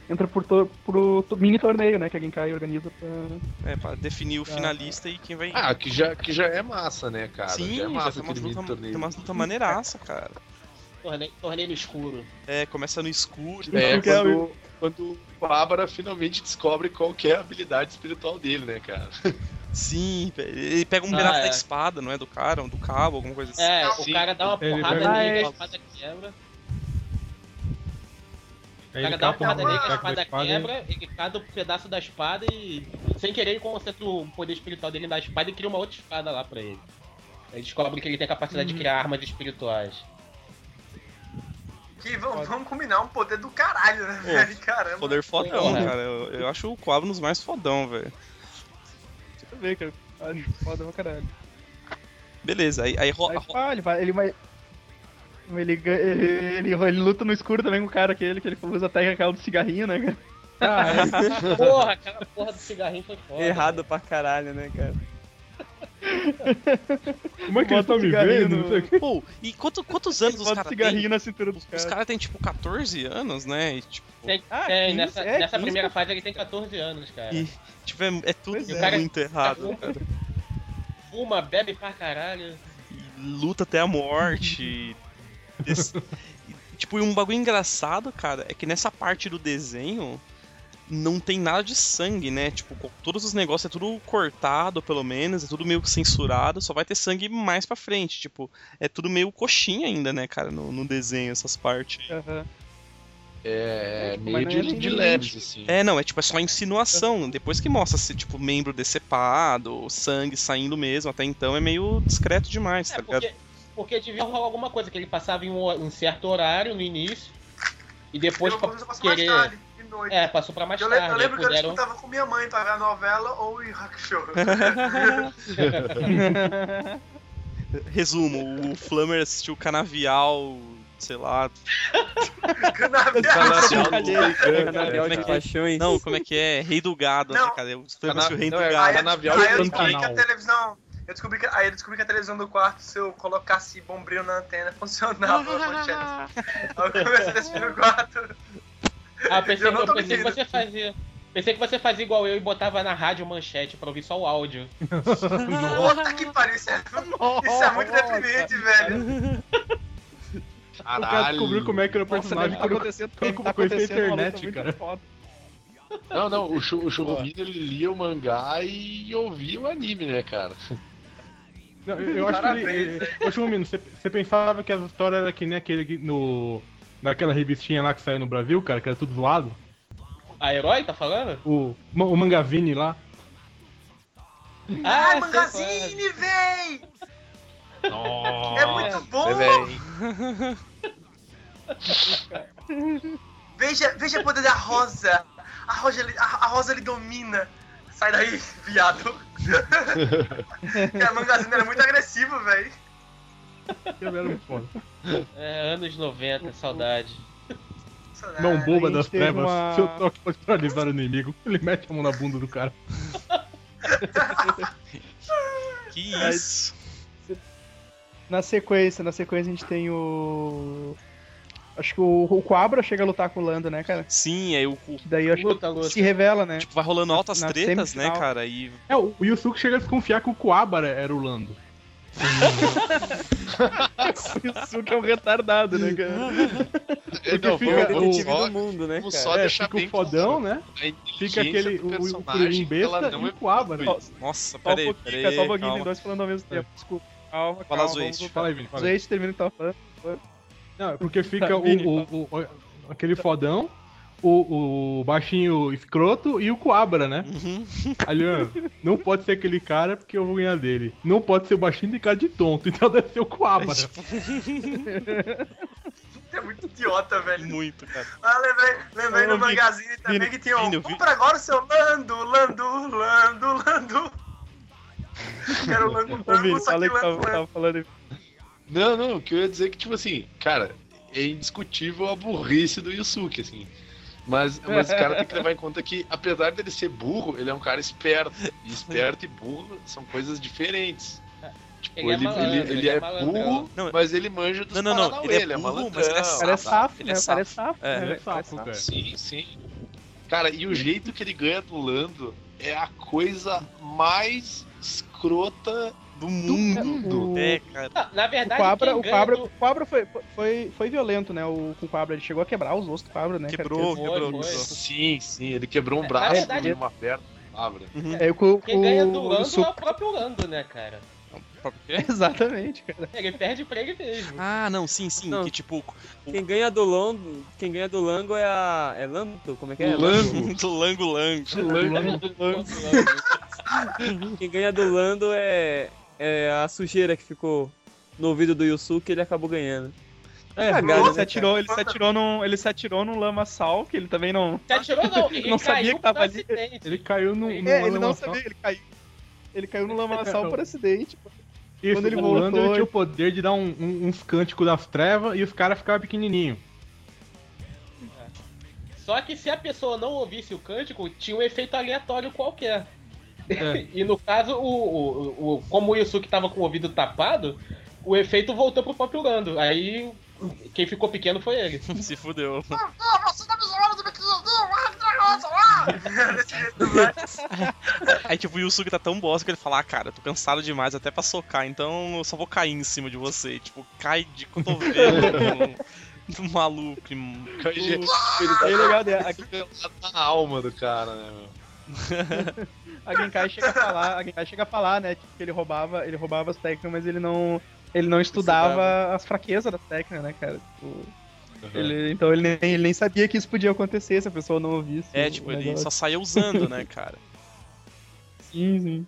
Speaker 5: Entra por to- pro to- mini torneio, né? Que a Genkai organiza pra.
Speaker 1: É, pra definir o finalista e quem vai
Speaker 3: Ah, que já, que já é massa, né, cara?
Speaker 1: Sim,
Speaker 3: já é
Speaker 1: já
Speaker 3: massa
Speaker 1: tem umas
Speaker 3: aquele mini
Speaker 1: lutas
Speaker 3: torneio.
Speaker 1: tem umas luta maneiraça, cara.
Speaker 4: Torneio, torneio no escuro.
Speaker 1: É, começa no escuro.
Speaker 3: É,
Speaker 5: Eu quero-
Speaker 3: quando, quando o Bárbara finalmente descobre qual que é a habilidade espiritual dele, né, cara?
Speaker 1: Sim, ele pega um
Speaker 4: Ah,
Speaker 1: pedaço
Speaker 4: é.
Speaker 1: da espada, não é? Do cara, ou do cabo, alguma coisa assim.
Speaker 4: É,
Speaker 3: Sim.
Speaker 4: o cara dá uma
Speaker 8: Ele
Speaker 4: porrada
Speaker 8: vai-
Speaker 4: nele,
Speaker 5: Ah,
Speaker 4: a espada quebra.
Speaker 8: Aí
Speaker 4: O cara
Speaker 8: ele
Speaker 4: dá uma
Speaker 8: cata um uma
Speaker 4: porrada nele, a
Speaker 8: macaca com
Speaker 4: espada quebra, ele cada pedaço da espada e. Sem querer, ele concentra o poder espiritual dele na espada e cria uma outra espada lá pra ele. Ele descobre que ele tem a capacidade de
Speaker 8: Hum.
Speaker 4: criar armas espirituais.
Speaker 2: Que vamos, vamos combinar um poder do caralho, né,
Speaker 4: É.
Speaker 2: velho? Caramba.
Speaker 1: Poder fodão,
Speaker 4: Porra.
Speaker 1: cara. Eu, eu acho o Quabro nos mais fodão, velho.
Speaker 5: Deixa eu ver, cara. Ah, Foda pra caralho.
Speaker 1: Beleza, aí, aí ro-
Speaker 5: Aí,
Speaker 1: ro-
Speaker 5: pá, ele vai. Ele vai. Ele, gan- ele, ele, ele luta no escuro também com o cara aquele que ele usa até aquela do cigarrinho, né, cara?
Speaker 4: Porra, aquela porra do cigarrinho foi foda.
Speaker 7: Errado pra caralho, né, cara?
Speaker 8: Como é que eles
Speaker 5: Bota o
Speaker 8: estão me
Speaker 5: cigarrinho
Speaker 8: vendo?
Speaker 5: no-
Speaker 8: Não sei o quê.
Speaker 1: Pô, e quanto- quantos anos os
Speaker 5: Bota o
Speaker 1: caras têm?
Speaker 5: cigarrinho na cintura dos
Speaker 1: Os,
Speaker 5: caras.
Speaker 1: caras têm, tipo, 14 anos, né? E, tipo,
Speaker 4: Tem-
Speaker 5: Ah,
Speaker 4: É, e
Speaker 5: 15,
Speaker 4: nessa,
Speaker 5: é,
Speaker 4: nessa
Speaker 5: 15,
Speaker 4: primeira fase ele tem 14 anos, cara.
Speaker 1: E- tipo, é, é tudo
Speaker 5: Pois
Speaker 4: é. O cara-
Speaker 1: muito errado,
Speaker 4: o
Speaker 1: cara.
Speaker 4: Fuma, bebe pra caralho.
Speaker 1: E luta até a morte. e des- e, tipo, e um bagulho engraçado, cara, é que nessa parte do desenho não tem nada de sangue, né? Tipo, co- todos os negócios é tudo cortado, pelo menos, é tudo meio que censurado, só vai ter sangue mais pra frente. Tipo, é tudo meio coxinha ainda, né, cara, no, no desenho, essas partes.
Speaker 5: Aham.
Speaker 3: É,
Speaker 5: Mas
Speaker 3: meio
Speaker 5: não é
Speaker 3: de,
Speaker 5: nem-
Speaker 3: de
Speaker 5: nem-
Speaker 3: leves, assim.
Speaker 1: É, não, é tipo, é só insinuação. Depois que mostra se, tipo, membro decepado, sangue saindo mesmo, até então é meio discreto demais, tá
Speaker 4: É,
Speaker 1: ligado?
Speaker 4: porque, porque devia rolar alguma coisa, que ele passava em um, um certo horário no início, e depois
Speaker 2: eu,
Speaker 4: pra
Speaker 2: eu passo mais
Speaker 4: querer...
Speaker 2: tarde, de noite.
Speaker 4: É, passou pra mais
Speaker 2: Eu, le- eu
Speaker 4: tarde. aí
Speaker 2: lembro que eu
Speaker 4: puderam-
Speaker 2: disputava com minha mãe pra ver a novela ou o Rock Show.
Speaker 1: Resumo, o Flammer assistiu Canavial, sei lá.
Speaker 4: Tá
Speaker 2: Canavial.
Speaker 7: Canavial de
Speaker 1: Como é que-
Speaker 7: paixões.
Speaker 1: Não, como é que é? Rei do gado,
Speaker 2: Não.
Speaker 1: né, cara? Eu Flammer assistiu o Rei do
Speaker 3: Não, é-
Speaker 1: Gado.
Speaker 2: Aí eu,
Speaker 3: Canavial
Speaker 2: aí
Speaker 3: é
Speaker 2: eu
Speaker 3: outro
Speaker 2: descobri que a
Speaker 8: canal.
Speaker 2: televisão. Eu descobri que, aí eu descobri que a televisão do quarto, se eu colocasse bombril na antena, funcionava as manchetes. Aí eu comecei a descer tipo no quarto.
Speaker 4: Ah, pensei,
Speaker 2: Eu não
Speaker 4: eu
Speaker 2: tô
Speaker 4: pensei que
Speaker 2: mentindo.
Speaker 4: você fazia... Pensei que você fazia igual eu e botava na rádio manchete pra ouvir só o áudio.
Speaker 2: Puta que pariu, isso é, isso é muito deprimente, velho.
Speaker 8: O cara
Speaker 3: Caralho.
Speaker 8: descobriu como é que era o
Speaker 5: Nossa,
Speaker 8: personagem
Speaker 5: tá acontecendo,
Speaker 8: quando
Speaker 5: tá
Speaker 8: conheceu a
Speaker 5: acontecendo uma luta
Speaker 8: internet,
Speaker 5: muito
Speaker 8: cara.
Speaker 5: foda.
Speaker 3: Não, não, o, Shu- o Shurumino, ele lia o mangá e ouvia o anime, né, cara?
Speaker 8: Não, eu eu acho que ele. ele- Ô, Chumino, você- você pensava que as histórias eram que nem aquele que no. Naquela revistinha lá que saiu no Brasil, cara, que era tudo zoado.
Speaker 4: A herói tá falando?
Speaker 8: O, ma- o Mangavini lá.
Speaker 2: Ai, Ah,
Speaker 4: Ah, É, sei qual é.
Speaker 2: mangazine, véi!
Speaker 3: Nossa,
Speaker 2: É muito bom!
Speaker 3: velho.
Speaker 2: Veja, veja o poder da Rosa. A Rosa, ele- a, a Rosa ele domina. Sai daí, viado. e a mangazine era muito agressiva, velho.
Speaker 8: Que Era muito foda.
Speaker 4: é. É, anos 90, saudade.
Speaker 8: Mão um boba
Speaker 5: gente
Speaker 8: das
Speaker 5: teve
Speaker 8: trevas.
Speaker 5: uma-
Speaker 8: Seu toque pode paralisar o inimigo. Ele mete a mão na bunda do cara.
Speaker 1: Que isso?
Speaker 5: Na sequência, na sequência a gente tem o. Acho que o, o Quabra chega a lutar com o Lando, né, cara?
Speaker 1: Sim, aí o, o-
Speaker 5: Que daí eu acho que
Speaker 4: Luta, luta.
Speaker 5: se revela, né?
Speaker 1: tipo, vai rolando altas
Speaker 5: na
Speaker 1: tretas, né,
Speaker 5: semifinal.
Speaker 1: cara? E
Speaker 8: É, o o Yusuke chega a desconfiar que o Kuabara era o Lando.
Speaker 5: Isso que é um retardado, né,
Speaker 1: Ah,
Speaker 5: cara?
Speaker 3: Não,
Speaker 8: fica-
Speaker 3: vamos- vamos
Speaker 8: o-
Speaker 7: Detetive
Speaker 3: só-
Speaker 7: do mundo, né,
Speaker 3: vamos
Speaker 7: cara?
Speaker 3: só
Speaker 8: é,
Speaker 3: deixar
Speaker 8: fica o
Speaker 3: bem
Speaker 8: fodão,
Speaker 3: claro.
Speaker 8: né?
Speaker 3: A
Speaker 8: Fica
Speaker 3: inteligência
Speaker 8: aquele.
Speaker 3: do
Speaker 8: O, o
Speaker 3: personagem,
Speaker 8: Kuririn besta
Speaker 3: ela
Speaker 8: e
Speaker 3: não é
Speaker 8: o Kuabara.
Speaker 3: construída.
Speaker 1: Nossa,
Speaker 5: Só um pouquinho,
Speaker 1: peraí,
Speaker 5: cara, só um
Speaker 1: peraí.
Speaker 5: pouquinho, tem
Speaker 1: calma. É.
Speaker 5: dois falando ao mesmo tempo. Desculpa. Calma,
Speaker 1: Fala,
Speaker 5: calma.
Speaker 1: Zuete.
Speaker 5: vamos-
Speaker 8: Fala aí, Vini. Fala aí.
Speaker 5: Zuete, termina o que tava falando.
Speaker 8: Não, é porque fica
Speaker 5: Tá,
Speaker 8: o,
Speaker 5: Vini,
Speaker 8: o- o- o- aquele fodão, o, o baixinho escroto e o Coabra, né?
Speaker 1: Uhum.
Speaker 8: Ali, ó, não pode ser aquele cara porque eu vou ganhar dele. Não pode ser o baixinho de cara de tonto, então deve ser o Coabra.
Speaker 2: É muito idiota, velho.
Speaker 1: Muito, cara.
Speaker 2: Ah, lembrei, lembrei
Speaker 5: Ô,
Speaker 2: no
Speaker 5: Vini,
Speaker 2: magazine também
Speaker 1: Vini,
Speaker 2: que tinha um.
Speaker 1: Vini, eu vi-
Speaker 2: Compra agora o seu Lando, Lando, Lando, Lando. Era o Lando,
Speaker 5: Ô, Vini,
Speaker 2: Lando, só que
Speaker 5: fala aí que
Speaker 2: Lando,
Speaker 5: tava,
Speaker 4: né?
Speaker 2: Lando.
Speaker 5: tava falando. aí.
Speaker 3: Não, não, o que eu ia dizer é que, tipo assim, cara, é indiscutível a burrice do Yusuke, assim. Mas, mas o cara tem que levar em conta que, apesar dele ser burro, ele é um cara esperto. E esperto e burro são coisas diferentes. Tipo,
Speaker 4: Ele é
Speaker 3: ele, ele,
Speaker 4: malandro,
Speaker 3: ele
Speaker 4: ele é
Speaker 3: é
Speaker 4: malandrão.
Speaker 3: burro,
Speaker 1: Não,
Speaker 3: mas ele manja dos
Speaker 1: não, não, não,
Speaker 3: Paranauê,
Speaker 1: ele é burro, mas ele é
Speaker 5: Cara,
Speaker 1: Safo,
Speaker 5: é safo,
Speaker 1: ele é
Speaker 5: né? O cara é safo.
Speaker 1: É,
Speaker 5: né,
Speaker 8: Ele é
Speaker 5: velho?
Speaker 8: sapo, cara.
Speaker 3: Sim, sim. Cara, e o jeito que ele ganha do Lando é a coisa mais escrota
Speaker 1: Do mundo.
Speaker 5: O-
Speaker 1: É, cara.
Speaker 4: Ah, na
Speaker 5: Hum. O
Speaker 4: verdade,
Speaker 5: Quabra,
Speaker 4: quem
Speaker 5: o
Speaker 4: ganha
Speaker 5: Quabra,
Speaker 4: do-
Speaker 5: o Quabra foi, foi, foi violento, né? O, com o Quabra, ele chegou a quebrar os ossos do Quabra, né? cara?
Speaker 1: Quebrou,
Speaker 4: Foi,
Speaker 1: quebrou,
Speaker 4: foi.
Speaker 1: quebrou.
Speaker 3: Sim, sim, ele quebrou um
Speaker 4: É,
Speaker 3: braço,
Speaker 4: na verdade-
Speaker 3: uma perna, abra.
Speaker 5: É, com,
Speaker 4: Quem ganha do
Speaker 5: com-
Speaker 4: Lando
Speaker 5: su-
Speaker 4: é o próprio Lando, né, cara?
Speaker 5: Exatamente, cara.
Speaker 4: Ele perde pra ele mesmo.
Speaker 1: Ah, não, sim, sim.
Speaker 7: Não.
Speaker 1: Que tipo,
Speaker 7: Quem ganha do Lando, quem ganha do Lango é a... É Lando? Como é que é?
Speaker 3: O Lango,
Speaker 1: do lango lango.
Speaker 7: Quem ganha do Lando é... É a sujeira que ficou no ouvido do Yusuke e ele acabou ganhando. É, cagada,
Speaker 5: ele,
Speaker 7: né,
Speaker 5: se atirou, ele, se
Speaker 2: Quando-
Speaker 5: atirou num, ele se atirou num lamaçal, que ele também não.
Speaker 4: Você atirou, não. Ele
Speaker 5: Não
Speaker 4: caiu
Speaker 5: sabia que tava
Speaker 4: por
Speaker 5: ali.
Speaker 4: acidente.
Speaker 8: Ele caiu no.
Speaker 4: É,
Speaker 8: no
Speaker 5: É, ele não
Speaker 8: lamaçal.
Speaker 5: sabia, ele caiu. Ele caiu no lamaçal por acidente.
Speaker 8: Isso,
Speaker 5: Quando ele
Speaker 8: o
Speaker 5: voltou,
Speaker 8: Lando ele
Speaker 5: ele-
Speaker 8: tinha o poder de dar um- um- uns cânticos das trevas e os caras ficavam pequenininhos.
Speaker 4: Só que se a pessoa não ouvisse o cântico, tinha um efeito aleatório qualquer.
Speaker 8: É.
Speaker 4: E no caso, o, o, o- como o Yusuke tava com o ouvido tapado, o efeito voltou pro próprio Lando. Aí quem ficou pequeno foi ele.
Speaker 1: Se fudeu.
Speaker 2: Ah, você tá me zoando do Mequizodon, ah, Dragosa, ah! Desse jeito, velho.
Speaker 1: Aí, tipo, o Yusuke tá tão bosta que ele fala, ah, cara, eu tô cansado demais até pra socar, então eu só vou cair em cima de você. Tipo, cai de cotovelo do, do maluco. e-
Speaker 3: ele
Speaker 5: Aí é legal, né? A-
Speaker 3: tá na alma do cara, né, meu?
Speaker 5: a Genkai chega a falar, a Genkai chega a falar, né? Que ele roubava, ele roubava as técnicas, mas ele não. Ele não estudava, as fraquezas das técnicas, né, cara? Tipo, ele- então ele nem, ele nem sabia que isso podia acontecer se a pessoa não ouvisse.
Speaker 1: É,
Speaker 5: o
Speaker 1: tipo, ele
Speaker 5: negócio.
Speaker 1: só saia usando, né, cara?
Speaker 5: Sim, sim.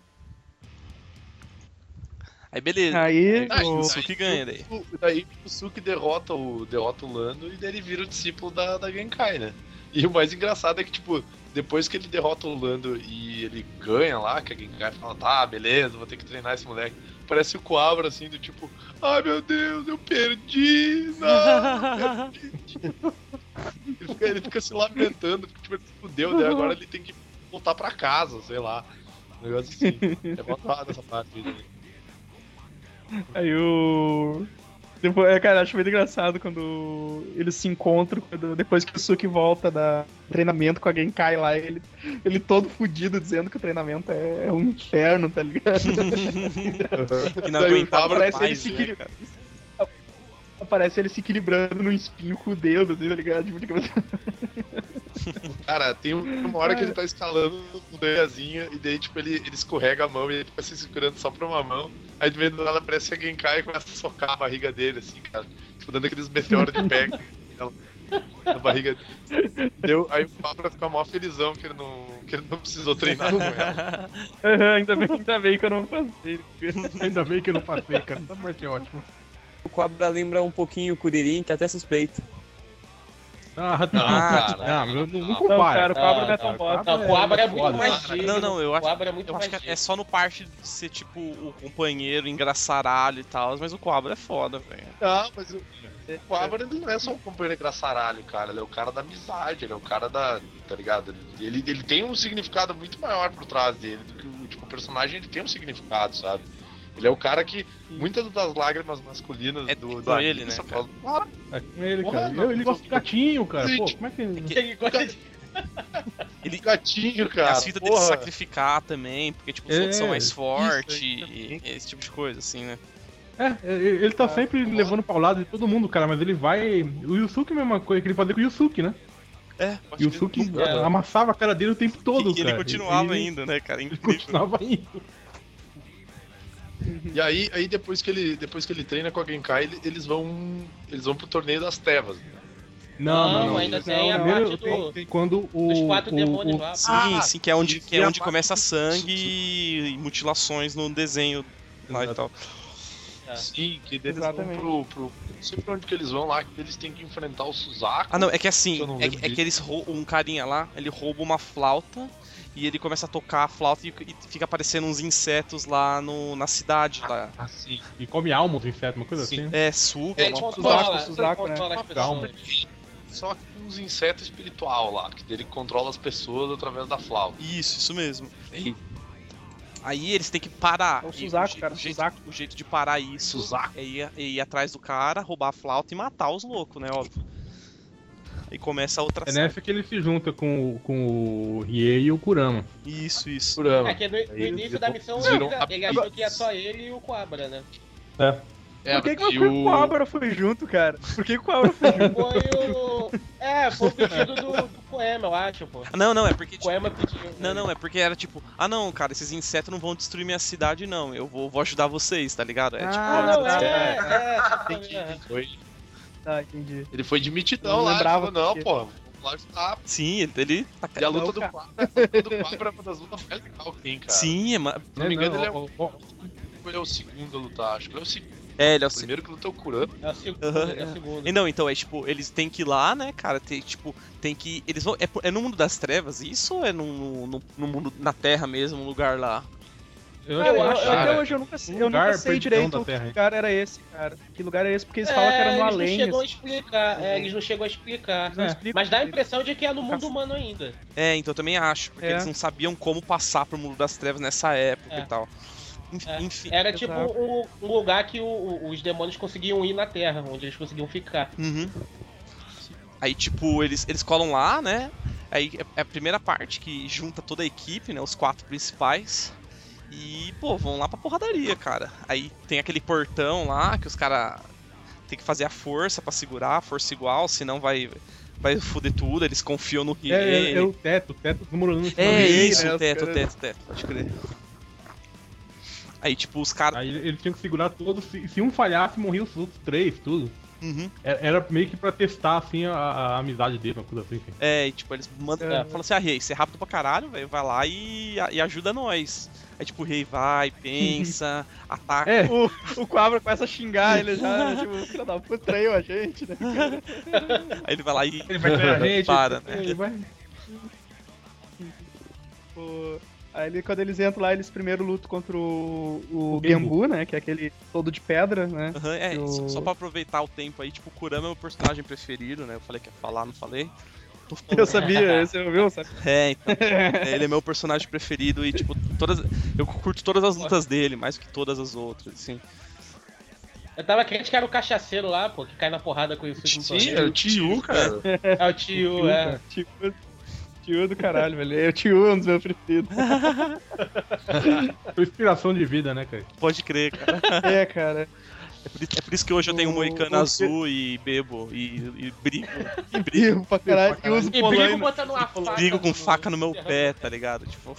Speaker 1: Aí, beleza.
Speaker 5: Aí. tipo,
Speaker 3: Ah,
Speaker 1: o
Speaker 5: o-
Speaker 1: Yusuke ganha daí.
Speaker 3: O- Daí o Yusuke derrota o, derrota o Lando e daí ele vira o discípulo da, da Genkai, né? E o mais engraçado é que, tipo, depois que ele derrota o Lando e ele ganha lá, que a Genkai fala, tá, beleza, vou ter que treinar esse moleque. Parece o Coabra, assim, do tipo, ai meu Deus, eu perdi, não, eu perdi." ele, fica, ele fica se lamentando, porque, tipo, ele se fudeu, né? Agora ele tem que voltar pra casa, sei lá. Um negócio assim. É botado essa parte aí. né?
Speaker 5: Aí o. Depois, é, cara, eu acho muito engraçado quando eles se encontram, quando- depois que o Suki volta da treinamento com a Genkai lá, ele, ele todo fudido dizendo que o treinamento é, é um inferno, tá ligado?
Speaker 1: Que não
Speaker 3: Daí o
Speaker 1: aguentava
Speaker 3: Pablo
Speaker 5: parece
Speaker 1: mais,
Speaker 5: ele
Speaker 1: né,
Speaker 5: que-
Speaker 1: cara?
Speaker 5: aparece ele se equilibrando num espinho com o dedo, assim, tá ligado? Tipo, de cabeça-
Speaker 3: Cara, tem uma hora que ele tá escalando montanhazinha e daí, tipo, ele, ele escorrega a mão e ele fica se segurando só pra uma mão. Aí de meio do nada parece que alguém cai e começa a socar a barriga dele, assim, cara. Tipo, dando aqueles meteoros de pé na barriga dele. Deu, aí o Fabra fica mó felizão que ele não, que ele não precisou treinar com ela.
Speaker 5: Aham, ainda, bem, ainda bem que eu não passei.
Speaker 8: Ainda bem que eu não passei, cara. Essa parte é ótima.
Speaker 7: O Cobra lembra um pouquinho o Kuririn, que até suspeito.
Speaker 8: Ah, não,
Speaker 1: Ah,
Speaker 8: cara. Não, não, não
Speaker 5: Não,
Speaker 8: compara.
Speaker 5: cara, o Cobra não é
Speaker 4: Ah,
Speaker 5: tão
Speaker 8: tá,
Speaker 5: bosta.
Speaker 4: Não, o Coabra é muito
Speaker 8: Foda.
Speaker 4: mais digno.
Speaker 1: Não, não, eu acho-
Speaker 4: Coabra é muito
Speaker 1: Eu
Speaker 4: mais
Speaker 1: acho que é
Speaker 4: digno.
Speaker 1: só no parte de ser, tipo, o companheiro engraçaralho e tal, mas o Coabra é foda, velho.
Speaker 3: Não, mas o, o Fabra ele não é só um companheiro engraçaralho, cara. Ele é o cara da amizade, ele é o cara da. Tá ligado? Ele, ele tem um significado muito maior por trás dele do que o, tipo, o personagem ele tem um significado, sabe? Ele é o cara que muitas das lágrimas masculinas
Speaker 1: É
Speaker 3: do, do
Speaker 1: com ele,
Speaker 3: anime
Speaker 1: né,
Speaker 3: são
Speaker 1: cara?
Speaker 3: por causa do Fabra.
Speaker 8: É com ele,
Speaker 3: Porra,
Speaker 8: cara.
Speaker 3: não.
Speaker 8: Eu- Ele gosta de gatinho, cara. Pô,
Speaker 3: Gente.
Speaker 8: como é que ele.
Speaker 4: Ele gosta de-
Speaker 3: O "Ah, gatinho,
Speaker 1: E
Speaker 3: cara.
Speaker 1: as fitas é dele
Speaker 3: porra.
Speaker 1: se sacrificar também, porque, tipo, os
Speaker 8: É,
Speaker 1: outros são mais
Speaker 8: isso
Speaker 1: fortes,
Speaker 3: aí também.
Speaker 1: e- esse tipo de coisa, assim, né?
Speaker 8: É, ele ele tá sempre levando paulada de todo mundo, cara, mas ele vai. O Yusuke é a mesma coisa que ele fazia com o Yusuke, né?
Speaker 1: É,
Speaker 8: E o Yusuke
Speaker 4: É.
Speaker 8: amassava a cara dele o tempo todo,
Speaker 1: E ele
Speaker 8: cara.
Speaker 1: continuava
Speaker 8: Ele-
Speaker 1: ainda, né, cara?
Speaker 8: Ele
Speaker 1: Incrível.
Speaker 8: continuava indo.
Speaker 3: E aí, aí depois, que ele, depois que ele treina com a Genkai, ele- eles vão. Eles vão pro torneio das trevas. Né?
Speaker 4: Não, ainda tem a
Speaker 8: Primeiro
Speaker 4: parte
Speaker 8: tem-
Speaker 4: do-
Speaker 8: tem quando o.
Speaker 4: Dos quatro
Speaker 8: o-
Speaker 4: demônios
Speaker 8: o-
Speaker 4: lá.
Speaker 1: Sim,
Speaker 3: Ah,
Speaker 1: sim, que é onde,
Speaker 3: isso
Speaker 1: que é
Speaker 3: é
Speaker 1: onde
Speaker 3: a
Speaker 1: começa
Speaker 3: parte-
Speaker 1: sangue e mutilações no desenho lá e
Speaker 8: Exato.
Speaker 1: tal. Tá.
Speaker 3: Sim, que eles
Speaker 5: Exatamente.
Speaker 3: vão pro. pro não sei pra onde que eles vão lá, que eles têm que enfrentar o Suzaku.
Speaker 1: Ah, não, é que assim,
Speaker 3: Eu não
Speaker 1: é,
Speaker 3: lembro
Speaker 1: que- é que
Speaker 3: disso.
Speaker 1: eles roubam um carinha lá, ele rouba uma flauta e ele começa a tocar a flauta e, e fica aparecendo uns insetos lá no, na cidade. Lá.
Speaker 3: Ah, sim.
Speaker 8: E come alma os insetos, uma coisa
Speaker 3: Sim.
Speaker 8: assim.
Speaker 1: É, suga.
Speaker 3: É,
Speaker 4: Ele
Speaker 1: uma-
Speaker 4: controla,
Speaker 5: Suzaku,
Speaker 4: ele
Speaker 5: Suzaku,
Speaker 4: controla as
Speaker 8: né? Calma.
Speaker 4: pessoas.
Speaker 3: Só que uns insetos espiritual lá, que ele controla as pessoas através da flauta.
Speaker 1: Isso, isso mesmo. Aí eles têm que parar.
Speaker 5: É o
Speaker 1: E
Speaker 5: Suzaku,
Speaker 1: je-
Speaker 5: cara,
Speaker 1: O jeito,
Speaker 5: Suzaku.
Speaker 1: o jeito de parar isso
Speaker 3: Suzaku.
Speaker 1: é ir, é ir atrás do cara, roubar a flauta e matar os loucos, né? Óbvio. Aí começa a outra
Speaker 8: É
Speaker 3: né?
Speaker 1: série.
Speaker 8: nessa que ele se junta com, o- com o Riei e o Kurama.
Speaker 1: Isso, isso.
Speaker 4: É que no, no
Speaker 3: Aí
Speaker 4: início
Speaker 3: eles
Speaker 4: da missão
Speaker 3: viram-
Speaker 4: ele achou que ia só ele e o Coabra, né?
Speaker 3: É,
Speaker 5: Por que, que o Cobra foi junto, cara? Por que que o Cobra foi junto?
Speaker 4: Foi o. É, foi o pedido do, do poema, eu acho, pô. O
Speaker 1: Não, não, é porque. tipo,
Speaker 4: poema pediu.
Speaker 1: Não,
Speaker 5: né?
Speaker 1: não, é porque era tipo, ah não, cara, esses insetos não vão destruir minha cidade, não. Eu vou, vou ajudar vocês, tá ligado? É tipo.
Speaker 4: Ah, não, é,
Speaker 5: tá,
Speaker 4: é, é,
Speaker 3: Ele foi,
Speaker 5: tá, entendi.
Speaker 3: ele foi de
Speaker 5: Eu
Speaker 3: mitidão
Speaker 5: não
Speaker 3: lá,
Speaker 5: lembrava
Speaker 3: ele falou, não,
Speaker 5: porque-
Speaker 3: pô, vamos lá ajudar.
Speaker 1: Sim, ele. ele tá-
Speaker 3: E a luta
Speaker 5: Não,
Speaker 3: do
Speaker 5: cara.
Speaker 3: Quabra, a luta do Quabra é uma das lutas mais legais que tem, cara.
Speaker 1: Sim, é, ma-
Speaker 3: Se não me engano, ele é,
Speaker 8: ó, ó, ó,
Speaker 3: ele é o segundo a lutar, acho que ele é o segundo.
Speaker 1: é ele é o
Speaker 3: O primeiro que lutou o Kurama.
Speaker 4: é o segundo,
Speaker 1: Aham,
Speaker 4: é o segundo.
Speaker 1: E não, então é tipo, eles têm que ir lá, né, cara? Tem, tipo, tem que. Eles vão. É, pro- é no mundo das trevas isso ou é no, no, no mundo. na terra mesmo, um lugar lá?
Speaker 8: eu
Speaker 5: Cara, eu,
Speaker 8: acho
Speaker 5: eu-
Speaker 8: que-
Speaker 5: até hoje eu nunca, sei- eu
Speaker 8: Lugar
Speaker 5: nunca sei
Speaker 8: perdidão
Speaker 5: direito
Speaker 8: da
Speaker 5: que
Speaker 8: Terra, hein?
Speaker 5: lugar era esse, cara. Que lugar era esse? Porque eles
Speaker 4: É,
Speaker 5: falam que era no
Speaker 4: eles não
Speaker 5: além.
Speaker 4: chegam a
Speaker 5: assim,
Speaker 4: explicar, é, eles não chegam a explicar.
Speaker 5: eles não
Speaker 8: É.
Speaker 5: explicam
Speaker 4: Mas dá a
Speaker 5: direito.
Speaker 4: impressão de que é no mundo humano ainda.
Speaker 1: É, então eu também acho, porque
Speaker 5: É.
Speaker 1: eles não sabiam como passar pro mundo das trevas nessa época
Speaker 4: É.
Speaker 1: e tal. Enf-
Speaker 4: É.
Speaker 1: Enfim.
Speaker 4: Era
Speaker 5: Exato.
Speaker 4: tipo um, um lugar que o- o- os demônios conseguiam ir na Terra, onde eles conseguiam ficar.
Speaker 1: Uhum. Aí, tipo, eles, eles colam lá, né? Aí é- é a primeira parte que junta toda a equipe, né? Os quatro principais. E, pô, vão lá pra porradaria, cara. Aí tem aquele portão lá que os caras tem que fazer a força pra segurar, a força igual, senão vai vai foder tudo. Eles confiam no que
Speaker 8: é, é, é o teto, o teto desmoronando.
Speaker 1: É
Speaker 8: Ele-
Speaker 1: isso,
Speaker 5: né,
Speaker 1: o
Speaker 5: os
Speaker 1: teto, o
Speaker 5: caras-
Speaker 1: teto, o teto, pode crer. Aí, tipo, os caras.
Speaker 8: Aí ele tinha que segurar todos. Se, se um falhasse, morriam os outros três, tudo.
Speaker 1: Uhum.
Speaker 8: Era, era meio que pra testar, assim, a, a amizade dele, uma coisa assim. enfim.
Speaker 1: É, e tipo, eles mandam.
Speaker 4: É.
Speaker 1: Falam assim, ah, Rei, você é rápido pra caralho, velho. Vai lá e, e ajuda nós. Aí, tipo, o Rei vai, pensa, ataca.
Speaker 8: É,
Speaker 5: O, o Cobra começa a xingar ele já, né? tipo, filho da puta, traiu a gente, né?
Speaker 1: Aí ele vai lá e.
Speaker 8: ele vai treinar a gente.
Speaker 1: Para, né?
Speaker 8: ele vai-
Speaker 5: Tipo, Aí ele- quando eles entram lá, eles primeiro lutam contra o, o,
Speaker 8: O Genbu.
Speaker 5: Gembu, né? Que é aquele todo de pedra, né?
Speaker 1: Aham, é,
Speaker 5: Eu-
Speaker 1: só- só pra aproveitar o tempo aí, tipo, o Kurama é o meu personagem preferido, né? Eu falei que ia falar, não falei. Tô falando.
Speaker 5: Eu um sabia, você ouviu? Sabe?
Speaker 1: É, então. é, ele é meu personagem preferido e, tipo, todas. Eu curto todas as lutas dele, mais que todas as outras, assim.
Speaker 4: Eu tava crente que era o cachaceiro lá, pô, que cai na porrada com isso. com
Speaker 3: Sim,
Speaker 4: isso.
Speaker 3: era o Tiu, cara.
Speaker 4: É o tio, é.
Speaker 5: Tio, tio do caralho, velho. Eu tio é um dos meus preferidos.
Speaker 8: Foi inspiração de vida, né, cara?
Speaker 1: Pode crer, cara.
Speaker 5: É, cara.
Speaker 1: É por, é por isso que hoje eu tenho um
Speaker 5: O-
Speaker 1: moicano
Speaker 5: o-
Speaker 1: azul e bebo e, e brigo. E brigo.
Speaker 5: Bebo pra caralho. E uso
Speaker 4: E brigo
Speaker 5: polaina.
Speaker 4: botando uma faca.
Speaker 1: brigo com
Speaker 4: no-
Speaker 1: faca no meu pé, tá ligado? Tipo,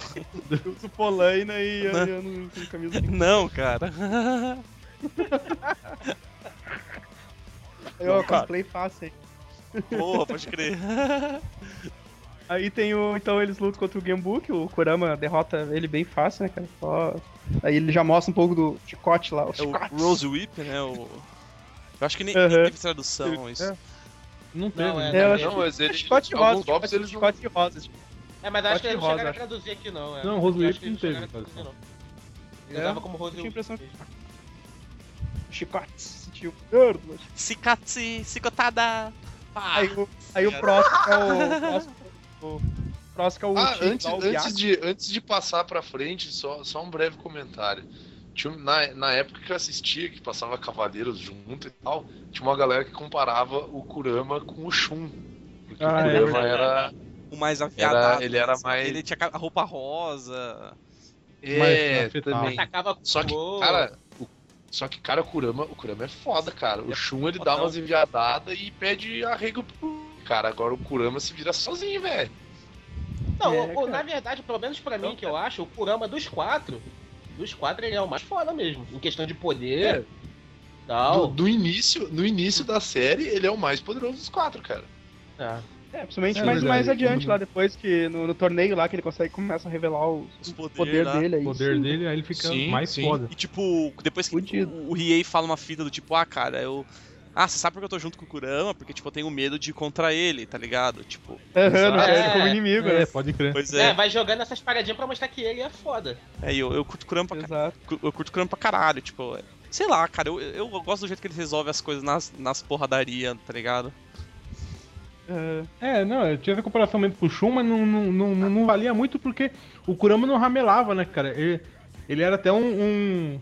Speaker 5: Uso polaina e andando com camisa.
Speaker 1: não, cara.
Speaker 5: Aí, ó,
Speaker 7: Cara.
Speaker 5: cosplay fácil aí.
Speaker 1: Boa, pode crer.
Speaker 5: Aí tem o. Então eles lutam contra o Gembu, que o Kurama derrota ele bem fácil, né, cara? Só- Aí ele já mostra um pouco do chicote lá. O
Speaker 1: É o
Speaker 5: chicote.
Speaker 1: Rose Whip, né? O... Eu acho que nem,
Speaker 5: Aham.
Speaker 1: nem teve tradução isso.
Speaker 8: É. Não teve.
Speaker 4: Não, é,
Speaker 8: né?
Speaker 5: Eu
Speaker 4: não,
Speaker 5: acho
Speaker 3: Não,
Speaker 4: teve.
Speaker 3: mas eles.
Speaker 5: Chicote rosa,
Speaker 3: Alguns golpes é eles não.
Speaker 5: chicote rosa.
Speaker 4: é, mas acho que
Speaker 5: Acho que
Speaker 4: eles não chegaram
Speaker 5: rosa,
Speaker 4: a traduzir aqui, não. É.
Speaker 8: Não, Rose
Speaker 4: Eu
Speaker 8: Whip
Speaker 4: acho que
Speaker 8: não
Speaker 4: eles
Speaker 8: teve,
Speaker 4: chegaram a traduzir,
Speaker 8: cara.
Speaker 4: não. Ele tava como Rose
Speaker 5: tinha
Speaker 4: Whip.
Speaker 5: impressão de- Chicote. Sentiu. Merda.
Speaker 1: Cicatse, cicotada. Pá.
Speaker 5: Aí o, aí o próximo é o. próximo- O próximo é o.
Speaker 3: Ah,
Speaker 5: Uchi,
Speaker 3: antes,
Speaker 5: lá, o
Speaker 3: antes,
Speaker 5: Yaku.
Speaker 3: de, antes de passar pra frente, só, só um breve comentário. Tinha um- na, na época que eu assistia, que passava Cavaleiros junto e tal, tinha uma galera que comparava o Kurama com o Shun. Porque
Speaker 8: Ah,
Speaker 3: o
Speaker 8: é
Speaker 3: Kurama era.
Speaker 1: O mais afiadado.
Speaker 3: Era- ele era
Speaker 1: assim,
Speaker 3: mais-
Speaker 1: Ele tinha a roupa rosa.
Speaker 3: É,
Speaker 8: afetado.
Speaker 3: também.
Speaker 4: Atacava com
Speaker 3: Só que,
Speaker 4: flor.
Speaker 3: cara, o- só que, cara, o Kurama, o Kurama é foda, cara. O Shun ele dá
Speaker 1: fodão.
Speaker 3: umas enviadadas e pede arrego pro. Cara, agora o Kurama se vira sozinho, velho.
Speaker 4: Não,
Speaker 5: É,
Speaker 4: o- o-
Speaker 5: cara.
Speaker 4: na verdade, pelo menos pra mim, que eu acho, o Kurama dos quatro, dos quatro ele é o mais foda mesmo. Em questão de
Speaker 5: É.
Speaker 4: poder,
Speaker 3: No,
Speaker 4: tal.
Speaker 3: no início, no início da série, ele é o mais poderoso dos quatro, cara.
Speaker 4: É.
Speaker 5: É, principalmente
Speaker 8: É
Speaker 5: mais,
Speaker 8: verdade.
Speaker 5: mais adiante lá, depois que no, no torneio lá que ele consegue começa a revelar o,
Speaker 1: Os
Speaker 5: o
Speaker 1: poder
Speaker 5: poder
Speaker 1: lá.
Speaker 5: dele aí.
Speaker 8: O poder
Speaker 5: sim.
Speaker 8: dele, aí ele fica
Speaker 3: Sim,
Speaker 8: mais
Speaker 3: sim.
Speaker 8: foda.
Speaker 1: E tipo, depois que
Speaker 5: Fudido.
Speaker 1: o, o Riei fala uma fita do tipo, ah, cara, eu. Ah, você sabe porque eu tô junto com o Kurama? Porque, tipo, eu tenho medo de ir contra ele, tá ligado? Tipo,
Speaker 5: Aham, no
Speaker 1: Exato.
Speaker 5: ele
Speaker 4: É.
Speaker 5: como inimigo,
Speaker 8: É,
Speaker 5: né?
Speaker 8: pode crer.
Speaker 1: pois
Speaker 4: É,
Speaker 1: é.
Speaker 4: vai jogando essas paradinhas pra mostrar que ele é foda.
Speaker 1: É, e eu, eu curto Kurama pra, ca-
Speaker 5: Exato.
Speaker 1: cu- eu curto Kurama pra caralho, tipo. é- Sei lá, cara, eu, eu gosto do jeito que ele resolve as coisas nas, nas porradaria, tá ligado?
Speaker 5: Aham.
Speaker 8: É, não, eu tinha essa comparação mesmo com o Shun, mas não, não, não, não- não valia muito porque o Kurama não ramelava, né, cara? Ele, ele era até um. um-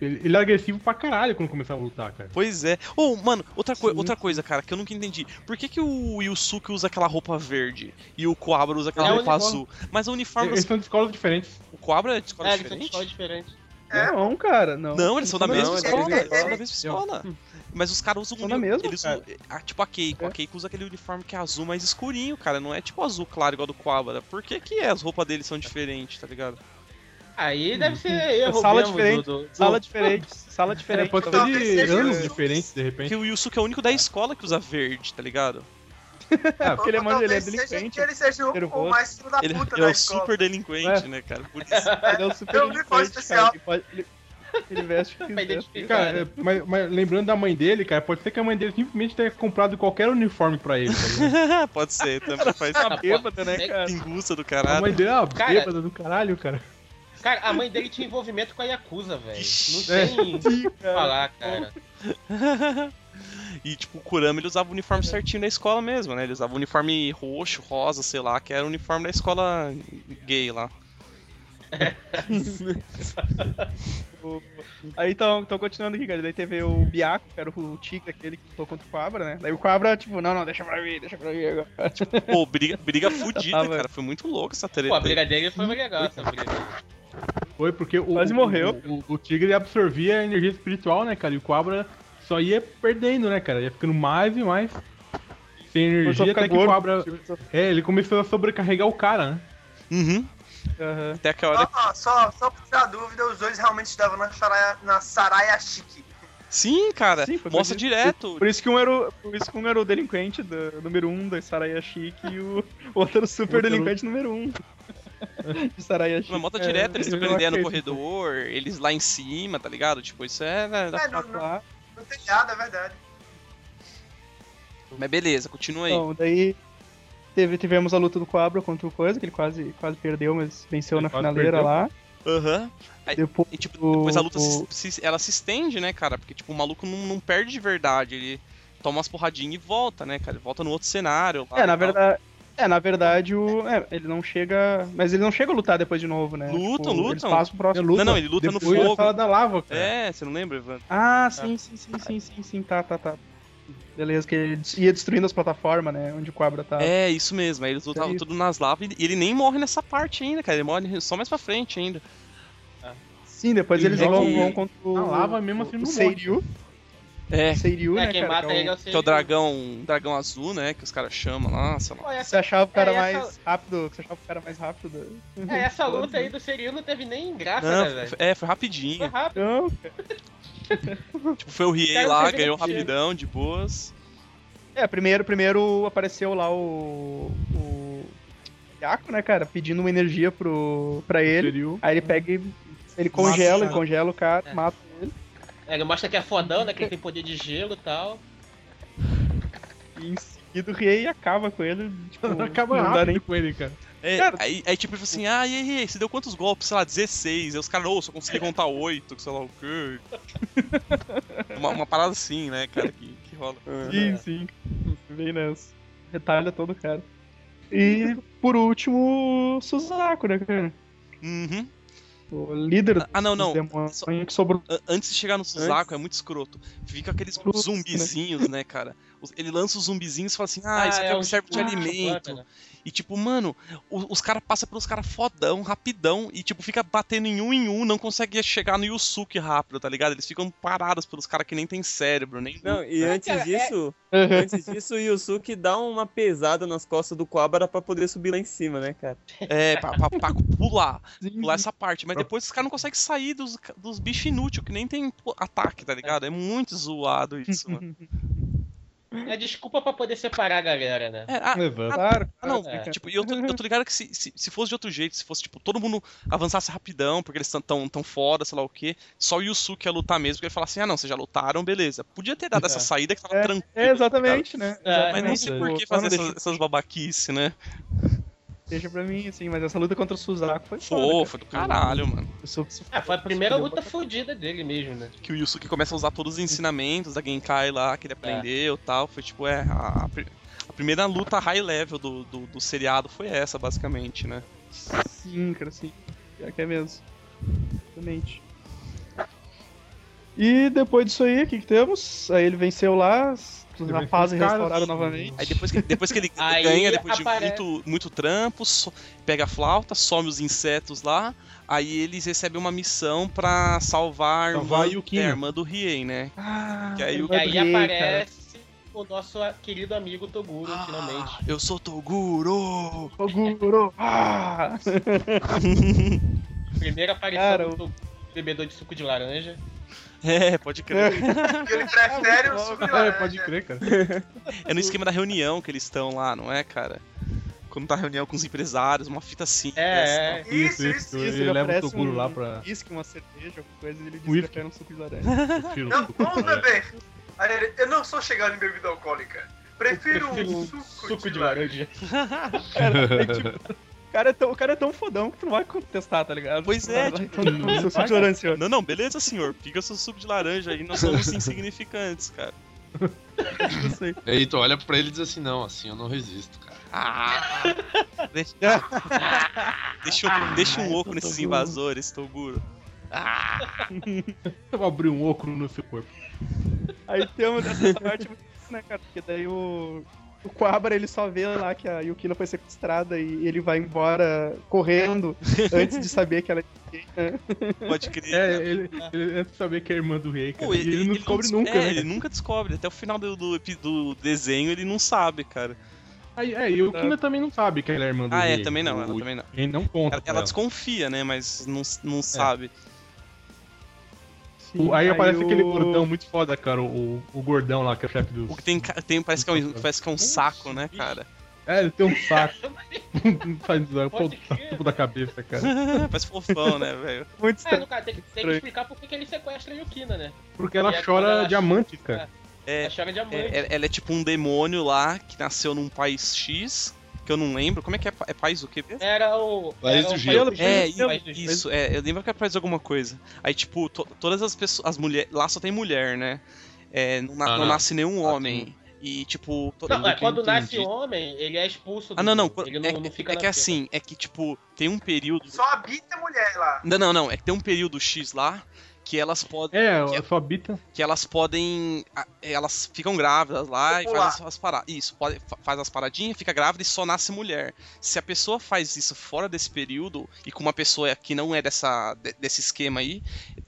Speaker 8: ele, ele era agressivo pra caralho quando começava a lutar, cara.
Speaker 1: Pois é. Ou, mano, outra, coi-
Speaker 5: Sim.
Speaker 1: outra coisa, cara, que eu nunca entendi. Por que, que o Yusuke usa aquela roupa verde e o Coabra usa aquela
Speaker 4: É o
Speaker 1: roupa
Speaker 4: uniforme.
Speaker 1: azul? Mas a uniforme.
Speaker 8: Eles são de escolas diferentes.
Speaker 1: O Coabra é de escola
Speaker 4: é, eles são de
Speaker 1: diferente?
Speaker 4: escola diferente.
Speaker 2: É.
Speaker 5: Não, cara, não.
Speaker 1: Não, eles são da
Speaker 5: Não,
Speaker 1: mesma
Speaker 5: eles
Speaker 2: são
Speaker 1: escola.
Speaker 2: da
Speaker 1: Eles são
Speaker 2: mesma
Speaker 1: da mesma escola. Mas os caras usam
Speaker 5: São da
Speaker 1: uni-
Speaker 5: mesma,
Speaker 1: eles usam- ah, tipo a Keiko. A
Speaker 5: É.
Speaker 1: Keiko usa aquele uniforme que é azul mais escurinho, cara. Não é tipo azul claro igual do Quabra. Por que, que as roupas deles são diferentes, tá ligado?
Speaker 4: Aí deve ser erro
Speaker 5: Uhum. Sala
Speaker 4: mesmo
Speaker 5: diferente,
Speaker 4: do- do-
Speaker 5: Sala diferente, sala diferente.
Speaker 8: É, pode ser
Speaker 5: talvez.
Speaker 2: Talvez
Speaker 8: de
Speaker 2: seja
Speaker 8: anos
Speaker 2: isso.
Speaker 8: diferentes, de repente.
Speaker 1: Porque o Yusuke é o único da escola que usa verde, tá ligado?
Speaker 5: porque ele é, mano,
Speaker 2: Talvez
Speaker 5: ele é
Speaker 2: seja
Speaker 5: delinquente.
Speaker 2: que ele seja o,
Speaker 5: nervoso.
Speaker 2: o mais filho da
Speaker 1: Ele,
Speaker 2: puta
Speaker 1: ele é
Speaker 2: Tá da
Speaker 1: o
Speaker 2: escola.
Speaker 1: super delinquente, né, cara? Por isso.
Speaker 5: Ele é um super
Speaker 2: Não, ele
Speaker 5: delinquente,
Speaker 2: faz
Speaker 5: cara,
Speaker 2: especial.
Speaker 5: Ele, pode- ele- ele veste o que
Speaker 4: Pra
Speaker 5: quiser.
Speaker 4: identificar.
Speaker 8: Cara, é, mas, mas lembrando da mãe dele, cara, pode ser que a mãe dele simplesmente tenha comprado qualquer uniforme pra ele. Tá ligado?
Speaker 1: Ah, Pode ser, também faz
Speaker 4: Tá
Speaker 5: Bêbado, né,
Speaker 4: Segue-
Speaker 5: cara?
Speaker 1: pinguça do
Speaker 8: a
Speaker 1: caralho.
Speaker 8: mãe dele é uma
Speaker 4: Cara-
Speaker 8: bêbada do caralho, cara.
Speaker 4: Cara, a mãe dele tinha envolvimento com a Yakuza, velho.
Speaker 8: É.
Speaker 4: Não tem
Speaker 5: Ih,
Speaker 4: o que
Speaker 5: cara.
Speaker 4: falar, cara.
Speaker 1: E, tipo, o Kurama ele usava o uniforme certinho da escola mesmo, né? Ele usava o uniforme roxo, rosa, sei lá, que era o uniforme da escola gay lá.
Speaker 5: O- Aí então, então continuando aqui, cara. Daí teve o Biaco, que era o Tigre, aquele que lutou contra o Quabra, né? Daí o Quabra, tipo, não, não, deixa pra mim, deixa pra mim agora.
Speaker 1: Pô, briga, briga fudida,
Speaker 5: Tava-
Speaker 1: cara. Foi muito louco essa
Speaker 4: Pô,
Speaker 1: treta.
Speaker 4: a
Speaker 1: aí.
Speaker 4: briga dele foi legal, essa briga.
Speaker 8: Foi porque o.
Speaker 5: Quase
Speaker 8: o-
Speaker 5: morreu.
Speaker 8: O, o tigre absorvia a energia espiritual, né, cara? E o cobra só ia perdendo, né, cara? Ia ficando mais e mais sem
Speaker 5: Começou a
Speaker 8: energia
Speaker 5: ficar
Speaker 8: até que
Speaker 5: gordo.
Speaker 8: o cobra. É, ele começou a sobrecarregar o cara, né?
Speaker 1: Uhum.
Speaker 5: Aham.
Speaker 1: Até que a hora.
Speaker 2: Só, só, só pra tirar a dúvida, os dois realmente estavam na, Saraya- na Saraya Chique.
Speaker 1: Sim, cara.
Speaker 5: Sim, foi
Speaker 1: Mostra
Speaker 5: por-
Speaker 1: direto.
Speaker 5: Por isso que um era o, por isso que um era o delinquente do, número 1 um da Saraya Chique e o o outro era o super
Speaker 8: Outro-
Speaker 5: delinquente número 1 um de Saraya Chique.
Speaker 1: Mas Tipo, mostra direto, eles
Speaker 5: É,
Speaker 8: eu
Speaker 1: se prendendo
Speaker 8: achei
Speaker 1: no
Speaker 8: isso,
Speaker 1: corredor, eles lá em cima, tá ligado? Tipo, isso é. né, da-
Speaker 2: É, não, não,
Speaker 5: Lá.
Speaker 2: não tem nada, é verdade. É.
Speaker 1: Mas beleza, continua aí.
Speaker 5: Então, daí teve, tivemos a luta do Coabra contra o Coisa, que ele quase, quase perdeu, mas venceu
Speaker 8: Ele
Speaker 5: na
Speaker 8: quase
Speaker 5: finaleira
Speaker 8: perdeu.
Speaker 5: lá.
Speaker 1: Aham. Aí-
Speaker 5: Depois,
Speaker 1: E tipo,
Speaker 5: O-
Speaker 1: depois a luta
Speaker 5: o-
Speaker 1: se- se- ela se estende, né, cara? Porque, tipo, o maluco não, não perde de verdade. Ele toma umas porradinhas e volta, né, cara? Ele volta no outro cenário. lá
Speaker 5: é,
Speaker 1: e
Speaker 5: na
Speaker 1: tal.
Speaker 5: verdade. É, na verdade, o. é, ele não chega. Mas ele não chega a lutar depois de novo, né?
Speaker 1: Lutam,
Speaker 5: Eles
Speaker 1: lutam.
Speaker 5: passam o próximo.
Speaker 1: Não, não, ele luta no
Speaker 8: Depois da
Speaker 1: fogo.
Speaker 8: sala da lava, cara.
Speaker 1: É, você não lembra, Ivan?
Speaker 5: Ah, sim, sim, sim, sim, sim, sim, tá, tá, tá. Beleza, que ele ia destruindo as plataformas, né? Onde o Cobra tá.
Speaker 1: É, isso mesmo. Aí eles lutavam
Speaker 5: Aí-
Speaker 1: tudo nas lavas e ele nem morre nessa parte ainda, cara. Ele morre só mais pra frente ainda.
Speaker 5: Sim, depois eles
Speaker 7: É
Speaker 5: vão,
Speaker 7: que-
Speaker 5: vão contra o.
Speaker 8: Na lava mesmo assim
Speaker 5: o
Speaker 8: no
Speaker 5: Seiryu.
Speaker 1: É,
Speaker 5: Seiryu,
Speaker 4: É,
Speaker 5: né,
Speaker 4: quem
Speaker 5: cara?
Speaker 4: mata
Speaker 5: que é
Speaker 4: ele
Speaker 5: o-
Speaker 4: é o Seiryu.
Speaker 1: que é o dragão, dragão azul, né? Que os caras chamam lá, sei lá.
Speaker 4: Pô,
Speaker 5: Você
Speaker 4: essa,
Speaker 5: achava o cara
Speaker 4: É, essa-
Speaker 5: mais rápido. Você achava o cara mais rápido. né? do-
Speaker 4: é, essa luta aí do Seiryu não teve nem graça,
Speaker 1: Não,
Speaker 4: né, velho?
Speaker 1: foi- é, foi
Speaker 4: Foi
Speaker 1: rapidinho.
Speaker 4: rápido.
Speaker 8: Então,
Speaker 5: Não,
Speaker 1: Tipo, foi o Riei
Speaker 4: Cara,
Speaker 1: lá,
Speaker 4: você vê
Speaker 1: ganhou
Speaker 4: que-
Speaker 1: rapidão, de boas.
Speaker 5: É, primeiro, primeiro apareceu lá o. o Yaco, né, cara? Pedindo uma energia pro, pra ele.
Speaker 8: Seria o-
Speaker 5: Aí ele pega e. Ele congela,
Speaker 1: Mata.
Speaker 5: ele congela o cara,
Speaker 4: É.
Speaker 5: mata ele.
Speaker 4: É, ele mostra que é fodão, né? Que ele tem poder de gelo e tal.
Speaker 5: E em seguida o Riei acaba com ele. Tipo,
Speaker 8: Acaba
Speaker 5: não dá
Speaker 8: rápido
Speaker 5: nem-
Speaker 8: com ele, cara.
Speaker 1: É,
Speaker 5: Cara-
Speaker 1: aí, aí tipo assim, ah, e aí, e aí, você deu quantos golpes? Sei lá, 16. Aí os caras, ô, só consegui contar 8, sei lá o quê. uma, uma parada assim, né, cara, que, que rola.
Speaker 4: né?
Speaker 5: Sim, sim. assim. Vem nessa. Retalha todo o cara. E por último, o Suzaku, né, cara?
Speaker 1: Uhum.
Speaker 5: O
Speaker 8: Tipo,
Speaker 5: líder
Speaker 1: Ah, não, não.
Speaker 5: dos demônios
Speaker 1: Só-
Speaker 5: que sobrou.
Speaker 1: A- Antes de chegar no Suzaku, é muito escroto. Fica aqueles
Speaker 5: Nossa,
Speaker 1: zumbizinhos, né, cara? Os- Ele lança os zumbizinhos e fala assim: Ah, isso aqui
Speaker 4: é
Speaker 1: é
Speaker 4: o
Speaker 1: um serve de
Speaker 4: chocolate,
Speaker 1: alimento.
Speaker 4: né?
Speaker 1: E tipo, mano, o- os caras passam pelos caras fodão, rapidão, e tipo, fica batendo em um em um, não consegue chegar no Yusuke rápido, tá ligado? Eles ficam parados pelos caras que nem tem cérebro, nem.
Speaker 7: Não, e
Speaker 4: Ah,
Speaker 7: antes
Speaker 4: cara, é-
Speaker 7: disso, antes disso, o Yusuke dá uma pesada nas costas do Quabara pra poder subir lá em cima, né, cara?
Speaker 1: É, pra, pra, pra pular. Pular essa parte. Mas
Speaker 8: Pra-
Speaker 1: depois os caras não conseguem sair dos, dos bichos inúteis, que nem tem pô, ataque, tá ligado? É muito zoado isso, mano.
Speaker 4: É desculpa pra poder separar a galera, né?
Speaker 1: É, ah,
Speaker 8: Exato.
Speaker 5: Claro,
Speaker 1: Ah, não,
Speaker 4: É.
Speaker 1: tipo, e eu tô, eu tô ligado que se, se, se fosse de outro jeito, se fosse, tipo, todo mundo avançasse rapidão, porque eles tão, tão, tão fora, sei lá o quê, só o Yusuke ia lutar mesmo, porque ele fala assim, ah não, vocês já lutaram, beleza. Podia ter dado essa
Speaker 4: É.
Speaker 1: saída que tava tranquilo.
Speaker 5: É, exatamente, né?
Speaker 4: É,
Speaker 1: tá ligado? Mas não sei
Speaker 5: Exatamente.
Speaker 1: por que
Speaker 5: Pô,
Speaker 1: fazer
Speaker 5: deixa-
Speaker 1: essas, essas babaquice, né?
Speaker 5: Deixa pra mim, assim, mas essa luta contra o Suzaku foi foda,
Speaker 1: Pô,
Speaker 5: cara.
Speaker 1: foi do caralho, mano.
Speaker 5: O Yusuke se
Speaker 4: É, foi a primeira
Speaker 5: fudeu
Speaker 4: luta
Speaker 5: pra-
Speaker 4: fodida dele mesmo, né?
Speaker 1: Que o Yusuke começa a usar todos os ensinamentos da Genkai lá,
Speaker 4: É.
Speaker 1: que ele aprendeu e tal. Foi tipo, é, a, a pri- a primeira luta high level do, do, do seriado foi essa, basicamente, né?
Speaker 5: Sim, cara, sim. Pior que é mesmo. Exatamente. E depois disso aí, o que, que temos? Aí ele venceu lá, os
Speaker 8: venceu os
Speaker 5: rapazes
Speaker 8: caras.
Speaker 5: restauraram novamente.
Speaker 1: Aí depois que, depois que ele
Speaker 4: Aí
Speaker 1: ganha, depois
Speaker 4: aparece-
Speaker 1: de muito, muito trampo, so- pega a flauta, some os insetos lá, aí eles recebem uma missão pra salvar, a
Speaker 8: Salvar a
Speaker 1: irmã,
Speaker 8: Yukino.
Speaker 1: é, a irmã do Rien, né?
Speaker 5: Ah,
Speaker 1: Que aí o-
Speaker 5: eu
Speaker 4: E aí
Speaker 5: adorei, cara.
Speaker 4: aparece o nosso querido amigo Toguro, finalmente.
Speaker 1: Ah, eu sou Toguro!
Speaker 5: Oguro! Ah!
Speaker 4: Primeira aparição
Speaker 5: Cara,
Speaker 4: do Toguro, bebedor de suco de laranja.
Speaker 1: É, pode crer.
Speaker 2: Porque ele prefere o suco de
Speaker 8: É,
Speaker 2: laranja.
Speaker 8: pode crer, cara.
Speaker 1: É no esquema da reunião que eles estão lá, não é, cara? Quando tá reunião com os empresários, uma fita assim.
Speaker 4: É, é.
Speaker 2: Isso, isso, isso.
Speaker 8: Ele
Speaker 5: ele
Speaker 8: leva o
Speaker 5: oferece
Speaker 8: Toguro
Speaker 5: um-
Speaker 8: lá pra-
Speaker 5: um Whisky, uma cerveja, alguma coisa, e ele
Speaker 8: Um whisky.
Speaker 5: diz que um suco de laranja.
Speaker 8: Tiro.
Speaker 2: Não, vamos beber. Aí ele, eu não sou chegado em bebida alcoólica. Prefiro um suco, de laranja.
Speaker 4: é.
Speaker 1: é
Speaker 5: cara, é tipo, o, cara é tão, o cara é tão fodão que tu não vai contestar, tá ligado?
Speaker 1: Pois é,
Speaker 5: Vai lá,
Speaker 1: tipo,
Speaker 5: então, seu suco de laranja,
Speaker 8: é.
Speaker 5: senhor.
Speaker 1: Não, não, beleza, senhor. Pica seu suco de laranja aí, nós somos insignificantes, cara.
Speaker 5: Não sei.
Speaker 3: Eita, olha pra ele e diz assim, não, assim eu não resisto, cara.
Speaker 1: Ah! deixa, deixa,
Speaker 8: Ah,
Speaker 1: um- deixa
Speaker 8: é,
Speaker 1: um oco nesses invasores, Toguro.
Speaker 8: Eu vou abrir um ocro no seu corpo.
Speaker 5: Aí temos essa parte, né, cara? Porque daí o. O Quabra, ele só vê lá que a Yukino foi sequestrada e ele vai embora correndo antes de saber que ela
Speaker 1: Pode crer.
Speaker 8: É, ele, ele antes de saber que é a irmã do rei, cara.
Speaker 1: Pô,
Speaker 8: e ele, não descobre
Speaker 1: des-
Speaker 8: nunca,
Speaker 1: é,
Speaker 8: né?
Speaker 1: ele nunca descobre. Até o final do, do, epi- do desenho ele não sabe, cara.
Speaker 8: Aí, é, e o Kina também não sabe que ela é a irmã do
Speaker 1: Ah,
Speaker 8: rei.
Speaker 1: é, também não,
Speaker 8: O-
Speaker 1: ela também não.
Speaker 8: Ele não conta.
Speaker 1: Ela,
Speaker 8: pra
Speaker 1: ela desconfia, né? Mas não,
Speaker 8: É.
Speaker 1: não sabe.
Speaker 5: Sim,
Speaker 8: O- aí, aparece
Speaker 5: o-
Speaker 8: aquele gordão muito foda, cara. O, o gordão lá, que é o chefe do.
Speaker 1: O que tem, ca- tem parece, que é um, parece que é um saco, né, cara?
Speaker 8: É, ele tem um saco. Faz um
Speaker 4: Pode crer,
Speaker 8: topo da cabeça, cara.
Speaker 1: parece fofão, né, velho?
Speaker 5: Muito
Speaker 4: É,
Speaker 5: estranho.
Speaker 4: no cara, tem que, tem que
Speaker 5: Estranho.
Speaker 4: explicar por que que ele sequestra a Yukina, né?
Speaker 8: Porque ela
Speaker 4: E aí,
Speaker 8: chora
Speaker 4: quando ela-
Speaker 8: diamantes, cara.
Speaker 1: É,
Speaker 4: Ela chora de amante.
Speaker 1: É, é- ela é tipo um demônio lá que nasceu num país X, que eu não lembro. Como é que é? pa- É país o quê? mesmo?
Speaker 4: Era o.
Speaker 3: País
Speaker 4: era
Speaker 3: do
Speaker 4: o
Speaker 3: gelo.
Speaker 4: país
Speaker 1: É,
Speaker 4: gelo, país do gelo.
Speaker 1: isso, é, eu lembro que era pra dizer alguma coisa. Aí, tipo, to- todas as pessoas. As mulheres. Lá só tem mulher, né? É, não, na-
Speaker 3: Ah,
Speaker 1: não
Speaker 3: não.
Speaker 1: nasce nenhum
Speaker 3: Ah,
Speaker 1: homem. E, tipo. to-
Speaker 4: Não, é, quando nasce
Speaker 3: entendi.
Speaker 4: homem, ele é expulso do
Speaker 1: Ah, não, não.
Speaker 4: jogo. Ele não,
Speaker 1: é
Speaker 4: não fica
Speaker 1: é
Speaker 4: na
Speaker 1: que
Speaker 4: fila.
Speaker 1: assim, é que, tipo, tem um período.
Speaker 2: Só habita mulher lá.
Speaker 1: Não, não, não. É que tem um período X lá que elas podem.
Speaker 8: É,
Speaker 1: Que-
Speaker 8: a sua bita.
Speaker 1: Que elas podem. a- Elas ficam grávidas lá e
Speaker 2: Popular.
Speaker 1: faz as, as paradas. Isso, pode- fa- faz as paradinhas, fica grávida e só nasce mulher. Se a pessoa faz isso fora desse período, e com uma pessoa que não é dessa, de- desse esquema aí,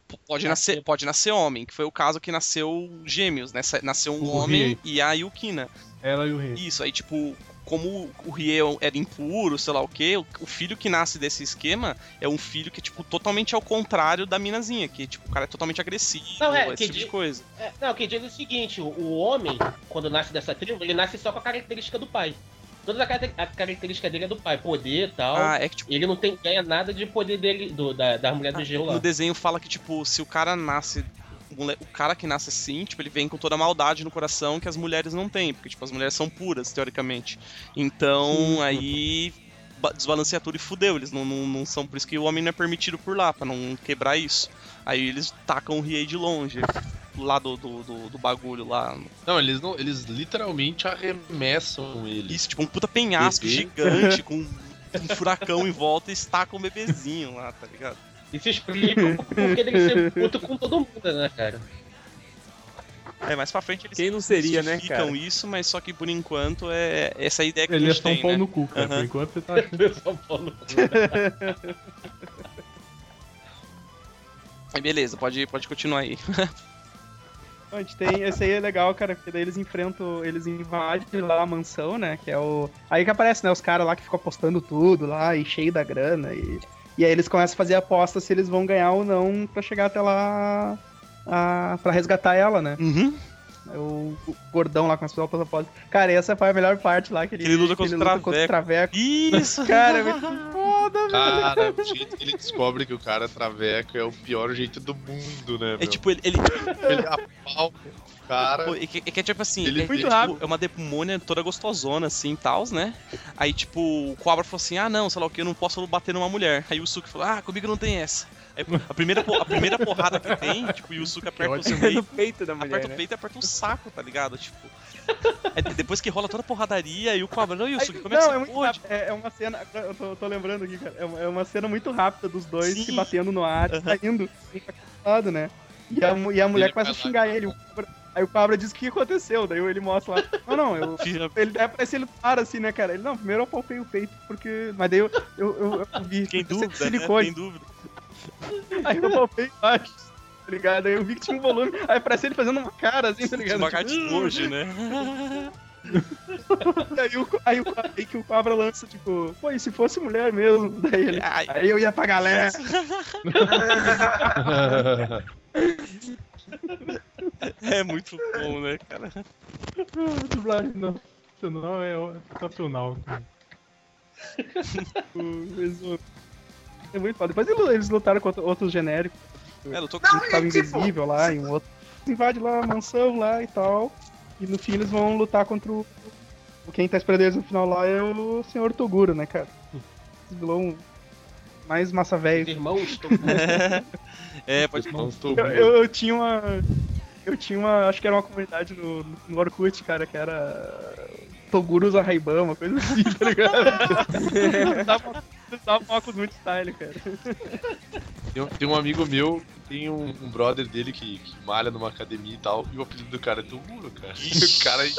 Speaker 1: p- pode nascer, pode nascer homem, que foi o caso que nasceu gêmeos, né? Sa- Nasceu um
Speaker 8: O
Speaker 1: homem
Speaker 8: Rie.
Speaker 1: e a Yukina.
Speaker 8: Ela e o rei.
Speaker 1: Isso, aí tipo, como o Riel era impuro, sei lá o quê, o- o filho que nasce desse esquema é um filho que, tipo, totalmente ao contrário da minazinha, que, tipo, o cara é totalmente agressivo,
Speaker 4: Não, é,
Speaker 1: esse
Speaker 4: que
Speaker 1: tipo de
Speaker 4: di-
Speaker 1: coisa.
Speaker 4: É, não, quem diz é o seguinte, o- o homem, quando nasce dessa tribo, ele nasce só com a característica do pai. Toda a, caracter- a característica dele é do pai, poder e tal.
Speaker 1: Ah, é que, tipo,
Speaker 4: Ele não tem, ganha nada de poder dele, do, da, da mulher do gelo
Speaker 1: no
Speaker 4: lá.
Speaker 1: desenho fala que, tipo, se o cara nasce. o mole- O cara que nasce assim, tipo, ele vem com toda a maldade no coração que as mulheres não têm, porque, tipo, as mulheres são puras, teoricamente. Então, aí. ba- Desbalanceia tudo e fudeu. Eles não, não, não são. Por isso que o homem não é permitido por lá, pra não quebrar isso. Aí eles tacam o Riei de longe, lá do, do, do, do bagulho lá.
Speaker 3: Não, eles não, eles literalmente arremessam ele.
Speaker 1: Isso, tipo, um puta penhasco
Speaker 3: Bebê.
Speaker 1: gigante com um furacão em volta e estacam o bebezinho lá, tá ligado?
Speaker 4: Isso explica o porquê dele ser puto com todo mundo, né, cara?
Speaker 1: É, mais pra frente eles
Speaker 7: Quem não seria, né,
Speaker 1: justificam
Speaker 7: cara?
Speaker 1: isso, mas só que por enquanto é essa é a ideia que
Speaker 8: Ele
Speaker 1: a
Speaker 8: é
Speaker 1: gente
Speaker 8: São
Speaker 1: tem,
Speaker 8: Paulo
Speaker 1: né?
Speaker 8: no cu, cara.
Speaker 1: Aham.
Speaker 8: Por enquanto você tá achando.
Speaker 4: Meu São Paulo.
Speaker 1: Aí Beleza, pode, pode continuar aí.
Speaker 5: A gente tem, esse aí é legal, cara, porque daí eles enfrentam, eles invadem lá a mansão, né? Que é o. Aí que aparece, né? Os caras lá que ficam apostando tudo lá e cheio da grana. E, e aí eles começam a fazer aposta se eles vão ganhar ou não pra chegar até lá a, pra resgatar ela, né?
Speaker 1: Uhum.
Speaker 5: O, o gordão lá com as pessoas apostas. Cara, essa foi a melhor parte lá que ele,
Speaker 1: Que ele luta
Speaker 5: que
Speaker 1: contra o
Speaker 5: traveco.
Speaker 1: Isso!
Speaker 5: Cara, é muito foda, velho.
Speaker 3: Cara, o jeito que ele descobre que o cara traveca é o pior jeito do mundo, né,
Speaker 1: É
Speaker 3: velho?
Speaker 1: tipo, ele. ele
Speaker 3: Ele apalpa o cara.
Speaker 1: é, que, é que é tipo assim,
Speaker 3: Ele
Speaker 1: é,
Speaker 3: muito
Speaker 1: tipo,
Speaker 5: rápido.
Speaker 1: é uma demônia toda gostosona, assim e tals, né? Aí, tipo, o cobra falou assim: ah, não, sei lá o que, eu não posso bater numa mulher. Aí o Suki falou: ah, comigo não tem essa. Aí, a, primeira, po- a primeira porrada que tem, tipo, e o Suki aperta os
Speaker 7: é No
Speaker 1: peitos.
Speaker 7: peito da mulher,
Speaker 1: Aperta
Speaker 7: né?
Speaker 1: o peito e aperta o saco, tá ligado? Tipo. Aí depois que rola toda a porradaria e o cobra, não, e o Suki, como é que
Speaker 5: não,
Speaker 1: você
Speaker 5: é muito
Speaker 1: pode?
Speaker 5: rápido. É, é uma cena. agora Eu tô, tô lembrando aqui, cara. É uma, é uma cena muito rápida dos dois
Speaker 1: Sim.
Speaker 5: se batendo no ar, saindo, assim, pra cada lado, né? E a, mu- e a mulher
Speaker 3: Ele
Speaker 5: começa a
Speaker 3: vai lá.
Speaker 1: tá.
Speaker 5: xingar ele. o Cabra- aí o Cabra diz o que aconteceu. Daí ele mostra lá. Não, não, eu.
Speaker 1: Filha
Speaker 5: Ele deve parecer ele para assim, né, cara? Ele, não, primeiro eu palpei o peito, porque. Mas daí eu, eu, eu, eu vi.
Speaker 1: Quem
Speaker 5: porque
Speaker 1: dúvida,
Speaker 5: você
Speaker 1: né?
Speaker 5: silicone.
Speaker 1: Quem dúvida.
Speaker 5: Aí eu palpei embaixo, tá ligado? Aí eu vi que tinha um volume. Aí parece ele fazendo uma cara assim, tá ligado?
Speaker 1: Uma carta de longe, né?
Speaker 5: Aí, o, aí, o, aí que o Cabra lança, tipo, pô, e se fosse mulher mesmo? Daí ele.
Speaker 1: Ai,
Speaker 5: Aí eu ia pra galera.
Speaker 8: tá
Speaker 1: é muito bom, né, cara?
Speaker 8: Ah,
Speaker 5: né,
Speaker 8: dublagem não. Senão é sensacional. cara.
Speaker 5: Eles- É muito foda. Depois ele- eles lutaram contra outros genéricos,
Speaker 1: É, eu tô com
Speaker 5: um
Speaker 2: Não,
Speaker 5: que
Speaker 2: e
Speaker 5: tava
Speaker 2: tipo,
Speaker 5: invisível lá e um outro. Eles invadem lá a mansão lá e tal. E no fim eles vão lutar contra o. o Quem tá esperando eles no final lá é o Senhor Toguro, né, cara? Esse vilão mais massa
Speaker 4: Os
Speaker 5: velho.
Speaker 4: irmãos, tô...
Speaker 1: É, pode
Speaker 3: Não estou
Speaker 8: Uhum.
Speaker 5: Eu, eu- eu tinha uma. Eu tinha uma. Acho que era uma comunidade no, no Orkut, cara, que era. Toguro usa Raiban, uma coisa assim, tá ligado? Eles davam- eles davam óculos muito style, cara.
Speaker 3: Tem um, tem um amigo meu, tem um, um brother dele que, que malha numa academia e tal, e o apelido do cara é Toguro, cara.
Speaker 1: Ixi.
Speaker 3: o cara é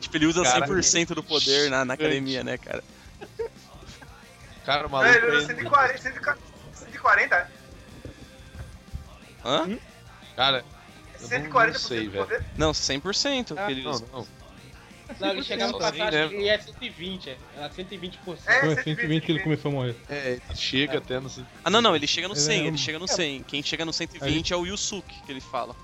Speaker 1: Tipo, ele usa
Speaker 3: Cara,
Speaker 1: 100% do poder na, na academia, né, cara?
Speaker 3: cara maluco.
Speaker 2: É, ele usa
Speaker 3: ainda.
Speaker 2: 140, 140, 140,
Speaker 1: Hã?
Speaker 3: Cara, Eu não- não
Speaker 2: 140
Speaker 3: sei,
Speaker 2: do poder.
Speaker 1: Não, 100% que ele
Speaker 3: não,
Speaker 1: usa.
Speaker 3: não.
Speaker 4: Não, ele chegava no
Speaker 3: Só assim,
Speaker 4: passado
Speaker 3: né?
Speaker 4: e é 120, é. Era 120%.
Speaker 2: É,
Speaker 8: Foi
Speaker 2: 120,
Speaker 8: 120 que ele começou a morrer.
Speaker 3: É, ele chega até no cento-
Speaker 1: Ah, não, não, ele chega no
Speaker 8: Ele
Speaker 1: 100,
Speaker 8: é
Speaker 1: ele
Speaker 8: um-
Speaker 1: chega no 100. Quem chega no 120 é o Yusuke, que ele fala.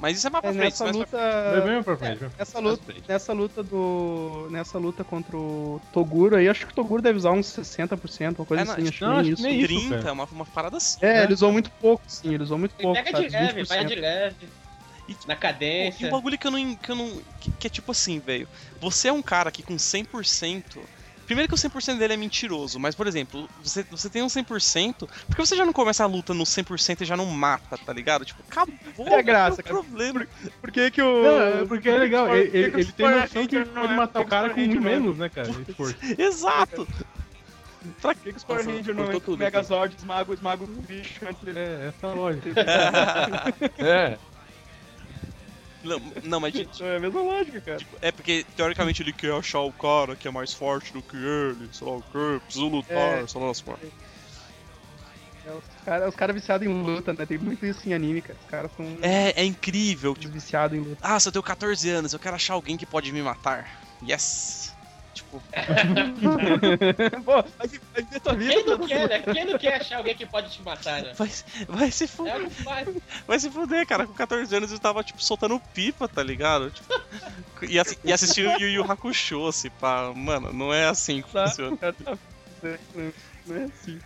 Speaker 1: Mas isso é mais pra
Speaker 5: Mas
Speaker 1: frente, isso
Speaker 5: nessa
Speaker 1: é mais pra...
Speaker 5: luta.
Speaker 8: Vai bem pra frente, vai.
Speaker 5: Nessa luta, nessa luta do. Nessa luta contra o Toguro aí, acho que o Toguro deve usar uns 60%, uma coisa
Speaker 1: É, não,
Speaker 5: assim, acho que
Speaker 8: não,
Speaker 5: nem
Speaker 8: acho que
Speaker 5: isso.
Speaker 8: nem- né? isso,
Speaker 1: 30,
Speaker 8: cara.
Speaker 1: uma, uma parada assim.
Speaker 5: É, ele usou muito pouco, sim, ele usou muito
Speaker 4: Ele
Speaker 5: pouco.
Speaker 4: pega
Speaker 5: sabe,
Speaker 4: de leve,
Speaker 5: 20%.
Speaker 4: vai de leve.
Speaker 1: E-
Speaker 4: Na
Speaker 1: E o
Speaker 4: cadência.
Speaker 1: bagulho que eu não. Que, eu não que, que é tipo assim, velho. Você é um cara que com 100%. Primeiro que o 100% dele é mentiroso, mas por exemplo, você, você tem um 100%, por que você já não começa a luta no 100% e já não mata, tá ligado? Tipo, acabou.
Speaker 5: É a graça,
Speaker 1: qual é o problema.
Speaker 5: Por que que o.
Speaker 8: Não, é porque é legal,
Speaker 5: Por que
Speaker 8: ele,
Speaker 5: que o
Speaker 8: ele- ele tem
Speaker 5: Super
Speaker 8: noção que
Speaker 5: Ranger não
Speaker 8: pode
Speaker 5: é
Speaker 8: matar o cara com muito
Speaker 5: Ranger, né?
Speaker 8: menos, né, cara? Esse porco.
Speaker 1: Exato.
Speaker 5: Pra que que os Power
Speaker 7: Nossa,
Speaker 5: Ranger não é
Speaker 7: cortou
Speaker 5: entra
Speaker 7: tudo
Speaker 5: com Megazord, esmaga, esmaga o bicho antes dele...
Speaker 8: É, essa lógica.
Speaker 3: É.
Speaker 1: Não, não, mas tipo,
Speaker 5: É a mesma lógica, cara.
Speaker 1: é porque teoricamente ele quer achar o cara que é mais forte do que ele, sei lá o quê, preciso lutar,
Speaker 5: É.
Speaker 1: sei lá, sei lá.
Speaker 5: É, os caras cara viciados em luta, né? Tem muito isso em anime, cara. Os caras são
Speaker 1: É, é incrível, tipo,
Speaker 5: viciados em luta.
Speaker 1: ah, se eu tenho 14 anos, eu quero achar alguém que pode me matar. Yes! Tipo,
Speaker 5: Pô, vai vi- vai ver tua vida.
Speaker 4: Quem não quer, né? Quem não quer achar alguém que pode te matar, né?
Speaker 1: vai, vai se fuder.
Speaker 4: É algo fácil.
Speaker 1: Vai se fuder, cara. Com 14 anos eu tava, tipo, soltando pipa, tá ligado? Tipo, e, assi- e assistindo Yu Yu Hakusho, se pá. Mano, não é assim que
Speaker 5: Tá,
Speaker 1: funciona.
Speaker 5: cara, tá, né, não- não é assim.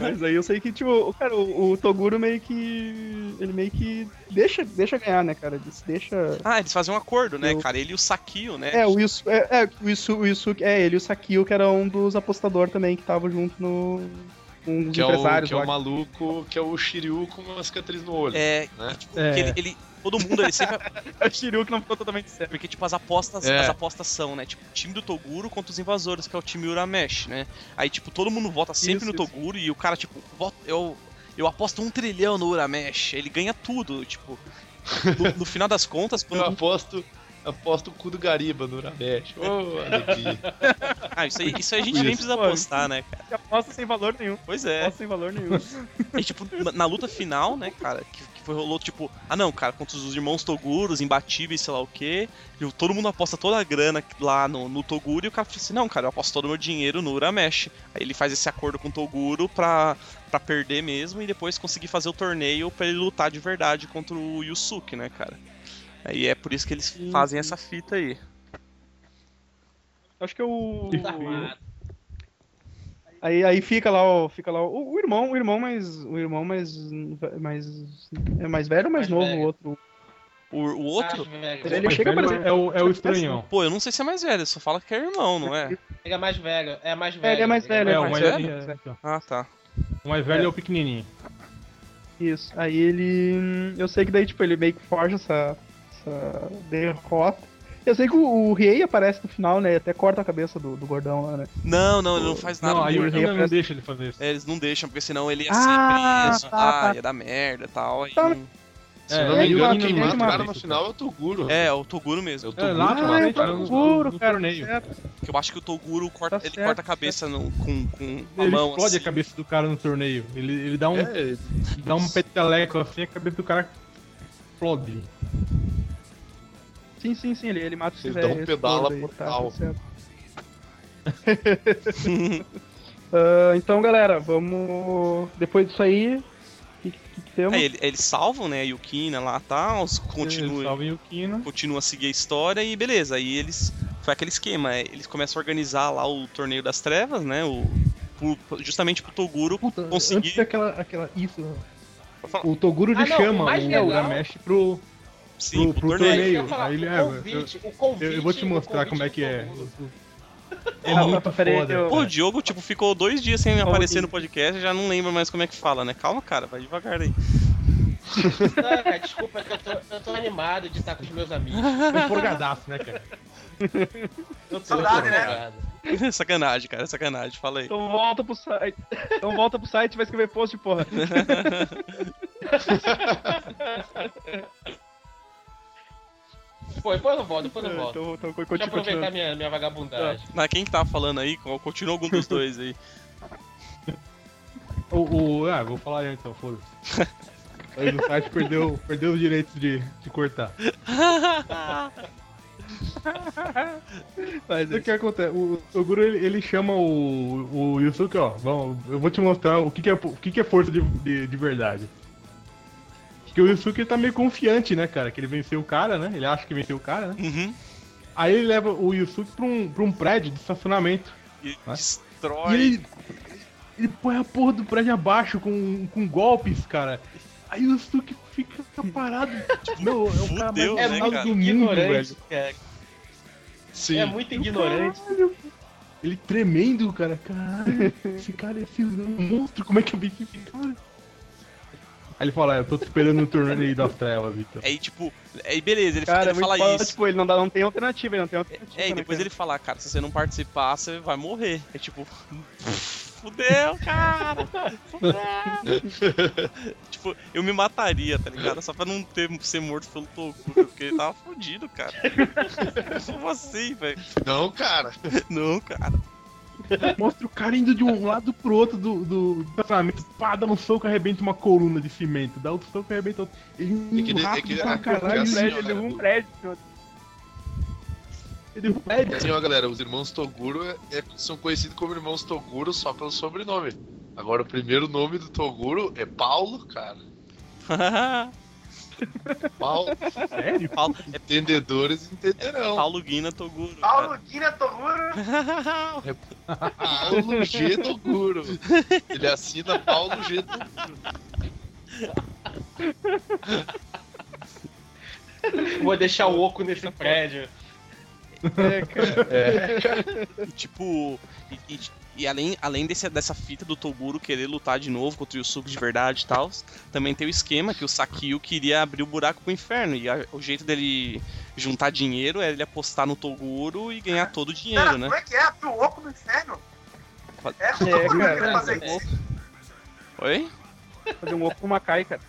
Speaker 5: Mas aí eu sei que, tipo, o- cara, o, o Toguro meio que. Ele meio que deixa, deixa ganhar, né, cara? Ele se deixa.
Speaker 1: Ah, eles fazem um acordo, né,
Speaker 5: Eu-
Speaker 1: cara? Ele e o Sakio, né?
Speaker 5: É, o Isu, é, é, o Isu, o Isu, é ele e o Sakio, que era um dos apostadores também, que tava junto no. Um dos
Speaker 3: Que é, o,
Speaker 5: empresários
Speaker 3: que é
Speaker 5: lá.
Speaker 3: o maluco, que é o Shiryu com uma cicatriz no olho.
Speaker 1: É,
Speaker 3: Né?
Speaker 1: tipo,
Speaker 8: É.
Speaker 1: que ele, ele- Todo mundo ele sempre.
Speaker 5: É o Shiryu que não ficou totalmente certo.
Speaker 1: Porque, tipo, as apostas,
Speaker 3: É.
Speaker 1: as apostas são, né? Tipo, o time do Toguro contra os invasores, que é o time Uramesh, né? Aí, tipo, todo mundo vota sempre
Speaker 5: Isso,
Speaker 1: no Toguro e o cara, tipo, vota, eu, eu aposto um trilhão no Uramesh. Ele ganha tudo, tipo. No, no final das contas,
Speaker 3: Eu
Speaker 8: Uhum.
Speaker 1: quando
Speaker 3: um aposto, aposto o cu do Gariba no Uramesh. Ô, alegria.
Speaker 1: Ah, isso aí, isso aí a gente nem
Speaker 3: Isso.
Speaker 1: precisa apostar, né, cara?
Speaker 5: Ele aposta é sem valor nenhum.
Speaker 1: Pois é.
Speaker 5: Aposta sem valor nenhum.
Speaker 1: E, tipo, na, na luta final, né, cara, que, que foi, rolou, tipo, ah não, cara, contra os irmãos Toguros, imbatíveis, sei lá o quê. E o- todo mundo aposta toda a grana lá no, no Toguro e o cara fala assim, não, cara, eu aposto todo o meu dinheiro no Uramesh. Aí ele faz esse acordo com o Toguro pra, pra perder mesmo e depois conseguir fazer o torneio pra ele lutar de verdade contra o Yusuke, né, cara? Aí é por isso que eles fazem essa fita aí.
Speaker 5: Acho que é o.
Speaker 8: Ih,
Speaker 4: Tá armado.
Speaker 5: Aí, aí fica lá, o, fica lá o, o irmão, o irmão mais. O irmão mais. mais é mais velho ou mais,
Speaker 4: Mais
Speaker 5: novo
Speaker 4: velho.
Speaker 5: o outro?
Speaker 1: O, o outro,
Speaker 4: Ah, velho.
Speaker 5: Ele
Speaker 8: O mais
Speaker 5: chega
Speaker 8: velho
Speaker 5: pra dizer-
Speaker 8: é o, é o estranhão.
Speaker 1: pô, eu não sei se é mais velho, só fala que é irmão, não é?
Speaker 4: Ele é mais velho. É mais
Speaker 5: É,
Speaker 4: velho.
Speaker 5: ele é mais velho,
Speaker 8: É, o
Speaker 1: mais
Speaker 8: mais
Speaker 1: velho?
Speaker 8: é,
Speaker 1: Ah, tá.
Speaker 8: O mais velho é o pequenininho.
Speaker 5: Isso. Aí ele. Eu sei que daí, tipo, ele meio que forja essa, essa derrota. Eu sei que o, o rei aparece no final, né? E até corta a cabeça do, do gordão lá, né?
Speaker 1: Não, não, ele É. não faz nada.
Speaker 8: Não, aí o
Speaker 5: Ele
Speaker 8: Yoshida não
Speaker 5: parece-
Speaker 8: deixa ele fazer isso.
Speaker 1: É, eles não deixam, porque senão ele ia
Speaker 5: Ah,
Speaker 1: ser preso,
Speaker 5: tá,
Speaker 1: ah,
Speaker 5: tá.
Speaker 1: ia dar merda e tal. Aí...
Speaker 5: Tá.
Speaker 1: não-
Speaker 3: Se eu não
Speaker 8: É,
Speaker 3: me
Speaker 8: e o
Speaker 3: engano,
Speaker 8: Akira
Speaker 3: quem
Speaker 8: é
Speaker 3: mata o
Speaker 8: demais.
Speaker 3: cara no final é o Toguro.
Speaker 1: É, o Toguro mesmo.
Speaker 3: Eu tô
Speaker 8: É,
Speaker 3: muito
Speaker 8: lá,
Speaker 3: mal.
Speaker 5: é
Speaker 8: lá
Speaker 5: o
Speaker 8: dentro, no- né?
Speaker 5: Toguro,
Speaker 8: no
Speaker 5: cara,
Speaker 8: torneio.
Speaker 5: certo.
Speaker 1: Porque eu acho que o Toguro corta,
Speaker 5: Tá
Speaker 1: ele
Speaker 5: certo,
Speaker 1: corta a cabeça no- com, com a
Speaker 8: Ele
Speaker 1: mão.
Speaker 8: explode
Speaker 1: assim.
Speaker 8: a cabeça do cara no torneio. Ele, ele dá um,
Speaker 3: É,
Speaker 8: dá um peteleco assim, a cabeça do cara explode.
Speaker 5: Sim, sim, sim, ele, ele mata esse
Speaker 3: Ele dá um
Speaker 5: velho,
Speaker 3: pedala
Speaker 5: esse gordo
Speaker 3: pro
Speaker 5: aí, tá,
Speaker 3: tal.
Speaker 5: tá certo. Ah, então, galera, vamos. Depois disso aí. O que, que- que temos?
Speaker 1: Aí É, ele- eles salvam, né, a Yukina lá e tal,
Speaker 8: Ele
Speaker 1: continua,
Speaker 8: salva o Yukino.
Speaker 1: continua a seguir a história e beleza. Aí eles. Foi aquele esquema, é, eles começam a organizar lá o Torneio das Trevas, né, o, pro- justamente pro Toguro
Speaker 8: Puta,
Speaker 1: Consegui.
Speaker 8: antes daquela aquela, isso.
Speaker 1: falar.
Speaker 8: O Toguro ele
Speaker 4: Ah, não,
Speaker 8: chama
Speaker 4: o mais
Speaker 8: o
Speaker 4: legal-
Speaker 8: Uramesh pro.
Speaker 1: sim, pro,
Speaker 8: pro
Speaker 1: torneio.
Speaker 8: torneio.
Speaker 4: Eu ia falar,
Speaker 8: Aí ele- é,
Speaker 4: o convite, o convite.
Speaker 8: Eu, eu vou te
Speaker 4: o
Speaker 8: mostrar
Speaker 4: convite
Speaker 8: como é que
Speaker 4: do
Speaker 8: é.
Speaker 4: Toguro.
Speaker 8: É
Speaker 5: Ah,
Speaker 8: muito
Speaker 5: peraí,
Speaker 8: foda.
Speaker 5: eu-
Speaker 1: Pô, o
Speaker 8: cara.
Speaker 1: Diogo, tipo, ficou dois dias sem aparecer
Speaker 5: Diogo.
Speaker 1: no podcast, já não lembra mais como é que fala, né? Calma, cara, vai devagar aí.
Speaker 4: Não, cara, desculpa, é que eu tô, eu tô animado de estar com os meus amigos.
Speaker 8: Tô empolgadaço, né, cara?
Speaker 4: Eu tô
Speaker 2: Saudade, né?
Speaker 4: empolgado.
Speaker 1: sacanagem, cara, sacanagem, fala aí.
Speaker 5: Então volta pro site. Então volta pro site e vai escrever post, porra.
Speaker 4: Pô, depois eu volto,
Speaker 8: É,
Speaker 4: depois eu volto.
Speaker 5: então, então
Speaker 4: Deixa eu
Speaker 5: continua.
Speaker 4: aproveitar
Speaker 5: continua.
Speaker 4: minha, minha vagabundagem.
Speaker 1: Mas quem que tava falando aí? Qual- Continua algum dos dois aí.
Speaker 8: O, o- ah, vou falar aí então, foda-se. Aí o site perdeu, perdeu os direitos de, de cortar.
Speaker 5: Faz
Speaker 8: O
Speaker 5: isso.
Speaker 8: que acontece? O Toguro ele, ele chama o, o Yusuke, ó. Vamos, eu vou te mostrar o que, que, é, o que, que é força de, de, de verdade. Porque o Yusuke ele tá meio confiante, né, cara? Que ele venceu o cara, né? Ele acha que venceu o cara, né?
Speaker 1: Uhum.
Speaker 8: Aí ele leva o Yusuke pra um, pra um prédio de estacionamento.
Speaker 1: E
Speaker 8: Vai.
Speaker 1: destrói.
Speaker 8: E ele, ele põe a porra do prédio abaixo com, com golpes, cara. Aí o Suki fica parado. Meu, é o cara mais
Speaker 1: fudeu, né,
Speaker 8: ignorado
Speaker 1: cara?
Speaker 8: do mundo,
Speaker 4: Ignorante,
Speaker 8: velho.
Speaker 4: cara.
Speaker 3: sim.
Speaker 4: É muito ignorante.
Speaker 8: Caralho. Ele tremendo, cara. Caralho, esse cara é filho de um monstro. Como é que eu vi esse cara? Aí ele fala, "Ah, eu tô te esperando no torneio das trevas, então." Vitor.
Speaker 1: Aí, tipo, aí beleza, ele,
Speaker 5: Cara, é
Speaker 1: ele
Speaker 5: muito
Speaker 1: fala
Speaker 5: foda,
Speaker 1: isso.
Speaker 5: tipo, ele não, dá, não tem alternativa, ele não tem alternativa.
Speaker 1: É, e
Speaker 5: né,
Speaker 1: depois
Speaker 5: cara?
Speaker 1: ele fala, cara, se você não participar, você vai morrer. É tipo. fudeu, cara! Fudeu! tipo, eu me mataria, tá ligado? Só pra não ter, ser morto pelo Tokuga, porque ele tava fudido, cara. Como assim, velho?
Speaker 3: Não, cara. É
Speaker 1: Não, cara.
Speaker 8: Mostra o cara indo de um lado pro outro do, do do estacionamento, pá, dá um soco, arrebenta uma coluna de cimento, dá outro soco, arrebenta outro. Ele
Speaker 3: É que
Speaker 8: um
Speaker 3: ele- é
Speaker 8: rápido
Speaker 3: que-
Speaker 8: pra
Speaker 3: é que-
Speaker 8: caralho, né?
Speaker 3: é
Speaker 8: ele
Speaker 3: assim,
Speaker 8: derruba-
Speaker 3: ó,
Speaker 5: prédio,
Speaker 3: cara,
Speaker 5: derruba um
Speaker 3: o-
Speaker 5: prédio.
Speaker 8: ele derruba um prédio.
Speaker 3: E assim, ó, galera, os irmãos Toguro é- é- são conhecidos como irmãos Toguro só pelo sobrenome. Agora, o primeiro nome do Toguro é Paulo, cara. Paulo,
Speaker 8: Sério?
Speaker 1: Paulo, é
Speaker 5: Então,
Speaker 3: entendedores entenderão.
Speaker 1: Paulo Guina Toguro.
Speaker 2: Paulo Guina Toguro.
Speaker 1: cara.
Speaker 3: Paulo G. Toguro. Ele assina Paulo G. Toguro.
Speaker 4: Vou deixar o oco nesse prédio.
Speaker 1: E, tipo, e, e- e além, além desse, dessa fita do Toguro querer lutar de novo contra o Yusuke de verdade e tal, também tem o esquema que o Sakio queria abrir o buraco pro inferno. E a- o jeito dele juntar dinheiro era ele apostar no Toguro e ganhar todo o dinheiro,
Speaker 2: Cara,
Speaker 1: né?
Speaker 2: como é que é? Abre o oco no inferno?
Speaker 1: Pode-
Speaker 2: É, como
Speaker 5: É,
Speaker 2: é,
Speaker 5: cara,
Speaker 2: que ele fazer
Speaker 5: é.
Speaker 2: isso?
Speaker 1: Oi?
Speaker 5: Fazer um oco com uma cai, cara.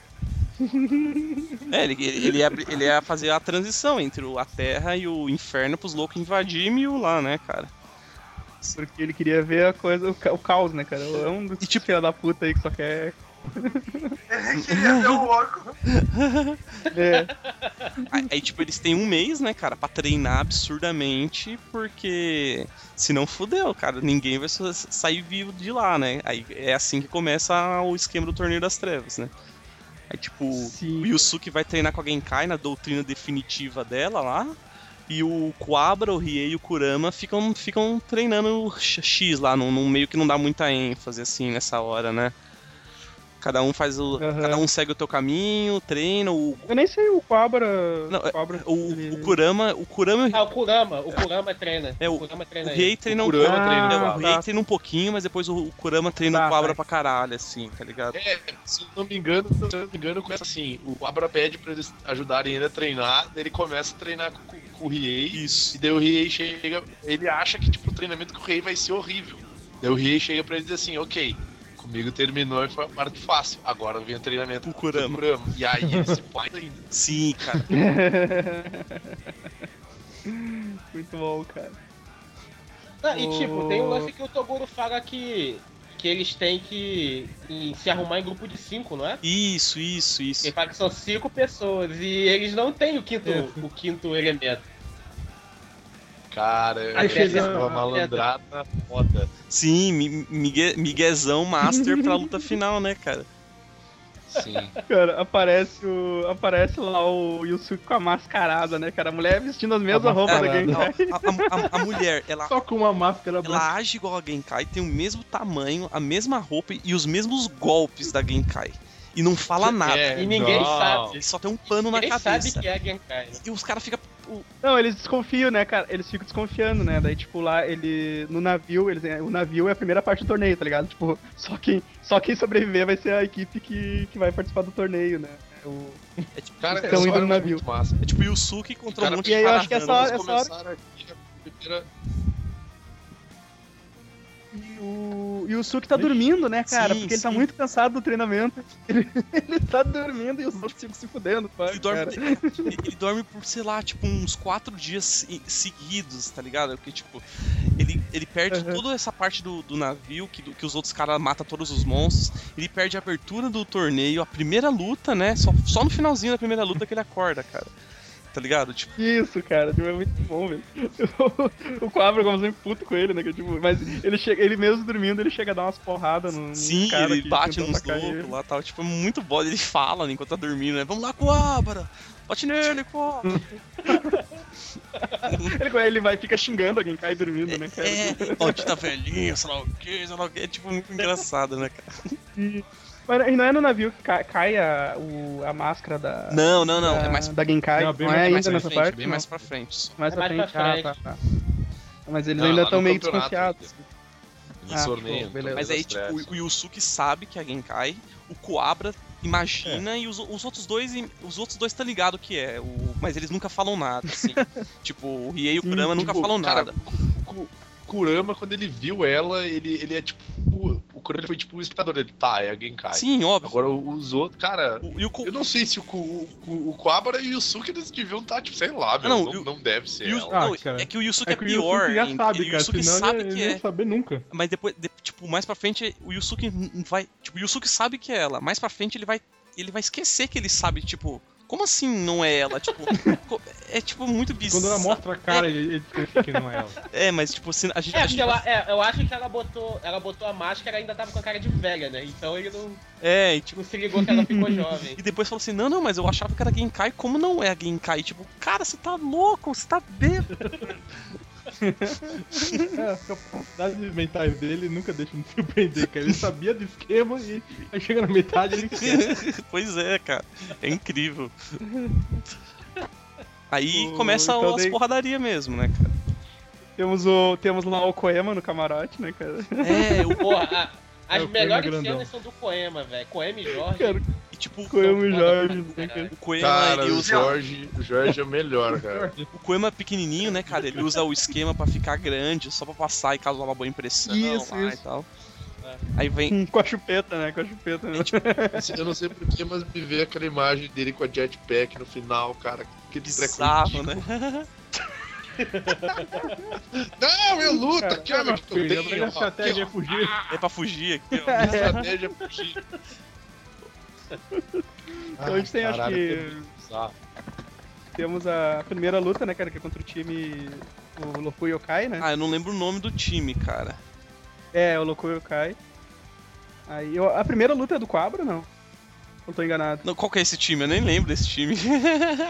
Speaker 1: É, ele, ele, ele, ia, abrir- ele ia fazer a transição entre o- a Terra e o inferno pros loucos invadir Mil lá, né, cara?
Speaker 5: Porque ele queria ver a coisa, o ca- o caos, né, cara? É um dos tipo filha da puta aí que só quer.
Speaker 2: Ele queria ver o oco.
Speaker 5: É,
Speaker 1: Aí, aí, tipo, eles têm um mês, né, cara, pra treinar absurdamente, porque se não fudeu, cara, ninguém vai sa- sair vivo de lá, né? Aí é assim que começa o esquema do Torneio das Trevas, né? Aí, tipo, o
Speaker 5: sim.
Speaker 1: Yusuke vai treinar com a Genkai na doutrina definitiva dela lá, e o Quabra, o Rie e o Kurama ficam, ficam treinando o X- X lá, num, num meio que não dá muita ênfase, assim, nessa hora, né? Cada um faz o.
Speaker 5: Aham.
Speaker 1: Cada um segue o teu caminho, treina, o.
Speaker 5: Eu nem sei o Quabra.
Speaker 1: Não, é-
Speaker 5: o Quabra
Speaker 1: O,
Speaker 5: ele-
Speaker 1: o Kurama. O Kurama
Speaker 4: Ah, o Kurama, o Kurama treina.
Speaker 1: É, o-
Speaker 4: Kurama
Speaker 1: O
Speaker 4: treina
Speaker 1: Rei
Speaker 4: ele.
Speaker 1: treina um
Speaker 3: O Kurama
Speaker 1: pouco,
Speaker 3: treina o
Speaker 1: é, o
Speaker 3: Quabra.
Speaker 1: Rei treina um pouquinho, mas depois o o Kurama treina
Speaker 5: Tá,
Speaker 1: o Quabra
Speaker 5: tá.
Speaker 1: pra caralho, assim, tá ligado?
Speaker 3: É, se não me engano, se não me engano, começa assim, o Abra pede pra eles ajudarem ele a treinar, daí ele começa a treinar com, com o Riei,
Speaker 1: Isso.
Speaker 3: e daí o Riei chega, ele acha que tipo, o treinamento com o Riei vai ser horrível. Daí o Riei chega pra ele e diz assim, ok, comigo terminou e foi a parte fácil, agora vem o treinamento
Speaker 1: Com o Kurama.
Speaker 3: E aí ele se faz ainda.
Speaker 1: Sim, cara.
Speaker 5: Muito bom, cara.
Speaker 4: Ah, e tipo,
Speaker 5: O-
Speaker 4: tem um lance que o Toguro fala que, que eles têm que em- se arrumar em grupo de cinco, não é?
Speaker 1: Isso, isso, isso.
Speaker 4: Ele fala que são cinco pessoas e eles não têm o quinto, o quinto elemento.
Speaker 3: Cara,
Speaker 4: Aí
Speaker 3: eu
Speaker 4: chega-
Speaker 3: é uma malandrada foda.
Speaker 1: Sim, mi- migue- miguezão master pra luta final, né, cara?
Speaker 3: Sim.
Speaker 5: Cara, aparece, o, aparece lá o Yusuke com a mascarada, né, cara? A mulher vestindo as mesmas roupas da
Speaker 8: mascarada.
Speaker 5: Genkai.
Speaker 1: É, A, a- a- a mulher, ela,
Speaker 8: Só com uma
Speaker 3: é
Speaker 8: máscara
Speaker 3: um
Speaker 8: branca.
Speaker 1: ela age igual a Genkai, tem o mesmo tamanho, a mesma roupa e os mesmos golpes da Genkai. E não fala nada.
Speaker 3: É,
Speaker 4: E ninguém
Speaker 3: não.
Speaker 4: sabe.
Speaker 1: Só tem um pano na
Speaker 4: Ninguém
Speaker 1: Ah, cabeça.
Speaker 4: sabe que é a Genkai. né?
Speaker 1: E os caras ficam.
Speaker 5: Não, eles desconfiam, né, cara? Eles ficam desconfiando, né? Daí, tipo, lá, ele. No navio, eles, o navio é a primeira parte do torneio, tá ligado? Tipo, só quem, só quem sobreviver vai ser a equipe que, que vai participar do torneio, né? O-
Speaker 1: É tipo,
Speaker 3: Cara,
Speaker 5: Então,
Speaker 3: essa
Speaker 5: indo no
Speaker 3: hora é
Speaker 5: navio.
Speaker 3: muito massa.
Speaker 1: é tipo Yusuke contra um
Speaker 3: Cara,
Speaker 1: monte
Speaker 5: e
Speaker 1: de
Speaker 5: aí eu
Speaker 1: cara
Speaker 5: acho que é
Speaker 1: random.
Speaker 5: só-
Speaker 3: Eles
Speaker 5: essa hora-
Speaker 3: começaram aqui, a primeira-
Speaker 5: E o, e o Suki tá dormindo, né, cara?
Speaker 1: Sim,
Speaker 5: Porque ele tá
Speaker 1: sim.
Speaker 5: muito cansado do treinamento. Ele, ele tá dormindo e os outros ficam se fudendo, pá.
Speaker 1: Ele dorme,
Speaker 5: cara.
Speaker 1: ele- ele dorme por, sei lá, tipo, uns quatro dias se- seguidos, tá ligado? Porque, tipo, ele, ele perde
Speaker 5: Aham.
Speaker 1: toda essa parte do, do navio, que, do- que os outros caras matam todos os monstros. Ele perde a abertura do torneio, a primeira luta, né? Só, só no finalzinho da primeira luta que ele acorda, cara. Tá ligado? Tipo,
Speaker 5: Isso, cara, tipo, é muito bom, velho. o Quabra, como sempre, puto com ele, né? que, tipo, mas ele, chega, ele mesmo dormindo, ele chega a dar umas porradas no. nos
Speaker 1: sim,
Speaker 5: cara
Speaker 1: ele
Speaker 5: que
Speaker 1: bate
Speaker 5: tentou
Speaker 1: nos
Speaker 5: atacar ele.
Speaker 1: loucos lá tal. Tipo, é muito bom. Ele fala né, enquanto tá dormindo, né? Vamos lá, Coabra! Bate nele, Coabra!
Speaker 5: Ele, ele vai fica xingando alguém, cai dormindo, né, cara?
Speaker 1: É, maldita velhinha, sei lá o que, sei lá o que. É, tipo, muito engraçado, né, cara?
Speaker 5: Mas não é no navio que ca- cai a, o- a máscara da.
Speaker 1: Não, não, não.
Speaker 5: da,
Speaker 1: É mais
Speaker 5: da Genkai.
Speaker 8: Não,
Speaker 5: Não,
Speaker 8: bem
Speaker 5: é
Speaker 8: mais-
Speaker 5: ainda
Speaker 1: mais pra
Speaker 5: nessa
Speaker 1: frente,
Speaker 5: parte.
Speaker 1: bem
Speaker 5: não.
Speaker 1: mais pra frente. só.
Speaker 5: Mais
Speaker 4: É
Speaker 5: pra frente,
Speaker 4: mais pra
Speaker 5: Ah,
Speaker 4: frente.
Speaker 5: tá, tá. Mas eles
Speaker 3: Não,
Speaker 5: ainda
Speaker 3: lá no
Speaker 5: estão meio
Speaker 3: campeonato né?
Speaker 5: desconfiados.
Speaker 3: No
Speaker 5: Ah,
Speaker 3: torneio,
Speaker 5: pô, beleza.
Speaker 3: no
Speaker 1: Mas aí, tipo,
Speaker 3: torneio das
Speaker 1: o Yusuke sabe que é a Genkai, o Coabra imagina e os, os outros dois os outros dois tá ligado que é, o- mas eles nunca falam nada, assim. tipo, o Rie e o
Speaker 5: Sim,
Speaker 1: Kurama nunca
Speaker 3: Tipo,
Speaker 1: falam
Speaker 3: cara,
Speaker 1: nada.
Speaker 3: Ku- Ku- Kurama, quando ele viu ela, ele, ele é tipo. Kuro ele foi tipo o espectador dele. Tá, aí alguém cai.
Speaker 1: Sim, óbvio.
Speaker 3: Agora o- os outros, cara.
Speaker 1: O- e o, Ko-
Speaker 3: Eu não sei se o, Ku- o, Ku- o Kuabara e o Yusuke eles deviam estar, tipo, sei lá, meu,
Speaker 1: Ah, não,
Speaker 3: não,
Speaker 1: e o-
Speaker 3: não deve ser.
Speaker 1: e o-
Speaker 3: ela.
Speaker 8: Ah,
Speaker 1: não,
Speaker 8: cara.
Speaker 1: é que o Yusuke é,
Speaker 8: É que o
Speaker 1: pior.
Speaker 8: Yusuke já
Speaker 1: em-
Speaker 8: sabe,
Speaker 1: e o
Speaker 8: cara.
Speaker 1: Yusuke
Speaker 8: Senão
Speaker 1: sabe
Speaker 8: ele,
Speaker 1: que
Speaker 8: ele não
Speaker 1: é.
Speaker 8: ia saber nunca.
Speaker 1: Mas depois, de- tipo, mais pra frente, o Yusuke n- vai. Tipo, o Yusuke sabe que é ela. Mais pra frente ele vai. Ele vai esquecer que ele sabe, tipo. Como assim não é ela? Tipo, co- é tipo muito bizarro.
Speaker 8: Quando ela mostra a cara, ele, ele desconfia que não é ela.
Speaker 1: É, mas tipo, se a gente.
Speaker 4: É,
Speaker 1: a
Speaker 4: porque
Speaker 1: gente-
Speaker 4: ela, é, eu acho que ela botou, ela botou a máscara e ainda tava com a cara de velha, né? Então ele não,
Speaker 1: é, e, tipo,
Speaker 4: não se ligou que ela ficou jovem.
Speaker 1: e depois fala assim: não, não, mas eu achava que era Genkai. Como não é a Genkai? Tipo, cara, você tá louco, você tá bêbado.
Speaker 8: É, as capacidades mentais dele nunca deixam de surpreender, cara. Ele sabia do esquema e aí chega na metade ele assim, esquece.
Speaker 1: pois é, cara. É incrível. Aí
Speaker 5: O-
Speaker 1: começa
Speaker 5: então
Speaker 1: as
Speaker 5: daí-
Speaker 1: porradaria mesmo, né, cara?
Speaker 5: Temos, o, temos lá o Koema no camarote, né, cara?
Speaker 1: É, o,
Speaker 4: Porra, a- as
Speaker 8: É, o Koema
Speaker 4: melhores
Speaker 8: grandão.
Speaker 4: cenas são do Coema, velho. Coema e Jorge.
Speaker 5: Cara,
Speaker 1: e, tipo,
Speaker 5: Koema e
Speaker 4: foda
Speaker 5: Jorge,
Speaker 4: pra
Speaker 5: né,
Speaker 4: caralho.
Speaker 5: cara?
Speaker 1: o Koema
Speaker 3: Cara,
Speaker 1: e
Speaker 3: o
Speaker 1: os
Speaker 3: Jorge, o Jorge é o melhor, cara.
Speaker 1: O Koema pequenininho, né, cara? Ele usa o esquema pra ficar grande, só pra passar e causar uma boa impressão
Speaker 5: Isso,
Speaker 1: lá
Speaker 5: isso.
Speaker 1: e tal.
Speaker 4: É.
Speaker 1: Aí vem.
Speaker 5: Hum, Com a chupeta, né? Com a chupeta,
Speaker 1: É
Speaker 5: né?
Speaker 1: tipo
Speaker 3: Eu não sei porquê, mas me veio aquela imagem dele com a jetpack no final, cara. Que treco
Speaker 1: Bizarro,
Speaker 3: ridículo.
Speaker 1: né?
Speaker 3: Não, é eu luto aqui, ó,
Speaker 8: Cara,
Speaker 3: meu
Speaker 8: mas
Speaker 3: que tipo, eu
Speaker 8: filho, a
Speaker 3: tenho.
Speaker 5: um
Speaker 8: melhor
Speaker 3: ó, aqui,
Speaker 8: estratégia é fugir.
Speaker 1: É pra fugir aqui,
Speaker 3: ó,
Speaker 1: ó.
Speaker 5: É.
Speaker 3: estratégia pro Chico.
Speaker 5: Então a gente tem, acho
Speaker 3: Ah, caralho, é
Speaker 5: que-
Speaker 3: muito bizarro.
Speaker 5: Temos a primeira luta, né, cara? Que é contra o time. O Loku Yokai, né?
Speaker 1: Ah, eu não lembro o nome do time, cara.
Speaker 5: É, o Loku Yokai. Aí, eu- a primeira luta é do Quabra, não? Não tô enganado.
Speaker 1: Não, qual que é esse time? Eu nem lembro desse time.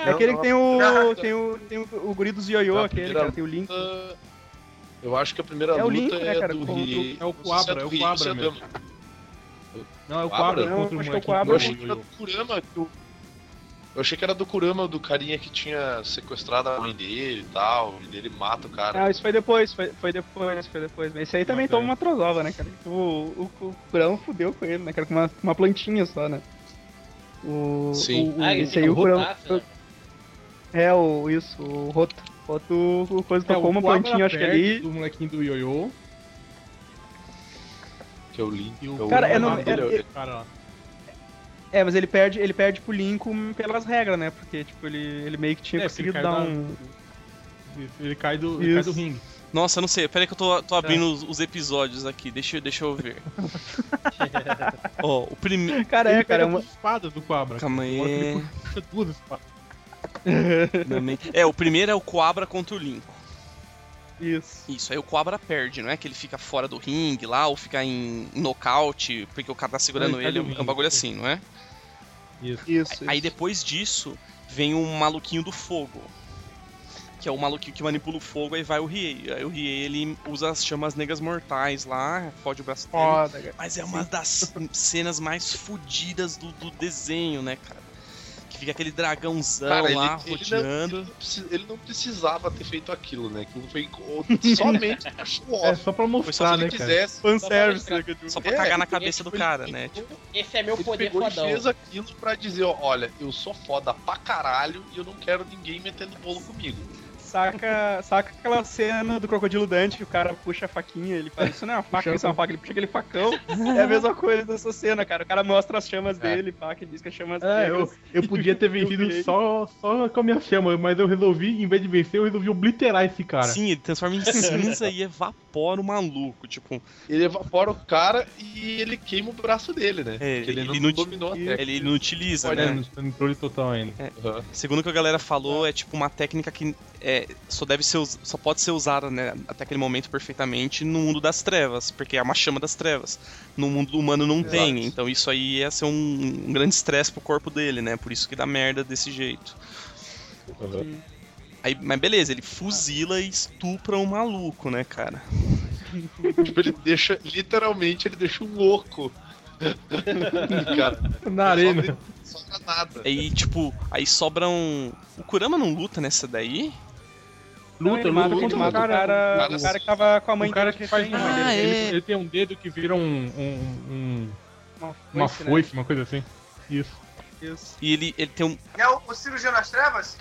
Speaker 5: É aquele que tem o.
Speaker 2: não.
Speaker 5: Tem o. Tem o, o guri dos ioiô,
Speaker 3: Na
Speaker 5: aquele,
Speaker 3: primeira
Speaker 5: cara. Tem o Link.
Speaker 3: luta- Ah, Eu acho que a primeira
Speaker 5: É o
Speaker 3: luta
Speaker 5: Link, né,
Speaker 3: é
Speaker 5: cara,
Speaker 3: do
Speaker 5: contra o-
Speaker 3: Ri.
Speaker 8: é o
Speaker 3: não sei se
Speaker 8: Coabra,
Speaker 3: do
Speaker 8: é o
Speaker 3: Ri,
Speaker 8: Coabra
Speaker 3: se do-
Speaker 8: mesmo. Não, é o
Speaker 3: Coabra?
Speaker 8: Quabra
Speaker 5: Não,
Speaker 8: contra o
Speaker 5: acho que é o
Speaker 8: moleque.
Speaker 5: Quabra.
Speaker 3: Eu
Speaker 8: do
Speaker 3: achei que era do
Speaker 8: Yu-Yu.
Speaker 3: Kurama. que o- Eu achei que era do Kurama, do carinha que tinha sequestrado a mãe dele e tal. E dele mata o cara.
Speaker 5: Ah, isso foi depois, foi, foi depois, foi depois. Mas esse aí também
Speaker 8: Ah,
Speaker 5: toma
Speaker 8: tá.
Speaker 5: uma trozova, né, cara? O, o, o Curão fudeu com ele, né, cara? Com uma, uma plantinha só, né? O,
Speaker 3: Sim.
Speaker 5: O, o,
Speaker 4: Ah, ele
Speaker 5: esse
Speaker 4: tem
Speaker 5: aí
Speaker 4: um
Speaker 5: o Curão.
Speaker 4: rotaço, né?
Speaker 5: É, o, isso, o Roto. Roto, o coisa
Speaker 8: É, o
Speaker 5: tocou uma
Speaker 8: Quabra
Speaker 5: plantinha, acho que
Speaker 8: perde
Speaker 5: ali.
Speaker 8: Do molequinho do Yoyo.
Speaker 3: Que eu li.
Speaker 8: E o-
Speaker 3: que eu-
Speaker 5: Ah, Cara, é
Speaker 3: eu-
Speaker 5: no-
Speaker 3: eu-
Speaker 8: Cara, ó.
Speaker 5: É, mas ele perde, ele perde pro Lincoln pelas regras, né? Porque, tipo, ele, ele meio que tinha
Speaker 8: É, porque ele
Speaker 5: conseguido
Speaker 8: caiu
Speaker 5: dar
Speaker 8: na-
Speaker 5: um.
Speaker 8: Isso, Ele cai do, ele cai
Speaker 5: Isso.
Speaker 8: do ringue.
Speaker 1: Nossa, eu não sei. Peraí que eu tô,
Speaker 5: Tá.
Speaker 1: tô abrindo os, os episódios aqui. Deixa, eu- deixa eu ver. Ó, o primeiro.
Speaker 5: Cara, é,
Speaker 8: ele
Speaker 5: cara, é
Speaker 8: pega
Speaker 5: uma...
Speaker 8: duas espadas do Quabra.
Speaker 1: Calma aí.
Speaker 8: Uma hora que ele puxa duas espadas.
Speaker 1: Também. É, o primeiro é o Coabra contra o Linko.
Speaker 5: Isso.
Speaker 1: Isso, aí o Coabra perde, não é que ele fica fora do ringue lá, ou fica em nocaute, porque o cara tá segurando
Speaker 8: Não, ele
Speaker 1: ele,
Speaker 8: cai do
Speaker 1: é um
Speaker 8: ringue,
Speaker 1: bagulho
Speaker 8: sim.
Speaker 1: assim, não é?
Speaker 8: Isso.
Speaker 5: Isso.
Speaker 1: Aí
Speaker 5: isso.
Speaker 1: depois disso, vem o maluquinho do fogo. Que é o maluquinho que manipula o fogo, aí vai o Riei. Aí o Riei, ele usa as chamas negras mortais lá, fode o braço dele.
Speaker 5: Foda, cara.
Speaker 1: Mas é uma das cenas mais fodidas do, do desenho, né, cara? Que fica aquele dragãozão
Speaker 3: Cara, ele,
Speaker 1: Então, lá,
Speaker 3: ele, não,
Speaker 1: rodeando.
Speaker 3: ele não preci- ele não precisava ter feito aquilo, né? Aquilo foi somente pra show
Speaker 8: É
Speaker 3: off.
Speaker 8: só pra
Speaker 3: Foi só
Speaker 8: mostrar,
Speaker 3: se ele
Speaker 8: né, cara?
Speaker 3: quisesse.
Speaker 5: Fanservice, né?
Speaker 1: Só pra
Speaker 3: É,
Speaker 1: cagar na
Speaker 3: ele-
Speaker 1: cabeça do
Speaker 3: ele-
Speaker 1: cara,
Speaker 3: ele-
Speaker 1: né?
Speaker 4: Esse é meu
Speaker 3: Ele
Speaker 4: poder
Speaker 3: pegou
Speaker 4: fodão.
Speaker 3: e fez aquilo pra dizer, ó, olha, eu sou foda pra caralho e eu não quero ninguém metendo bolo comigo.
Speaker 5: Saca, saca aquela cena do Crocodilo Dante que o cara puxa a faquinha, ele fala, isso não é uma faca, isso é uma faca, ele puxa aquele facão. É a mesma coisa dessa cena, cara. O cara mostra as chamas
Speaker 3: É.
Speaker 5: dele, pá, que diz que as chamas
Speaker 8: É, eu,
Speaker 5: negras-
Speaker 8: eu podia ter vencido
Speaker 5: vi.
Speaker 8: só, só com a minha chama, mas eu resolvi, em vez de vencer, eu resolvi obliterar esse cara.
Speaker 1: Sim, ele transforma em cinza e evapora o maluco. Tipo,
Speaker 3: Ele evapora o cara e ele queima o braço dele, né?
Speaker 1: É,
Speaker 3: Porque ele, não,
Speaker 1: ele não-
Speaker 3: dominou a técnica.
Speaker 1: ele, ele não utiliza,
Speaker 8: Olha,
Speaker 1: né?
Speaker 8: no controle total ainda.
Speaker 3: Aham.
Speaker 1: Segundo o que a galera falou, é tipo uma técnica que é, só deve ser us- só pode ser usada, né, até aquele momento perfeitamente no mundo das trevas, porque é uma chama das trevas. No mundo humano não tem, então isso aí ia ser um, um grande estresse pro corpo dele, né? Por isso que dá merda desse jeito.
Speaker 3: Uhum.
Speaker 1: Aí, mas beleza, ele fuzila e estupra o maluco, né, cara?
Speaker 3: Tipo, ele deixa, literalmente, ele deixa um oco. cara,
Speaker 8: Na arena.
Speaker 3: só pra nada.
Speaker 1: Aí, tipo, aí sobra um. O Kurama não luta nessa daí?
Speaker 5: Não, ele
Speaker 8: Luta,
Speaker 5: mata,
Speaker 8: luta
Speaker 5: ele
Speaker 8: contra
Speaker 5: mata
Speaker 8: um
Speaker 5: o cara,
Speaker 3: cara-
Speaker 5: o cara que tava com a mãe
Speaker 8: um cara
Speaker 5: dele
Speaker 8: que faz.
Speaker 5: refém, né?
Speaker 1: Ah,
Speaker 8: ele,
Speaker 1: é.
Speaker 8: ele tem um dedo que vira um. um- um-
Speaker 5: Uma
Speaker 8: uma
Speaker 5: foice, né?
Speaker 8: foice, uma coisa assim. Isso.
Speaker 5: Isso.
Speaker 1: E ele, ele tem um.
Speaker 2: É o, o cirurgião nas trevas?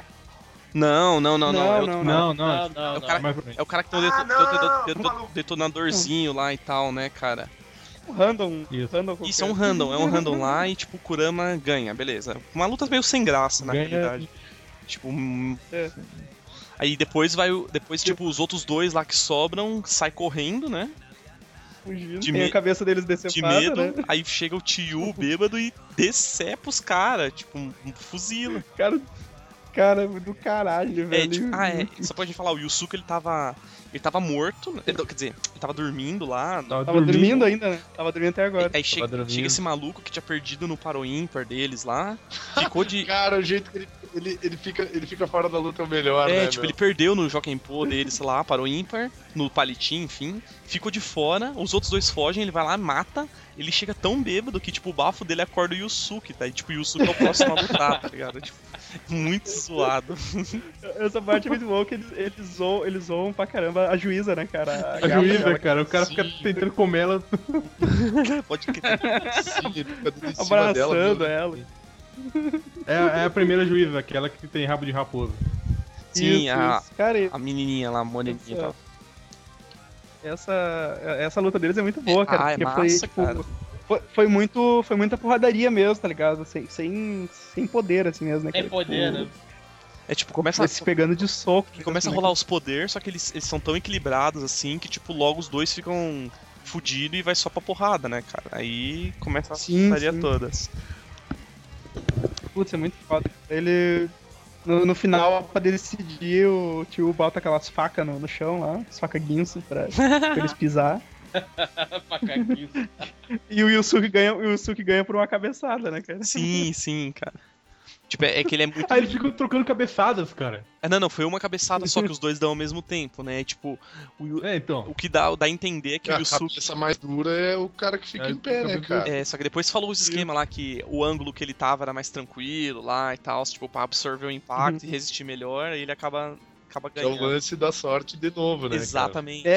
Speaker 1: Não, não, não, não.
Speaker 5: Não,
Speaker 1: é o-
Speaker 5: não,
Speaker 8: Não, não,
Speaker 4: Não,
Speaker 8: é
Speaker 4: não,
Speaker 1: o
Speaker 4: não.
Speaker 1: cara-
Speaker 8: mais pra frente.
Speaker 1: É o cara que tem o
Speaker 2: Ah, não,
Speaker 1: deto- deto-
Speaker 2: não, não,
Speaker 1: deto-
Speaker 2: maluco.
Speaker 1: detonadorzinho lá e tal, né, cara?
Speaker 5: um random.
Speaker 8: Isso.
Speaker 5: random
Speaker 1: Isso é
Speaker 5: qualquer.
Speaker 1: um random, é um random lá e tipo, o Kurama ganha, beleza. Uma luta meio sem graça, na
Speaker 8: Ganha-
Speaker 1: realidade. Tipo. hum,
Speaker 5: É.
Speaker 1: Aí depois vai. o- Depois, tipo, os outros dois lá que sobram sai correndo, né?
Speaker 5: Fugindo.
Speaker 1: de
Speaker 5: Tem
Speaker 1: me-
Speaker 5: a cabeça deles
Speaker 1: De
Speaker 5: decepada,
Speaker 1: medo.
Speaker 5: né?
Speaker 1: Aí chega o Tio bêbado e decepa os caras, tipo, um- fuzila.
Speaker 5: Cara, cara do caralho,
Speaker 1: É,
Speaker 5: velho.
Speaker 1: tipo, ah, é. Só pode falar, o Yusuke ele tava. Ele tava morto, né? Ele- quer dizer, ele tava dormindo lá.
Speaker 5: Tava dormindo ainda, né? Tava dormindo até agora.
Speaker 1: Aí chega,
Speaker 8: dormindo.
Speaker 1: chega esse maluco que tinha perdido no paro ímpar deles lá. Ficou de.
Speaker 3: Cara, o jeito que ele, ele, ele, fica, ele fica fora da luta é o melhor,
Speaker 1: É,
Speaker 3: né,
Speaker 1: tipo,
Speaker 3: meu?
Speaker 1: ele perdeu no Joaquim Pô dele, sei lá, parou ímpar, no palitinho, enfim. Ficou de fora, os outros dois fogem, ele vai lá, mata. Ele chega tão bêbado que, tipo, o bafo dele acorda o Yusuke, tá? E, tipo, o Yusuke é o próximo a lutar, tá ligado? Tipo, muito zoado.
Speaker 5: Essa parte é muito boa que eles, eles, zoam, eles zoam pra caramba a juíza, né, cara?
Speaker 8: A juíza, cara, o cara
Speaker 3: Sim.
Speaker 8: fica tentando comer ela.
Speaker 1: Pode crer.
Speaker 3: Sim, ele fica dando em cima dela,
Speaker 5: Abraçando
Speaker 3: meu.
Speaker 5: ela.
Speaker 8: É, é a primeira juíza, aquela que tem rabo de raposa.
Speaker 1: Sim, a,
Speaker 5: isso. Cara,
Speaker 1: a menininha lá, a moreninha. tá?
Speaker 5: essa, essa luta deles é muito boa, cara.
Speaker 1: Ah, é
Speaker 5: porque
Speaker 1: massa,
Speaker 5: foi, tipo,
Speaker 1: cara.
Speaker 5: Foi, foi muito, foi muita porradaria mesmo, tá ligado? Sem, sem, sem poder, assim mesmo, né?
Speaker 4: Tem
Speaker 5: cara?
Speaker 4: poder,
Speaker 5: Tipo,
Speaker 4: né?
Speaker 1: É tipo, começa,
Speaker 5: Eles se pegando de soco.
Speaker 1: começa a rolar os poderes, só que eles, eles são tão equilibrados assim que, tipo, logo os dois ficam fudidos e vai só pra porrada, né, cara? Aí começa a
Speaker 5: Sim,
Speaker 1: putaria
Speaker 5: sim.
Speaker 1: todas.
Speaker 5: Putz, é muito foda. Ele. No, no final, pra decidir, o tio bota aquelas facas no, no chão lá, as facas guinso pra, pra eles pisar.
Speaker 4: Facaquinho.
Speaker 5: E o Yusuke ganha, o Yusuke ganha por uma cabeçada, né, cara?
Speaker 1: Sim, sim, cara. Tipo, é, é que ele é muito.
Speaker 8: Aí eles ficam trocando cabeçadas, cara.
Speaker 1: Ah, Não, não, foi uma cabeçada só que os dois dão ao mesmo tempo, né? E, Tipo, o, Yu-
Speaker 8: É, então.
Speaker 1: o que dá, dá a entender é que o
Speaker 3: A
Speaker 1: Yusuke.
Speaker 3: cabeça mais dura é o cara que fica
Speaker 8: É,
Speaker 3: em pé, né,
Speaker 8: cabeça-
Speaker 3: cara?
Speaker 1: É, só que depois falou os esquema lá que o ângulo que ele tava era mais tranquilo lá e tal, tipo, pra absorver o impacto
Speaker 5: Uhum.
Speaker 1: e resistir melhor, aí ele acaba, acaba
Speaker 3: Que é o
Speaker 1: ganhando.
Speaker 3: lance da sorte de novo, né? cara?
Speaker 1: Exatamente.
Speaker 5: É,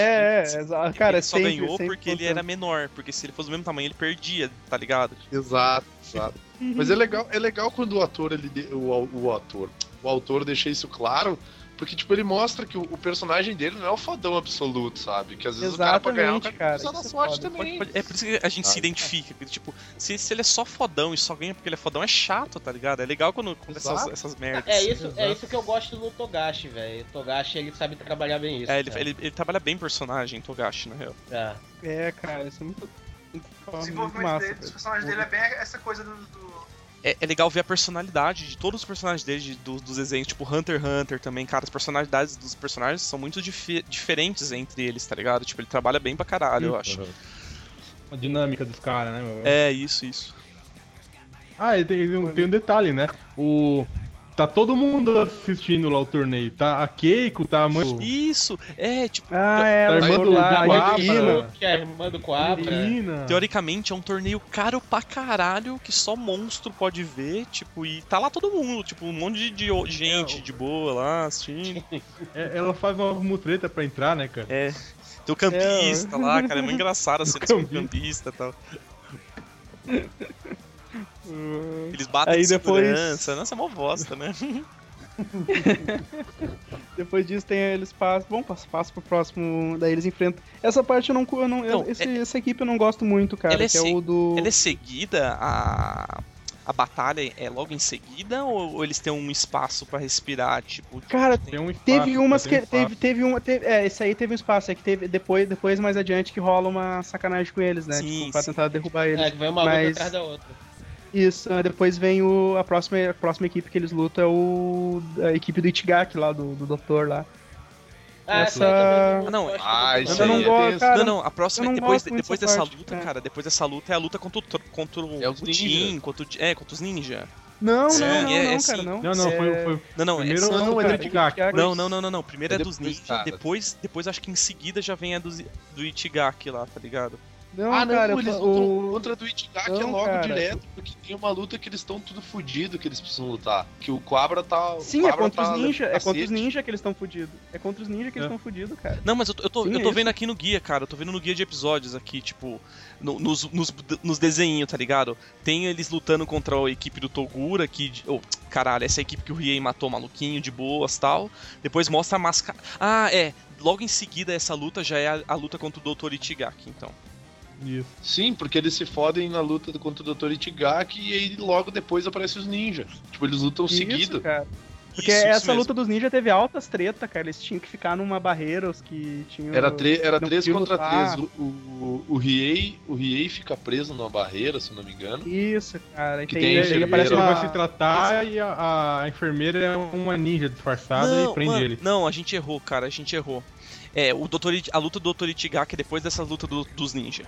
Speaker 5: é,
Speaker 1: Ele-
Speaker 5: exa- cara,
Speaker 1: ele só
Speaker 5: sempre,
Speaker 1: ganhou
Speaker 5: sempre
Speaker 1: porque ele
Speaker 5: funciona.
Speaker 1: era menor, porque se ele fosse do mesmo tamanho ele perdia, tá ligado?
Speaker 3: Exato, exato. Mas é
Speaker 5: Uhum.
Speaker 3: legal, é legal quando o ator, ele, de- o, au- o ator, o autor deixa isso claro, porque, tipo, ele mostra que o, o personagem dele não é o fodão absoluto, sabe? Que às vezes o cara pra ganhar, o cara,
Speaker 5: Exatamente, cara,
Speaker 3: precisa da
Speaker 5: isso é
Speaker 3: sorte
Speaker 5: foda.
Speaker 3: também.
Speaker 1: Pode- É por isso que a gente se
Speaker 3: Ah.
Speaker 1: identifica. porque, tipo, se, se ele é só fodão e só ganha porque ele é fodão, é chato, tá ligado? É legal quando acontece essas,
Speaker 3: Exato.
Speaker 1: essas merdas.
Speaker 4: É isso, é isso que eu gosto do Togashi, velho. Togashi, ele sabe trabalhar bem isso. né?
Speaker 1: É, ele,
Speaker 4: cara.
Speaker 1: ele, ele trabalha bem personagem, Togashi, na real.
Speaker 4: É.
Speaker 5: É, cara, isso é muito. muito
Speaker 2: O
Speaker 5: foda, Ah, muito
Speaker 2: desenvolvimento
Speaker 5: massa.
Speaker 2: dele,
Speaker 5: velho.
Speaker 2: os personagens dele é bem essa coisa do. do-
Speaker 1: É, é legal ver a personalidade de todos os personagens dele, de- do- dos desenhos, tipo Hunter x Hunter também, cara. As personalidades dos personagens são muito dife- diferentes entre eles, tá ligado? Tipo, ele trabalha bem pra caralho, eu acho.
Speaker 8: A dinâmica dos caras, né, meu?
Speaker 1: É, isso, isso.
Speaker 8: Ah, e tem, tem um- tem um detalhe, né? O. Tá todo mundo assistindo lá o torneio. Tá a Keiko, tá a mãe. do-
Speaker 1: Isso! É, tipo,
Speaker 5: Ah, é, ela
Speaker 8: irmã
Speaker 5: foi
Speaker 8: do-
Speaker 5: lá,
Speaker 8: do
Speaker 5: a
Speaker 8: Guapa.
Speaker 5: Regina.
Speaker 4: Que é a irmã do Coabra.
Speaker 8: Menina.
Speaker 5: Ah.
Speaker 1: teoricamente Ah, é um torneio caro pra caralho que só monstro pode ver, tipo, e tá lá todo mundo, tipo, um monte de,
Speaker 5: É,
Speaker 1: de gente de boa lá assistindo.
Speaker 8: É, ela faz uma mutreta pra entrar, né, cara?
Speaker 1: É. Tem o campista lá, cara, é muito engraçado assim, o campista e tal.
Speaker 5: Hum,
Speaker 1: Eles batem
Speaker 5: Aí
Speaker 1: de
Speaker 5: depois-
Speaker 1: segurança. Nossa, é mó bosta, né?
Speaker 5: Depois disso tem eles passam. Bom, passa, passa pro próximo. Daí eles enfrentam. Essa parte eu não. cu- Eu não, eu-
Speaker 1: Não,
Speaker 5: esse- essa equipe eu não gosto muito, cara.
Speaker 1: Ela é
Speaker 5: que é
Speaker 1: se-
Speaker 5: o do.
Speaker 1: Ela é seguida, a, a batalha é logo em seguida, ou, ou eles têm um espaço pra respirar, tipo...
Speaker 5: Cara,
Speaker 1: tem-
Speaker 8: Tem um
Speaker 5: Teve
Speaker 8: espaço,
Speaker 5: umas
Speaker 8: tem
Speaker 5: que.
Speaker 8: um espaço.
Speaker 5: Teve, teve uma. teve- é, esse aí teve um espaço, é que teve. Depois, depois mais adiante que rola uma sacanagem com eles, né?
Speaker 1: Sim,
Speaker 5: tipo, pra
Speaker 1: sim.
Speaker 5: tentar derrubar eles.
Speaker 4: É, que vem uma luta
Speaker 5: Mas-
Speaker 4: atrás da outra.
Speaker 5: Isso, aí depois vem o, a, próxima, a próxima equipe que eles lutam é o, a equipe do Itigaki lá, do, do doutor lá.
Speaker 4: Ah,
Speaker 5: Essa-
Speaker 4: essa aí também
Speaker 1: Não,
Speaker 4: gosto
Speaker 3: Ah,
Speaker 4: muito,
Speaker 3: isso
Speaker 5: eu
Speaker 3: aí
Speaker 5: não
Speaker 3: é
Speaker 5: gosto,
Speaker 3: tenso.
Speaker 5: cara.
Speaker 1: não, não, a próxima,
Speaker 5: eu não
Speaker 1: depois,
Speaker 5: gosto muito
Speaker 1: depois
Speaker 5: dessa
Speaker 1: dessa
Speaker 5: parte,
Speaker 1: luta,
Speaker 5: é.
Speaker 1: cara, depois dessa luta é a luta contra o, tro- contra o,
Speaker 3: É os
Speaker 1: o
Speaker 3: ninja.
Speaker 1: Jin, contra o, é, contra os ninja.
Speaker 5: Não,
Speaker 1: Sim,
Speaker 5: não, não,
Speaker 1: é-
Speaker 5: não,
Speaker 1: é
Speaker 5: cara,
Speaker 1: sim.
Speaker 5: não.
Speaker 8: Não, não,
Speaker 5: É-
Speaker 8: foi, foi
Speaker 1: Não, não, é-
Speaker 8: primeiro
Speaker 5: não,
Speaker 8: o
Speaker 5: cara,
Speaker 8: Fred Gak.
Speaker 5: Itigaki.
Speaker 1: Não, não, não, não, não. Primeiro é,
Speaker 3: É
Speaker 1: dos
Speaker 3: depois,
Speaker 1: ninja,
Speaker 3: cara.
Speaker 1: depois, depois acho que em seguida já vem a do, do Itigaki lá, tá ligado?
Speaker 5: Não,
Speaker 3: ah, não,
Speaker 5: cara,
Speaker 3: eles
Speaker 5: eu-
Speaker 3: lutam
Speaker 5: o...
Speaker 3: contra do Itigaki é
Speaker 5: Não,
Speaker 3: logo
Speaker 5: cara.
Speaker 3: direto, porque tem uma luta que eles estão tudo fudido que eles precisam lutar. Que o Quabra tá. o
Speaker 5: Sim, é
Speaker 3: Quabra
Speaker 5: contra
Speaker 3: tá
Speaker 5: os ninja, é
Speaker 3: cacete.
Speaker 5: contra os ninja que eles estão fudidos. É contra os ninja que eles
Speaker 8: É.
Speaker 5: estão fudidos, cara.
Speaker 1: Não, mas eu, tô- eu tô,
Speaker 5: Sim,
Speaker 1: eu
Speaker 5: é
Speaker 1: tô
Speaker 5: isso.
Speaker 1: vendo aqui no guia, cara. Eu tô vendo no guia de episódios aqui, tipo, no- nos, nos, nos desenhinhos, tá ligado? Tem eles lutando contra a equipe do Togura, que. de- Oh, caralho, essa é a equipe que o Riei matou maluquinho, de boas tal. Depois mostra a máscara. Ah, é. Logo em seguida, essa luta já é a, a luta contra o Dr. Itigaki, então.
Speaker 8: Isso.
Speaker 3: Sim, porque eles se fodem na luta contra o Dr. Itigaki e aí logo depois aparecem os ninjas. Tipo, eles lutam seguido.
Speaker 5: Isso, cara. Porque
Speaker 1: Isso, isso
Speaker 5: essa
Speaker 1: mesmo.
Speaker 5: luta dos ninjas teve altas treta, cara. Eles tinham que ficar numa barreira, os que tinham.
Speaker 3: Era, tre- era
Speaker 5: Não
Speaker 3: 3
Speaker 5: podia
Speaker 3: contra
Speaker 5: lutar.
Speaker 3: 3. O, o, o, Riei, o Riei fica preso numa barreira, se eu não me engano.
Speaker 5: Isso, cara. E
Speaker 3: um Que
Speaker 5: tem,
Speaker 3: tem
Speaker 5: ele
Speaker 3: enfermeira.
Speaker 5: aparece
Speaker 8: Ele
Speaker 5: uma...
Speaker 8: vai se tratar e a, a enfermeira é uma ninja disfarçada e prende
Speaker 1: mano,
Speaker 8: ele.
Speaker 1: não, a gente errou, cara, a gente errou. É, o Dr. It- a luta do Dr. Itigaki é depois dessa luta do- dos ninja.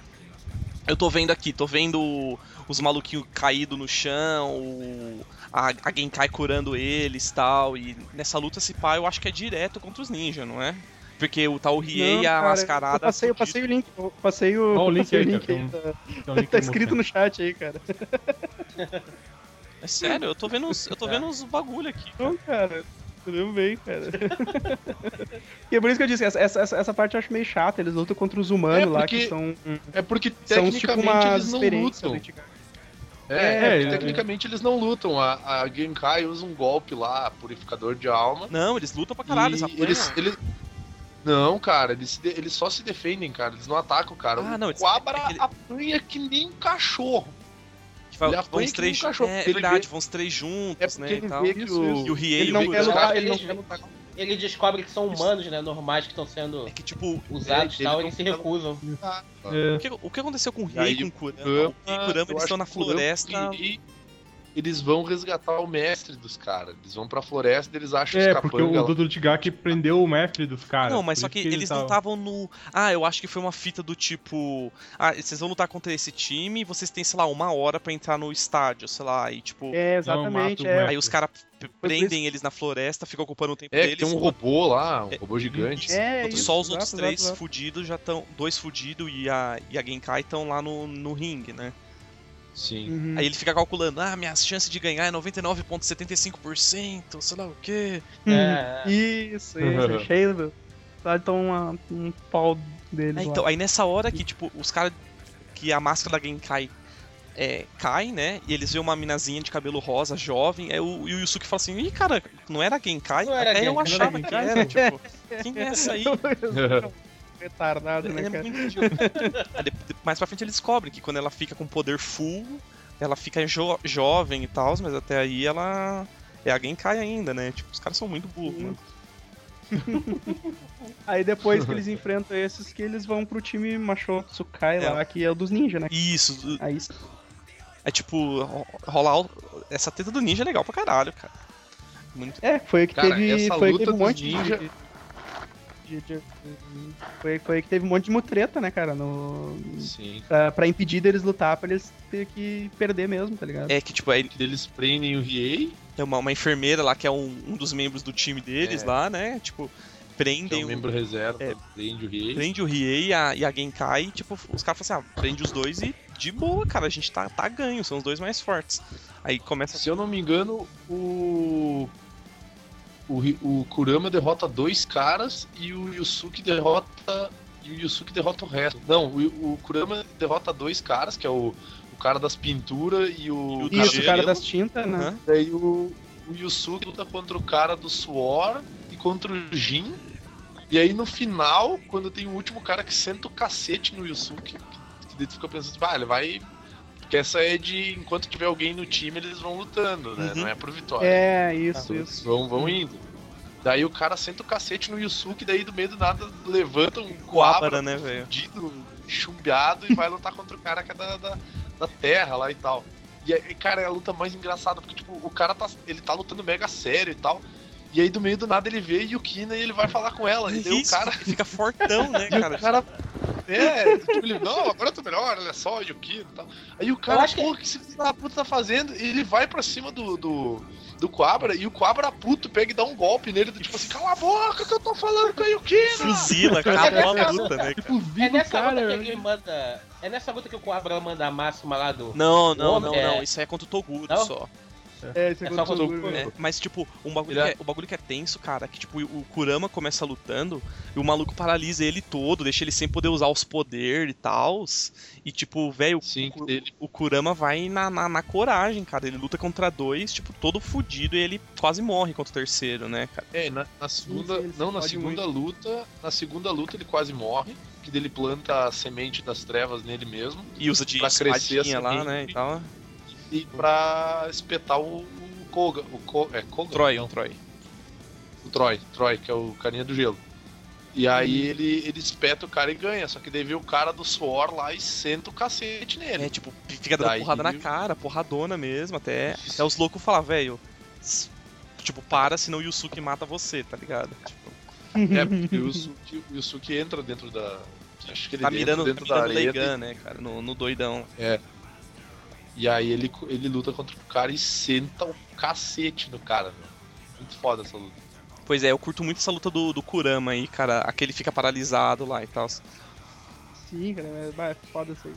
Speaker 1: Eu tô vendo aqui, tô vendo os maluquinhos caídos no chão, o- a, a Genkai curando eles e tal. E nessa luta, esse pá, eu acho que é direto contra os ninja, não é? Porque o tal Rie
Speaker 5: Não,
Speaker 1: e a
Speaker 5: cara,
Speaker 1: mascarada.
Speaker 5: Eu passei, eu passei o link. Eu passei o,
Speaker 8: Ó, o link
Speaker 5: passei
Speaker 8: aí, cara,
Speaker 5: tá-
Speaker 8: Então,
Speaker 5: tá, escrito no chat aí, cara.
Speaker 1: É sério, eu tô vendo uns, eu tô
Speaker 3: É.
Speaker 1: vendo uns bagulho aqui.
Speaker 5: Então, cara. Tudo bem, cara. e é por isso que eu disse, essa, essa, essa parte eu acho meio chata. Eles lutam contra os humanos
Speaker 3: É,
Speaker 5: lá,
Speaker 3: porque
Speaker 5: que são,
Speaker 3: É porque
Speaker 5: são
Speaker 3: tecnicamente
Speaker 5: tipo umas
Speaker 3: eles não
Speaker 5: experiências
Speaker 3: lutam.
Speaker 5: do Itigaki.
Speaker 3: É,
Speaker 8: É,
Speaker 3: porque
Speaker 8: é.
Speaker 3: tecnicamente eles não lutam. A, a Genkai usa um golpe lá, purificador de alma.
Speaker 1: Não, eles lutam pra caralho, eles
Speaker 3: E
Speaker 1: apanham.
Speaker 3: eles, eles- Não, cara, eles, se de- eles só se defendem, cara. Eles não atacam, cara.
Speaker 1: Ah, não,
Speaker 3: o
Speaker 1: eles-
Speaker 3: Quabra
Speaker 1: é que ele-
Speaker 3: apanha que nem um cachorro.
Speaker 1: Que vai-
Speaker 3: ele
Speaker 1: vão
Speaker 3: apanha
Speaker 1: os
Speaker 3: que
Speaker 1: três
Speaker 3: nem um cachorro,
Speaker 1: É
Speaker 3: porque ele
Speaker 1: verdade,
Speaker 3: vê-
Speaker 1: vão os três
Speaker 3: É
Speaker 1: juntos,
Speaker 3: porque
Speaker 1: né?
Speaker 3: ele
Speaker 1: E, tal.
Speaker 3: vê que o...
Speaker 1: e o Rie
Speaker 3: ele
Speaker 1: e
Speaker 3: não
Speaker 1: o
Speaker 3: quer lutar,
Speaker 1: Itigaki-
Speaker 3: ele não
Speaker 4: eles-
Speaker 3: quer lutar. com-
Speaker 4: Ele descobre que são humanos, né? Normais que estão sendo
Speaker 1: É que, tipo,
Speaker 4: usados e
Speaker 3: Ele-
Speaker 4: tal,
Speaker 3: ele
Speaker 4: eles se
Speaker 3: não-
Speaker 4: recusam.
Speaker 8: É,
Speaker 1: O que, o que aconteceu com o
Speaker 3: Aí
Speaker 1: Rei e com o Kurama?
Speaker 3: Kurama,
Speaker 1: o Rei e o Kurama
Speaker 3: eu
Speaker 1: eles
Speaker 3: acho
Speaker 1: estão na
Speaker 3: que o Kurama
Speaker 1: floresta.
Speaker 3: E eles vão resgatar o mestre dos caras. Eles vão pra floresta, eles acham os
Speaker 8: é porque
Speaker 3: capanga
Speaker 8: o
Speaker 3: lá.
Speaker 8: Dudu Tigaki prendeu o mestre dos caras.
Speaker 1: Não, mas
Speaker 8: por
Speaker 1: só
Speaker 8: isso tá
Speaker 1: que eles não tá
Speaker 8: tavam-
Speaker 1: estavam no. Ah, eu acho que foi uma fita do tipo. Ah, vocês vão lutar contra esse time e vocês têm, sei lá, uma hora pra entrar no estádio, sei lá. E tipo.
Speaker 5: É, exatamente.
Speaker 8: Não,
Speaker 5: é.
Speaker 8: mata
Speaker 1: Aí os caras p-
Speaker 5: por isso-
Speaker 1: prendem eles na floresta, ficam ocupando o tempo
Speaker 3: É, que
Speaker 1: deles.
Speaker 3: tem um robô lá, um
Speaker 1: É.
Speaker 3: robô gigante.
Speaker 5: É,
Speaker 1: enquanto
Speaker 5: isso,
Speaker 1: só os
Speaker 5: exato,
Speaker 1: outros
Speaker 5: exato,
Speaker 1: três
Speaker 5: exato.
Speaker 1: fudidos já estão. Dois fudidos e a, e a Genkai estão lá no, no ringue, né?
Speaker 3: Sim.
Speaker 5: Uhum.
Speaker 1: Aí ele fica calculando: ah, minhas chances de ganhar é 99,75%, sei lá o quê.
Speaker 4: É, é.
Speaker 5: Isso, isso, é cheio do. Lá então uma- um pau deles.
Speaker 1: É,
Speaker 5: lá.
Speaker 1: então, aí nessa hora que, tipo, os caras. Que a máscara da Genkai é, cai, né? E eles veem uma minazinha de cabelo rosa, jovem. Aí o, e o Yusuke fala assim: ih, cara, não era a Genkai?
Speaker 4: Não era a
Speaker 1: Até eu
Speaker 4: Genkai, não era
Speaker 1: achava
Speaker 4: a
Speaker 1: que era. Tipo, quem é essa aí?
Speaker 5: Retardado,
Speaker 1: Ele
Speaker 5: né,
Speaker 1: é
Speaker 5: cara?
Speaker 1: muito idiota. Aí de- de- Mais pra frente eles descobrem que quando ela fica com poder full, ela fica jo- jovem e tal, mas até aí ela. É a Genkai ainda, né? Tipo, os caras são muito burros, mano.
Speaker 5: Aí depois que eles enfrentam esses, que eles vão pro time Macho Tsukai
Speaker 1: É.
Speaker 5: lá, que é o dos ninja, né?
Speaker 1: Isso,
Speaker 5: Aí
Speaker 1: é tipo, ro- rolar. o- Essa teta do ninja é legal pra caralho, cara.
Speaker 5: é, foi que
Speaker 3: Cara,
Speaker 5: teve.
Speaker 3: essa
Speaker 5: Foi que
Speaker 3: luta
Speaker 5: teve um
Speaker 3: dos
Speaker 5: monte de-
Speaker 3: ninja-
Speaker 5: de- de- de- foi, foi que teve um monte de mutreta, né, cara? No,
Speaker 3: Sim.
Speaker 5: Ah, pra, pra impedir deles lutar, pra eles ter que perder mesmo, tá ligado?
Speaker 1: É que, tipo, aí
Speaker 3: Que Eles prendem o Riei, é um
Speaker 1: Tem É uma, uma enfermeira lá que é um, um dos membros do time deles
Speaker 3: É.
Speaker 1: lá, né? Tipo,
Speaker 3: que é
Speaker 1: prendem
Speaker 3: um
Speaker 1: o-
Speaker 3: membro reserva,
Speaker 1: é.
Speaker 3: prende o Riei.
Speaker 1: prende o Riei e a, e a Genkai, e, tipo, os caras falam assim, ah, prende os dois e de boa, cara, a gente tá, tá ganho, são os dois mais fortes. Aí começa.
Speaker 3: Se eu não me engano, o. O, Ri- o Kurama derrota dois caras e o Yusuke derrota. E o Yusuke derrota o resto. Não, o, o Kurama derrota dois caras, que é o, o cara das pinturas e o.
Speaker 1: E o
Speaker 5: Isso, o cara
Speaker 3: cabelo.
Speaker 5: das tintas, né?
Speaker 1: Aham.
Speaker 3: Daí o, o Yusuke luta contra o cara do suor e contra o Jin. E aí no final, quando tem o último cara que senta o cacete no Yusuke, que, que daí tu fica pensando, bah, ele vai. Porque essa é de enquanto tiver alguém no time, eles vão lutando, né?
Speaker 1: Uhum.
Speaker 3: Não é por vitória.
Speaker 5: É, isso,
Speaker 3: Então,
Speaker 5: isso.
Speaker 3: eles Vão, vão indo. Daí o cara senta o cacete no Yusuke, daí do meio do nada levanta um
Speaker 1: Coabra,
Speaker 3: quabra
Speaker 1: né, velho?
Speaker 3: fudido, chumbeado e vai lutar contra o cara que é da, da, da terra lá e tal. E, aí, cara, é a luta mais engraçada, porque, tipo, o cara tá, ele tá lutando mega sério e tal. E aí, do meio do nada, ele vê a Yukina e ele vai falar com ela. E daí o
Speaker 1: Isso,
Speaker 3: cara.
Speaker 1: Fica fortão, né, cara?
Speaker 3: O cara. É, tipo, ele, não, agora eu tô melhor, olha só, Yukina e tal. Aí o cara,
Speaker 4: acho que-
Speaker 3: pô, o que esse filho da puta tá fazendo? E ele vai pra cima do. do... Do Quabra, e o Quabra puto pega e dá um golpe nele, do tipo assim, cala a boca que eu tô falando com a Yukina!
Speaker 1: Fuzila, acabou a luta, né, cara?
Speaker 8: Inclusive,
Speaker 4: É nessa luta que
Speaker 8: cara.
Speaker 4: ele manda. É nessa luta que o Coabra manda a máxima lá do.
Speaker 1: Não, não,
Speaker 4: Homem,
Speaker 1: não,
Speaker 4: é.
Speaker 1: não. Isso aí é contra o Toguro
Speaker 4: Não?
Speaker 1: só.
Speaker 5: É, esse
Speaker 4: É
Speaker 5: é
Speaker 4: só quando-
Speaker 5: Toguro,
Speaker 1: É, mas, tipo, um bagulho,
Speaker 3: Ele
Speaker 1: que é, o bagulho que é tenso, cara, que, tipo, o Kurama começa lutando e o maluco paralisa ele todo, deixa ele sem poder usar os poderes e tal. E, tipo, velho,
Speaker 3: Sim,
Speaker 1: o-
Speaker 3: que ele
Speaker 1: o Kurama vai na, na, na coragem, cara. Ele luta contra dois, tipo, todo fudido e ele quase morre contra o terceiro, né, cara?
Speaker 3: É, na, na segunda.
Speaker 5: Sim, sim,
Speaker 3: não, na
Speaker 5: pode
Speaker 3: segunda luta. Na segunda luta ele quase morre. Que dele planta a semente das trevas nele mesmo.
Speaker 1: E usa de
Speaker 3: Pra crescer assim. a
Speaker 1: espadinha lá,
Speaker 3: semente.
Speaker 1: né, e tal.
Speaker 3: E pra espetar o, o Koga. O Ko- é, Koga?
Speaker 1: Troy, um Troy.
Speaker 3: O Troy, Troy, que é o carinha do gelo. E aí
Speaker 5: Uhum.
Speaker 3: ele, ele espeta o cara e ganha. Só que daí vem o cara do suor lá e senta o cacete nele.
Speaker 1: É, tipo, fica dando
Speaker 3: Daí-
Speaker 1: porrada na cara, porradona mesmo, até, até os loucos falar, velho, s- tipo, para, senão o Yusuke mata você, tá ligado? Tipo,
Speaker 3: É, porque o Yusuke, o Yusuke entra dentro da. Acho que ele
Speaker 1: tá
Speaker 3: entra
Speaker 1: mirando,
Speaker 3: dentro
Speaker 1: tá
Speaker 3: da
Speaker 1: mirando
Speaker 3: areia.
Speaker 1: Leigan, né, cara, no, no doidão.
Speaker 3: E aí ele, ele luta contra o cara e senta o cacete no cara, velho. Muito foda essa luta.
Speaker 1: Pois é, eu curto muito essa luta do, do Kurama aí, cara, aquele fica paralisado lá e tal.
Speaker 5: Sim, cara, é, bah, é foda isso aí.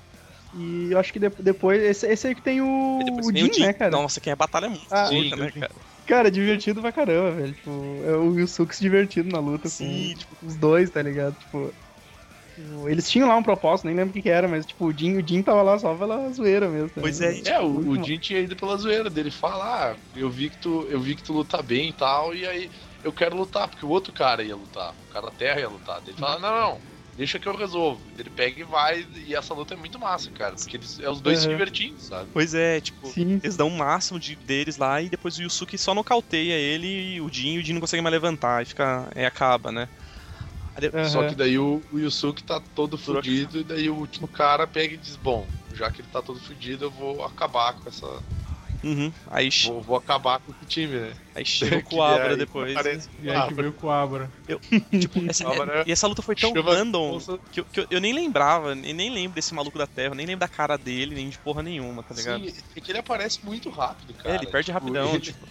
Speaker 5: E eu acho que de- depois. Esse, esse aí que tem o.
Speaker 1: Aí depois
Speaker 5: o
Speaker 1: vem
Speaker 5: Jin, né, cara?
Speaker 1: Nossa, quem é batalha é muito
Speaker 5: Ah,
Speaker 1: louca,
Speaker 3: sim,
Speaker 1: né, cara?
Speaker 5: Cara, é divertido pra caramba, velho. Tipo, é o Yusuke se divertindo na luta assim,
Speaker 1: Sim,
Speaker 5: com os dois, tá ligado? Tipo. o- Eles tinham lá um propósito, nem lembro o que, que era, mas tipo, o Jin, o Jin tava lá só pela zoeira mesmo. tá
Speaker 1: Pois
Speaker 5: ligado?
Speaker 1: é,
Speaker 3: É, o,
Speaker 5: Muito
Speaker 3: o
Speaker 5: bom.
Speaker 3: Jin tinha ido pela zoeira dele, fala, ah, eu vi que tu, eu vi que tu luta bem e tal, e aí eu quero lutar, porque o outro cara ia lutar, o cara da terra ia lutar. Daí Ele fala, não, não, deixa que eu resolvo. Ele pega e vai, e essa luta é muito massa, cara, porque eles, é os dois se
Speaker 5: Uhum.
Speaker 3: divertindo, sabe?
Speaker 1: Pois é, tipo,
Speaker 5: Sim.
Speaker 1: eles dão o máximo de, deles lá e depois o Yusuke só nocauteia ele e o Jin, e o Jin não consegue mais levantar, e fica. É, acaba, né?
Speaker 5: Aham.
Speaker 3: Só que daí o, o Yusuke tá todo fudido, e daí o último cara pega e diz, bom, já que ele tá todo fudido, eu vou acabar com essa.
Speaker 1: Uhum. Aí, che-
Speaker 3: Vou, vou acabar com o time, né?
Speaker 1: aí chega o
Speaker 3: Que é
Speaker 1: Coabra
Speaker 3: aí
Speaker 1: depois. né?
Speaker 3: Aparece
Speaker 8: E aí que veio com a Abra.
Speaker 1: Tipo, essa-
Speaker 3: Coabra.
Speaker 1: e essa luta foi tão
Speaker 3: Chama-
Speaker 1: random que, eu- que eu, eu nem lembrava, nem, nem lembro desse maluco da Terra, nem lembro da cara dele, nem de porra nenhuma, tá ligado?
Speaker 3: Sim, é que ele aparece muito rápido, cara.
Speaker 1: é, ele perde
Speaker 3: Tipo,
Speaker 1: rapidão.
Speaker 3: ele-
Speaker 1: tipo,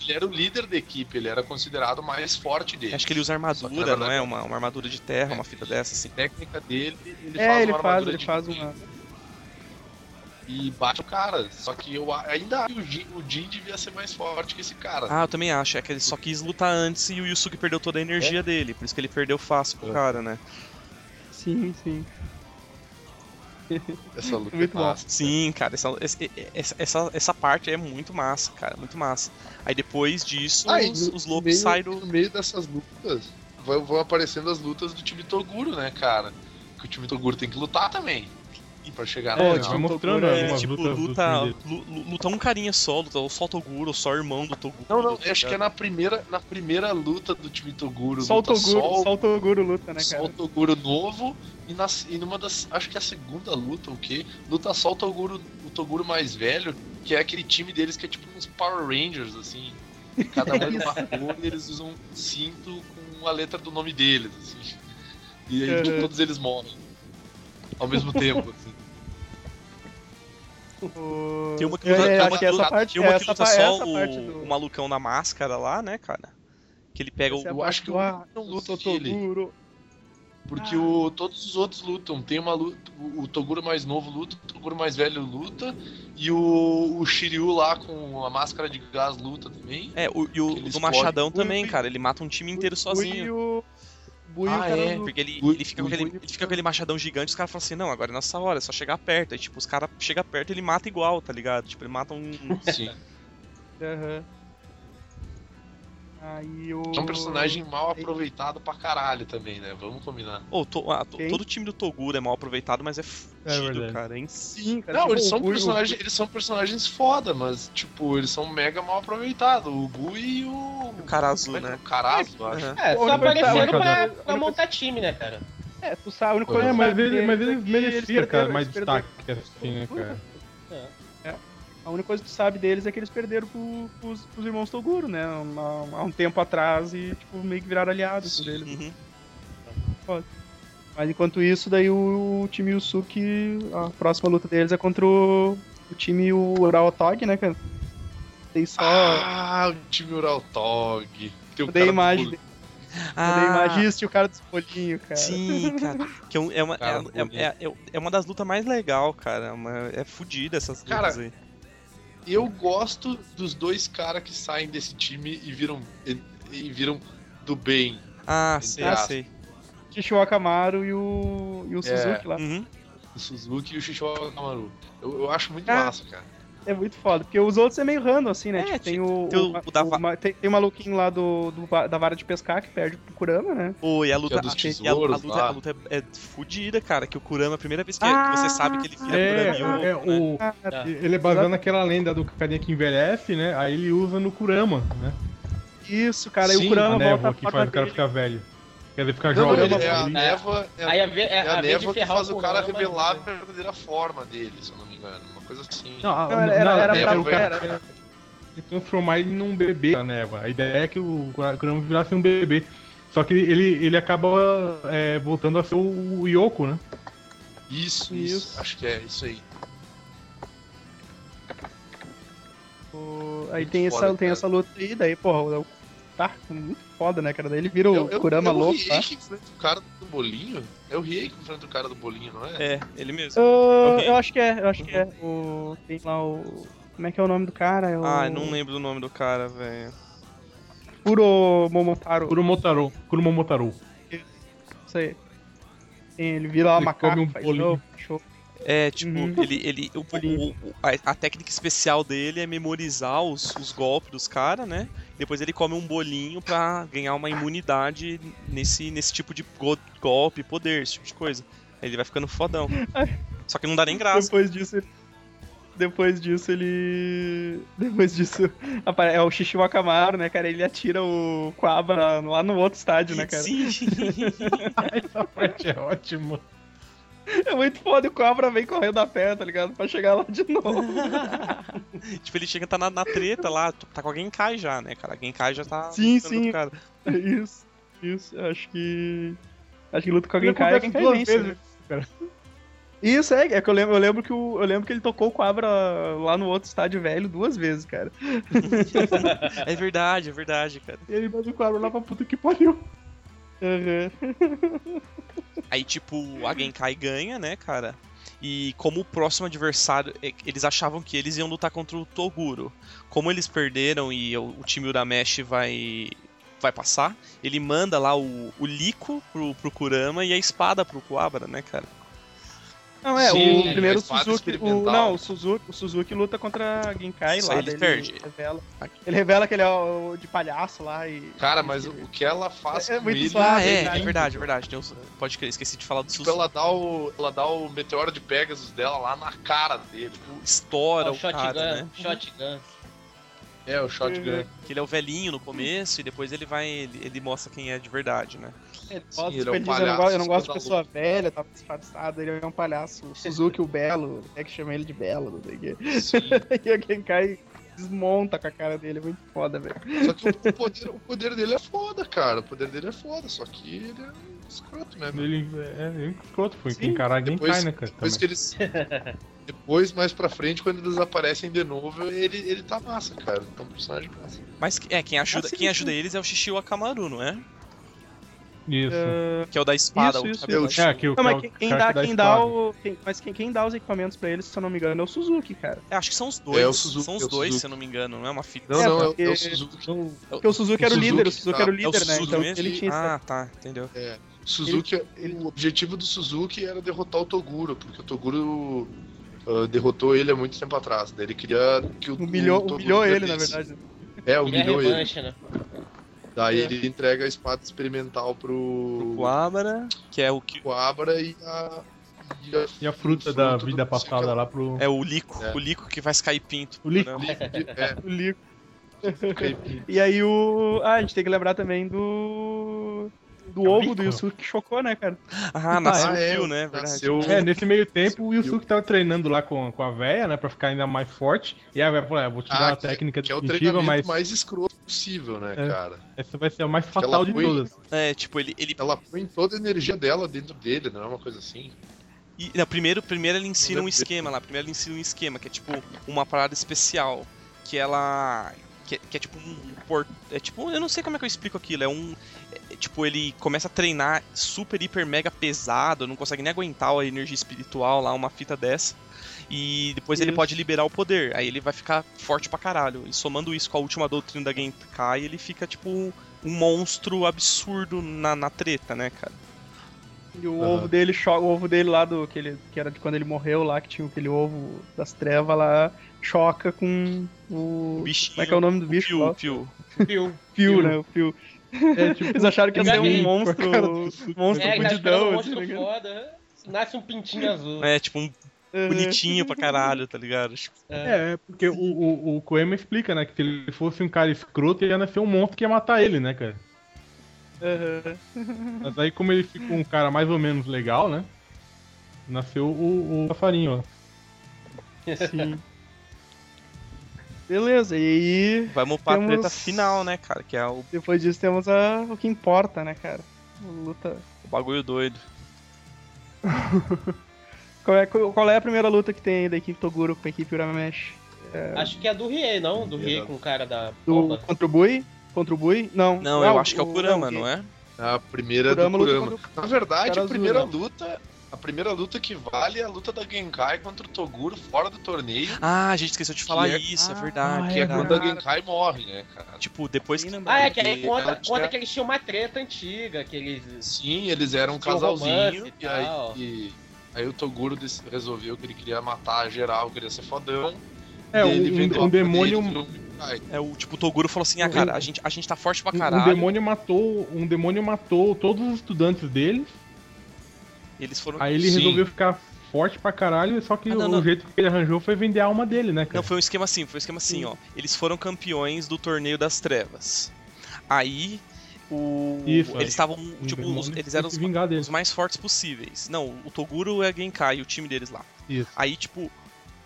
Speaker 3: Ele era o líder da equipe, ele era considerado o mais forte dele.
Speaker 1: acho que ele usa
Speaker 3: Só que
Speaker 1: armadura,
Speaker 3: na
Speaker 1: não
Speaker 3: verdade-
Speaker 1: é? Uma, uma armadura de terra,
Speaker 3: É.
Speaker 1: uma fita dessa, assim.
Speaker 3: A técnica dele, ele faz
Speaker 5: É, ele
Speaker 3: uma
Speaker 5: faz,
Speaker 3: armadura
Speaker 5: ele
Speaker 3: de
Speaker 5: faz
Speaker 3: Jin
Speaker 5: uma.
Speaker 3: E bate o cara. Só que eu a- ainda acho que o Jin, o Jin devia ser mais forte que esse cara.
Speaker 1: Ah, eu também acho. É que ele só quis lutar antes e o Yusuke perdeu toda a energia dele. Por isso que ele perdeu fácil pro
Speaker 3: É.
Speaker 1: cara, né?
Speaker 5: Sim, sim.
Speaker 3: Essa luta
Speaker 5: muito bom.
Speaker 3: massa.
Speaker 1: Sim, cara. Essa, esse- essa, essa, essa parte é muito massa, cara. Muito massa. Aí depois disso,
Speaker 3: Ah, e
Speaker 1: os,
Speaker 3: no-
Speaker 1: os
Speaker 3: no
Speaker 1: lobos
Speaker 3: meio-
Speaker 1: saem do.
Speaker 3: No meio dessas lutas, vão, vão aparecendo as lutas do time Toguro, né, cara? Que o time Toguro tem que lutar também. Pra chegar na
Speaker 8: É,
Speaker 3: final.
Speaker 8: vai mostrando
Speaker 5: procurando,
Speaker 1: É,
Speaker 8: algumas
Speaker 1: tipo,
Speaker 8: lutas do
Speaker 1: luta,
Speaker 8: time dele.
Speaker 1: lu- lu- luta um carinha só, luta ou só o Toguro, ou só o irmão do Toguro.
Speaker 3: Não, não,
Speaker 1: tá
Speaker 3: acho que é
Speaker 1: ligado?
Speaker 3: na primeira, na primeira luta do time Toguro.
Speaker 5: Só o
Speaker 3: luta
Speaker 5: Toguro,
Speaker 3: só o
Speaker 5: só o Toguro luta, né,
Speaker 3: Só
Speaker 5: cara?
Speaker 3: o Toguro novo e, na, e numa das. Acho que é a segunda luta, o quê? Luta só o Toguro, o Toguro mais velho, que é aquele time deles que é tipo uns Power Rangers, assim. Cada um é de uma cor e eles usam um cinto com a letra do nome deles, assim. E aí tipo,
Speaker 5: Uhum.
Speaker 3: todos eles morrem. Ao mesmo tempo, assim.
Speaker 5: O-
Speaker 1: Tem uma que
Speaker 5: É,
Speaker 1: luta- tem
Speaker 5: acho
Speaker 1: uma
Speaker 5: que
Speaker 1: que
Speaker 5: essa
Speaker 1: luta-
Speaker 5: parte
Speaker 1: Tem uma que
Speaker 5: essa,
Speaker 1: luta
Speaker 5: pa-
Speaker 1: só
Speaker 5: essa parte
Speaker 1: o,
Speaker 5: do.
Speaker 1: o malucão na máscara lá, né, cara? Que ele pega o.
Speaker 5: essa é a
Speaker 3: eu
Speaker 5: parte
Speaker 3: acho que
Speaker 5: do,
Speaker 3: o-
Speaker 5: ah,
Speaker 3: Não luta o
Speaker 5: seu
Speaker 3: Toguro,
Speaker 5: Toguro.
Speaker 3: porque
Speaker 5: Ah.
Speaker 3: o, todos os outros lutam. Tem uma luta. O, o Toguro mais novo luta, o Toguro mais velho luta, e o, o Shiryu lá com a máscara de gás luta também.
Speaker 1: É, o, e o
Speaker 3: Ele
Speaker 1: do
Speaker 3: explode.
Speaker 1: Machadão também,
Speaker 5: Ui.
Speaker 1: cara. Ele mata um time inteiro sozinho.
Speaker 5: Bui o- Bui o
Speaker 3: Ah,
Speaker 5: cara
Speaker 3: é,
Speaker 5: do-
Speaker 1: Porque ele,
Speaker 3: Ui,
Speaker 1: ele, fica com
Speaker 3: ui,
Speaker 1: aquele,
Speaker 5: ui.
Speaker 1: ele fica com aquele machadão gigante, os caras falam assim, não, agora é nossa hora, é só chegar perto. Aí, tipo, os caras chegam perto e ele mata igual, tá ligado? Tipo, ele mata um.
Speaker 3: Sim.
Speaker 5: Aham. Aí o.
Speaker 3: É um personagem mal aproveitado pra caralho também, né? Vamos combinar.
Speaker 1: Ô, to- ah, to-
Speaker 5: Quem?
Speaker 1: todo o time do Toguro é mal aproveitado, mas é fudido,
Speaker 8: verdade.
Speaker 1: cara. É ins-
Speaker 5: Sim, cara.
Speaker 3: Não,
Speaker 5: tipo,
Speaker 3: eles
Speaker 5: o
Speaker 3: são,
Speaker 5: Bui- o-
Speaker 3: personagens, eles são personagens foda, mas, tipo, eles são mega mal aproveitados. O Bui e o.
Speaker 1: O cara azul,
Speaker 3: Como é que é?
Speaker 1: né?
Speaker 3: O Carazo, acho.
Speaker 1: Aham.
Speaker 4: É, só
Speaker 5: Olha,
Speaker 4: aparecendo
Speaker 8: cara.
Speaker 4: pra,
Speaker 5: Olha,
Speaker 4: pra
Speaker 5: cara.
Speaker 4: montar time, né, cara?
Speaker 5: É, tu sabe, a única coisa
Speaker 8: É,
Speaker 5: que
Speaker 8: mas
Speaker 5: sabe
Speaker 8: ele, mas
Speaker 5: deles
Speaker 8: ele
Speaker 5: é que
Speaker 8: merecia,
Speaker 5: perderam-
Speaker 8: cara, mais
Speaker 5: eles perderam-
Speaker 8: destaque, assim, né, cara?
Speaker 5: A única coisa que tu sabe deles é que eles perderam pro, pros, pros irmãos Toguro, né? um- Há um tempo atrás e, tipo, meio que viraram aliados deles.
Speaker 1: Uhum.
Speaker 5: Mas enquanto isso, daí o, o time Yusuke, a próxima luta deles é contra o, o time o Uraotog, né, cara? Tem só.
Speaker 3: Ah, o time Ural Tog. Tem o
Speaker 5: eu dei
Speaker 3: cara
Speaker 5: imagem,
Speaker 3: do
Speaker 5: dele,
Speaker 3: Bui.
Speaker 5: eu dei imagem
Speaker 1: Ah,
Speaker 5: isso, tinha o cara dos bolinhos, cara.
Speaker 1: sim, cara. Que é, um- é uma, é-
Speaker 3: Cara,
Speaker 1: é, é- é- é uma das lutas mais legais, cara. Uma- é fudida essas lutas
Speaker 3: Cara,
Speaker 1: aí.
Speaker 3: Eu gosto dos dois caras que saem desse time e viram, e, e viram do bem.
Speaker 1: Ah, sei,
Speaker 3: Ah,
Speaker 1: sei.
Speaker 5: Tishio Akamaru e o,
Speaker 3: É.
Speaker 5: e o Suzuki lá.
Speaker 1: Uhum.
Speaker 3: O Suzuki e o Shishiwa Kamaru. Eu, eu acho muito
Speaker 5: Ah.
Speaker 3: massa, cara.
Speaker 5: É muito foda, porque os outros é meio random, assim, né?
Speaker 1: É,
Speaker 5: tipo, tem
Speaker 1: tipo,
Speaker 5: o,
Speaker 1: tem o-
Speaker 5: o-
Speaker 1: o da va-
Speaker 5: o ma- tem, tem o maluquinho lá do, do va- da vara de pescar que perde pro Kurama, né?
Speaker 1: Pô, e a luta,
Speaker 3: Que é dos
Speaker 1: achei- e a- a,
Speaker 3: tesouros
Speaker 1: luta,
Speaker 3: lá.
Speaker 1: a luta é, é fudida, cara. Que o Kurama, a primeira vez que, que você sabe que ele vira
Speaker 8: É,
Speaker 1: Kurama né?
Speaker 8: é, o,
Speaker 5: Ah,
Speaker 4: Tá.
Speaker 8: ele é baseado naquela lenda do carinha que envelhece, né? Aí ele usa no Kurama, né?
Speaker 5: Isso, cara. e
Speaker 3: Sim,
Speaker 5: o
Speaker 8: A
Speaker 5: Kurama volta
Speaker 8: névoa
Speaker 5: a
Speaker 8: que faz
Speaker 5: forma
Speaker 8: né, o cara
Speaker 5: dele.
Speaker 8: ficar velho. Quer dizer, ficar
Speaker 3: Não,
Speaker 8: jovem.
Speaker 3: ele é a
Speaker 8: Ele-
Speaker 3: névoa. É a,
Speaker 4: Aí a, ve-
Speaker 3: é a
Speaker 4: a, a vez de
Speaker 3: névoa que
Speaker 4: ferrar
Speaker 3: faz o cara
Speaker 4: Kurama,
Speaker 3: revelar a verdadeira forma dele, se eu não me engano. Uma coisa assim.
Speaker 8: Não, a-
Speaker 5: é. Não, era- era- era
Speaker 8: é,
Speaker 3: pra-
Speaker 8: o cara
Speaker 5: era-
Speaker 8: quer- quer transformar ele num bebê a névoa. A ideia é que o Kurama virasse um bebê. Só que ele, ele acaba é, voltando a ser o, o Yoko, né?
Speaker 3: Isso, isso. Acho que é isso aí.
Speaker 5: tipo, Aí tem,
Speaker 3: Muito
Speaker 5: essa,
Speaker 3: foda,
Speaker 5: tem
Speaker 3: cara.
Speaker 5: essa luta aí, daí, porra, o tá muito foda, né, cara? Daí ele vira o Kurama
Speaker 3: é o
Speaker 5: louco,
Speaker 3: Riei
Speaker 5: tá?
Speaker 3: que enfrenta o cara do bolinho? É o Riei que enfrenta o cara do bolinho, não é?
Speaker 1: É, ele mesmo.
Speaker 5: Ah,
Speaker 1: Ok.
Speaker 5: Eu acho que é, eu acho que é. O, tem lá o. Como é que é o nome do cara? É o
Speaker 1: Ai, Uhum. Ah, não lembro do nome do cara, velho.
Speaker 5: Kuro Momotaro.
Speaker 8: Kurumotaro. Kurumomotaro.
Speaker 5: Isso aí. Sim, ele vira lá
Speaker 8: Ele
Speaker 5: macaco.
Speaker 8: come um
Speaker 5: faz
Speaker 8: bolinho.
Speaker 5: show, show.
Speaker 1: É, tipo,
Speaker 5: Uhum.
Speaker 1: ele. ele o, o- o- a, a técnica especial dele é memorizar os, os golpes dos caras, né? Depois ele come um bolinho pra ganhar uma imunidade nesse, nesse tipo de go- golpe, poder, esse tipo de coisa. Aí ele vai ficando fodão. Só que não dá nem graça.
Speaker 5: Ah, Depois disso ele. Depois disso ele. Depois disso. apare- É o Xixi Wakamaru, né, cara? Ele atira o Quaba na- lá no outro estádio, né, cara?
Speaker 1: Sim.
Speaker 8: Essa parte é ótima.
Speaker 5: É muito foda e o Quabra vem correndo a pé, tá ligado? Pra chegar lá de novo.
Speaker 1: tipo, ele chega e tá na, na treta lá, tá com alguém em cai já, né, cara? Alguém em cai já tá.
Speaker 5: Sim,
Speaker 1: matando
Speaker 5: sim.
Speaker 1: o cara.
Speaker 5: É Isso, isso. eu Acho que. Acho que luta com
Speaker 8: Ele é um
Speaker 5: alguém cai,
Speaker 8: acontece
Speaker 5: alguém cai
Speaker 8: duas
Speaker 5: vence, né?
Speaker 8: vezes.
Speaker 5: Isso, é, é que eu lembro, eu lembro que o, eu lembro que ele tocou o Quabra lá no outro estádio velho duas vezes, cara.
Speaker 1: É verdade, é verdade, cara.
Speaker 8: Ele manda o Kurama lá pra puta que pariu.
Speaker 1: Aí, tipo, a Genkai ganha, né, cara? E como o próximo adversário, é- eles achavam que eles iam lutar contra o Toguro. Como eles perderam e o, o time Urameshi vai vai passar, ele manda lá o, o Lico pro, pro Kurama e a espada pro Kuwabara, né, cara?
Speaker 5: Não, é,
Speaker 3: Sim,
Speaker 5: o primeiro
Speaker 3: é espada
Speaker 5: Suzuki. O,
Speaker 3: experimental.
Speaker 5: não, o Suzuki, o Suzuki luta contra a Genkai
Speaker 1: Isso
Speaker 5: lá.
Speaker 1: aí ele
Speaker 5: daí
Speaker 1: perde.
Speaker 5: Revela, ele revela que ele é o, de palhaço lá e.
Speaker 3: Cara, mas o o que ela faz
Speaker 5: É- é
Speaker 3: com
Speaker 5: muito
Speaker 3: ele.
Speaker 5: suave, Ah,
Speaker 1: é,
Speaker 5: verdade.
Speaker 1: é verdade, é verdade. Tem os- pode crer, esqueci de falar do
Speaker 3: Tipo,
Speaker 1: Suzuki.
Speaker 3: ela dá, o, ela dá o meteoro de Pegasus dela lá na cara dele. Tipo,
Speaker 1: Estoura
Speaker 4: é o
Speaker 1: o cara,
Speaker 4: shotgun,
Speaker 1: né?
Speaker 4: shotgun.
Speaker 3: é, o shotgun.
Speaker 1: Que ele é o velhinho no começo e depois ele vai. Ele, ele mostra quem é de verdade, né?
Speaker 3: É,
Speaker 5: Nossa,
Speaker 3: ele é um
Speaker 5: perdido, eu não
Speaker 3: palhaço.
Speaker 5: gosto, eu não gosto de pessoa
Speaker 3: escandaloso.
Speaker 5: velha, tava disfarçado, ele é um palhaço. O Suzuki, o Belo, é que chama ele de Belo, não sei o quê.
Speaker 3: é Sim.
Speaker 5: E a Genkai desmonta com a cara dele, é muito foda, velho.
Speaker 3: Só que o- o poder, o poder dele é foda, cara. O poder dele é foda, só que ele é um escroto, né? meu?
Speaker 8: Ele é, é escroto, foi
Speaker 5: Sim,
Speaker 8: encarar ninguém
Speaker 3: depois-
Speaker 8: cai, né, cara?
Speaker 3: Depois
Speaker 8: também.
Speaker 3: que eles. Depois, mais pra frente, quando eles aparecem de novo, ele, ele tá massa, cara. Ele tá um personagem massa.
Speaker 1: Mas que- é, quem ajuda,
Speaker 5: Ah, sim,
Speaker 1: quem
Speaker 5: sim.
Speaker 1: ajuda eles é o Shishio Akamaru, não é?
Speaker 8: Isso.
Speaker 1: Que é o da espada.
Speaker 5: Isso,
Speaker 1: o
Speaker 5: isso,
Speaker 1: cabelo-
Speaker 3: isso.
Speaker 8: É, que o
Speaker 5: Não, Ah, mas
Speaker 8: cara-
Speaker 5: quem, quem
Speaker 8: cara
Speaker 5: dá,
Speaker 8: que
Speaker 5: quem dá
Speaker 8: espada.
Speaker 5: o. quem- mas quem, quem dá os equipamentos pra eles, se eu não me engano, é o Suzuki, cara.
Speaker 1: É, acho que são os dois.
Speaker 3: É, o Suzuki,
Speaker 1: são
Speaker 3: é
Speaker 1: os
Speaker 3: o
Speaker 1: dois,
Speaker 3: Suzuki.
Speaker 1: se eu não me engano. Não é uma fita.
Speaker 3: Não,
Speaker 5: É,
Speaker 3: não, é, o-
Speaker 5: porque-
Speaker 3: é o Suzuki.
Speaker 5: Porque o Suzuki era o
Speaker 3: Suzuki,
Speaker 5: líder, o Suzuki
Speaker 3: tá.
Speaker 5: era o
Speaker 1: É o
Speaker 5: líder, né?
Speaker 1: Suzuki
Speaker 5: Então
Speaker 1: mesmo?
Speaker 5: ele tinha
Speaker 1: ah, tá, entendeu.
Speaker 3: Suzuki o objetivo do Suzuki era derrotar o Toguro, porque o Toguro ah, derrotou ele há muito tempo atrás. Daí ele queria que o
Speaker 5: Humilhou,
Speaker 3: o Toguro
Speaker 5: humilhou ele, na
Speaker 3: perdesse.
Speaker 5: verdade. né?
Speaker 3: É,
Speaker 4: E a
Speaker 3: humilhou ele.
Speaker 4: revanche, né?
Speaker 3: Daí
Speaker 4: É.
Speaker 3: ele entrega a espada experimental
Speaker 1: O
Speaker 3: pro
Speaker 1: Kuwabara, que é o que.
Speaker 3: Coabra e a.
Speaker 8: E a fruta da
Speaker 3: do-
Speaker 8: vida passada lá pro.
Speaker 1: É o Lico.
Speaker 3: É.
Speaker 1: O Lico que faz cair pinto.
Speaker 8: O Lico.
Speaker 1: né?
Speaker 3: É,
Speaker 5: O Lico.
Speaker 3: caipira.
Speaker 5: E aí o. Ah, a gente tem que lembrar também do. Do
Speaker 8: É o
Speaker 5: ovo
Speaker 8: Lico?
Speaker 5: do Yusuke que chocou, né, cara?
Speaker 1: Ah, nasceu o
Speaker 3: Ah, é,
Speaker 1: Gil, né? Verdade.
Speaker 3: nasceu-
Speaker 8: É, nesse meio tempo o Yusuke tava treinando lá com, com a véia, né? Pra ficar ainda mais forte. E a véia falou: é, vou te dar
Speaker 3: Ah,
Speaker 8: a técnica
Speaker 3: Que é o
Speaker 8: definitiva,
Speaker 3: treinamento
Speaker 8: mas
Speaker 3: mais escroto possível, né,
Speaker 8: É.
Speaker 3: cara?
Speaker 8: essa vai ser a mais
Speaker 3: ela
Speaker 8: fatal de
Speaker 3: foi-
Speaker 8: todas.
Speaker 1: É, tipo, ele. ele
Speaker 3: Ela põe toda a energia dela dentro dele, não é uma coisa assim?
Speaker 1: e- não, primeiro, primeiro ele ensina um
Speaker 3: Não deve ter.
Speaker 1: esquema lá. Primeiro ele ensina um esquema, que é tipo uma parada especial. Que ela. que é, que é tipo um por- é tipo, eu não sei como é que eu explico aquilo, é um é, tipo ele começa a treinar super hiper mega pesado, não consegue nem aguentar a energia espiritual lá uma fita dessa. E depois ele
Speaker 5: Isso.
Speaker 1: pode liberar o poder, aí ele vai ficar forte pra caralho. E somando isso com a última doutrina da Genkai, ele fica tipo um monstro absurdo na, na treta, né, cara?
Speaker 5: E o ovo dele choca, o ovo dele lá do que, ele, que era de quando ele morreu lá, que tinha aquele ovo das trevas lá, choca com o.
Speaker 1: O bichinho.
Speaker 5: Como é que é o nome do bicho?
Speaker 1: Fio,
Speaker 5: lá?
Speaker 1: fio.
Speaker 4: Fio.
Speaker 5: Fio, né? O fio.
Speaker 8: É, tipo,
Speaker 5: Eles acharam que ia ser um
Speaker 8: Ninguém-
Speaker 5: monstro.
Speaker 8: cara
Speaker 5: monstro
Speaker 4: É, cara, espera um
Speaker 5: fudidão, assim,
Speaker 4: monstro
Speaker 5: né?
Speaker 4: foda. Nasce um pintinho azul.
Speaker 1: É, tipo um
Speaker 5: Uhum.
Speaker 1: bonitinho pra caralho, tá ligado? Tipo,
Speaker 8: É, é, porque o, o, o Koema explica, né? Que se ele fosse um cara escroto, ele ia nascer um monstro que ia matar ele, né, cara?
Speaker 5: Uhum.
Speaker 8: Mas aí, como ele ficou um cara mais ou menos legal, né? Nasceu o, o passarinho, ó.
Speaker 5: Sim. Beleza, e aí.
Speaker 1: vai mopar a treta
Speaker 5: Temos-
Speaker 1: final, né, cara? Que é o
Speaker 5: Depois disso temos a, o que importa, né, cara? Luta.
Speaker 1: bagulho doido.
Speaker 5: Qual é, qual é a primeira luta que tem aí da equipe Toguro com a equipe Uramesh?
Speaker 4: Acho que é do Riei, não? Do Riei com o cara da
Speaker 5: Do,
Speaker 4: bomba.
Speaker 5: contra o Bui? Contra o Bui? Não.
Speaker 1: Não, eu acho que é o Kurama, não é?
Speaker 3: A primeira
Speaker 5: Kurama
Speaker 3: do
Speaker 5: luta
Speaker 3: Kurama.
Speaker 5: contra
Speaker 3: Na verdade,
Speaker 5: Cara
Speaker 3: a
Speaker 5: azul,
Speaker 3: primeira
Speaker 5: né?
Speaker 3: luta. A primeira luta que vale é a luta da Genkai contra o Toguro fora do torneio,
Speaker 1: Ah, a gente esqueceu de falar
Speaker 3: Que é-
Speaker 1: isso, é verdade.
Speaker 3: que é
Speaker 1: cara.
Speaker 3: quando a Genkai morre, né, cara?
Speaker 1: Tipo, depois que.
Speaker 4: Ah, é, que aí
Speaker 3: Porque
Speaker 4: conta,
Speaker 3: ela
Speaker 4: conta
Speaker 3: tinha-
Speaker 4: que eles tinham uma treta antiga, que eles.
Speaker 3: Sim, eles eram um
Speaker 4: Tinha um
Speaker 3: casalzinho,
Speaker 4: romance e
Speaker 3: e aí,
Speaker 4: tal.
Speaker 3: e- aí o Toguro dec- resolveu que ele queria matar geral, queria ser fodão.
Speaker 8: É,
Speaker 3: e ele
Speaker 8: um-
Speaker 3: vendeu
Speaker 8: um
Speaker 3: a
Speaker 8: demônio-
Speaker 3: poder pro Genkai.
Speaker 1: É o tipo, o Toguro falou assim: ah, cara, a gente, a gente tá forte pra
Speaker 8: Um-
Speaker 1: caralho.
Speaker 8: Um demônio matou, um demônio matou todos os estudantes dele.
Speaker 1: Eles foram.
Speaker 8: Aí ele
Speaker 3: Sim.
Speaker 8: resolveu ficar forte pra caralho, só que
Speaker 1: Ah, não,
Speaker 8: o
Speaker 1: não.
Speaker 8: jeito que ele arranjou foi vender a alma dele, né, cara?
Speaker 1: Não, foi um esquema assim, foi um esquema assim, ó. Eles foram campeões do torneio das trevas. Aí. O...
Speaker 8: Isso, aí.
Speaker 1: eles estavam.
Speaker 8: Um
Speaker 1: Tipo,
Speaker 8: demônio
Speaker 1: os- eles
Speaker 8: tem
Speaker 1: eram
Speaker 8: que
Speaker 1: os,
Speaker 8: vingar dele.
Speaker 1: os mais fortes possíveis. Não, o Toguro é a Genkai, o time deles lá.
Speaker 8: Isso.
Speaker 1: Aí, tipo,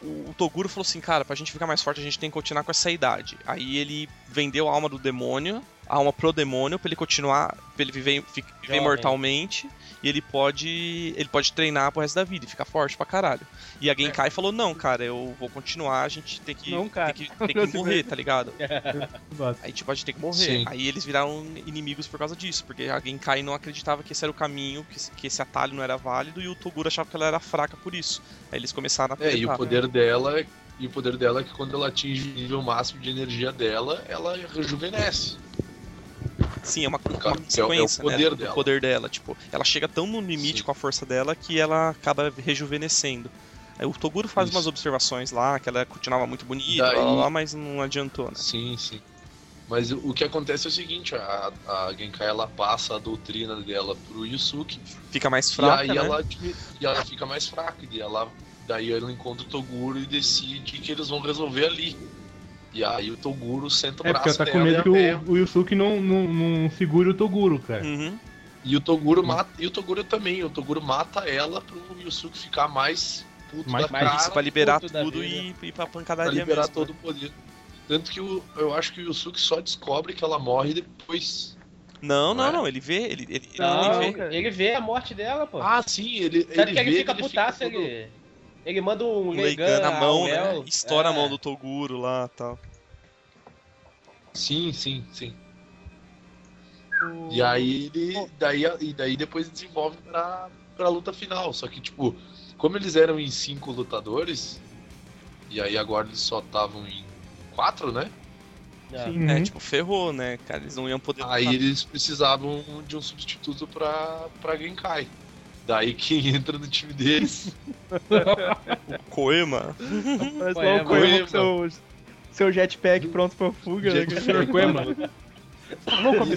Speaker 1: o, o Toguro falou assim, cara, pra gente ficar mais forte, a gente tem que continuar com essa idade. Aí ele vendeu a alma do demônio, a alma pro demônio, pra ele continuar, pra ele viver, fi- viver
Speaker 4: Jovem.
Speaker 1: imortalmente, e ele pode. ele pode treinar pro resto da vida e ficar forte pra caralho. E a Genkai falou, não, cara, eu vou continuar, a gente tem que.
Speaker 5: É. Não, cara.
Speaker 1: Tem que, tem que morrer, tá ligado?
Speaker 8: Exato.
Speaker 1: Aí, tipo, a gente tem que morrer.
Speaker 3: Sim.
Speaker 1: Aí eles viraram inimigos por causa disso, porque a Genkai não acreditava que esse era o caminho, que esse, que esse atalho não era válido, e o Toguro achava que ela era fraca por isso. Aí eles começaram a
Speaker 3: É, e o
Speaker 1: tretar.
Speaker 3: poder dela. E o poder dela é que quando ela atinge o nível máximo de energia dela, ela rejuvenesce.
Speaker 1: Sim, é uma, uma
Speaker 3: Cara, é o- é o
Speaker 1: consequência né,
Speaker 3: poder
Speaker 1: do
Speaker 3: dela.
Speaker 1: poder dela. Tipo, ela chega tão no limite
Speaker 3: Sim.
Speaker 1: com a força dela que ela acaba rejuvenescendo. Aí o Toguro faz
Speaker 3: Isso.
Speaker 1: umas observações lá, que ela continuava muito bonita,
Speaker 3: Daí-
Speaker 1: blá, blá, blá, mas não adiantou, né?
Speaker 3: Sim, sim. Mas o o que acontece é o seguinte, a, a Genkai ela passa a doutrina dela pro Yusuke
Speaker 1: Fica mais fraca,
Speaker 3: e aí
Speaker 1: né?
Speaker 3: ela, admi- e ela fica mais fraca, e ela, daí ela encontra o Toguro e decide que eles vão resolver ali. E aí o Toguro senta o
Speaker 8: É, porque ela
Speaker 3: braço
Speaker 8: tá
Speaker 3: dela e
Speaker 8: com
Speaker 1: né?
Speaker 8: medo que
Speaker 3: aperta.
Speaker 8: o, o Yusuke não, não, não segure o Toguro, cara.
Speaker 1: Uhum.
Speaker 3: E o Toguro mata. E o Toguro também. O Toguro mata ela pro Yusuke ficar mais puto
Speaker 8: Mais
Speaker 3: da
Speaker 4: puto.
Speaker 3: cara
Speaker 1: Isso, pra liberar
Speaker 4: é um puto da
Speaker 1: tudo e
Speaker 4: vida.
Speaker 1: e ir pra
Speaker 3: pra
Speaker 1: pancadaria
Speaker 8: né?
Speaker 3: liberar
Speaker 1: mesmo. né?
Speaker 3: todo o poder. Tanto que o- eu acho que o Yusuke só descobre que ela morre depois.
Speaker 1: Não, não,
Speaker 3: Não é?
Speaker 1: não, ele vê, ele, ele, ele-
Speaker 4: Não,
Speaker 1: ele vê.
Speaker 5: cara.
Speaker 4: ele vê a morte dela, pô.
Speaker 3: Ah, sim, ele.
Speaker 4: Tanto que ele
Speaker 3: vê,
Speaker 4: fica putaço,
Speaker 3: todo-
Speaker 4: ele. Ele manda
Speaker 1: Um
Speaker 4: um Legan
Speaker 1: Leigan na mão, né?
Speaker 4: Mel.
Speaker 1: Estoura a
Speaker 4: É.
Speaker 1: mão do Toguro lá e tal.
Speaker 3: Sim, sim, sim.
Speaker 5: O-
Speaker 3: E aí ele. Daí, e daí depois desenvolve pra, pra luta final. Só que, tipo, como eles eram em cinco lutadores, e aí agora eles só estavam em quatro, né?
Speaker 4: É.
Speaker 8: Uhum.
Speaker 1: É, tipo, ferrou, né, cara? Eles não iam poder.
Speaker 3: Aí eles precisavam de um substituto pra, pra Genkai. Daí quem entra no time deles.
Speaker 1: Koema. um
Speaker 5: Parece
Speaker 4: Poema.
Speaker 5: lá o Coelho com seu, seu jetpack pronto pra fuga, né?
Speaker 3: Jack
Speaker 5: cara?
Speaker 8: Senhor Koema.
Speaker 3: Ele-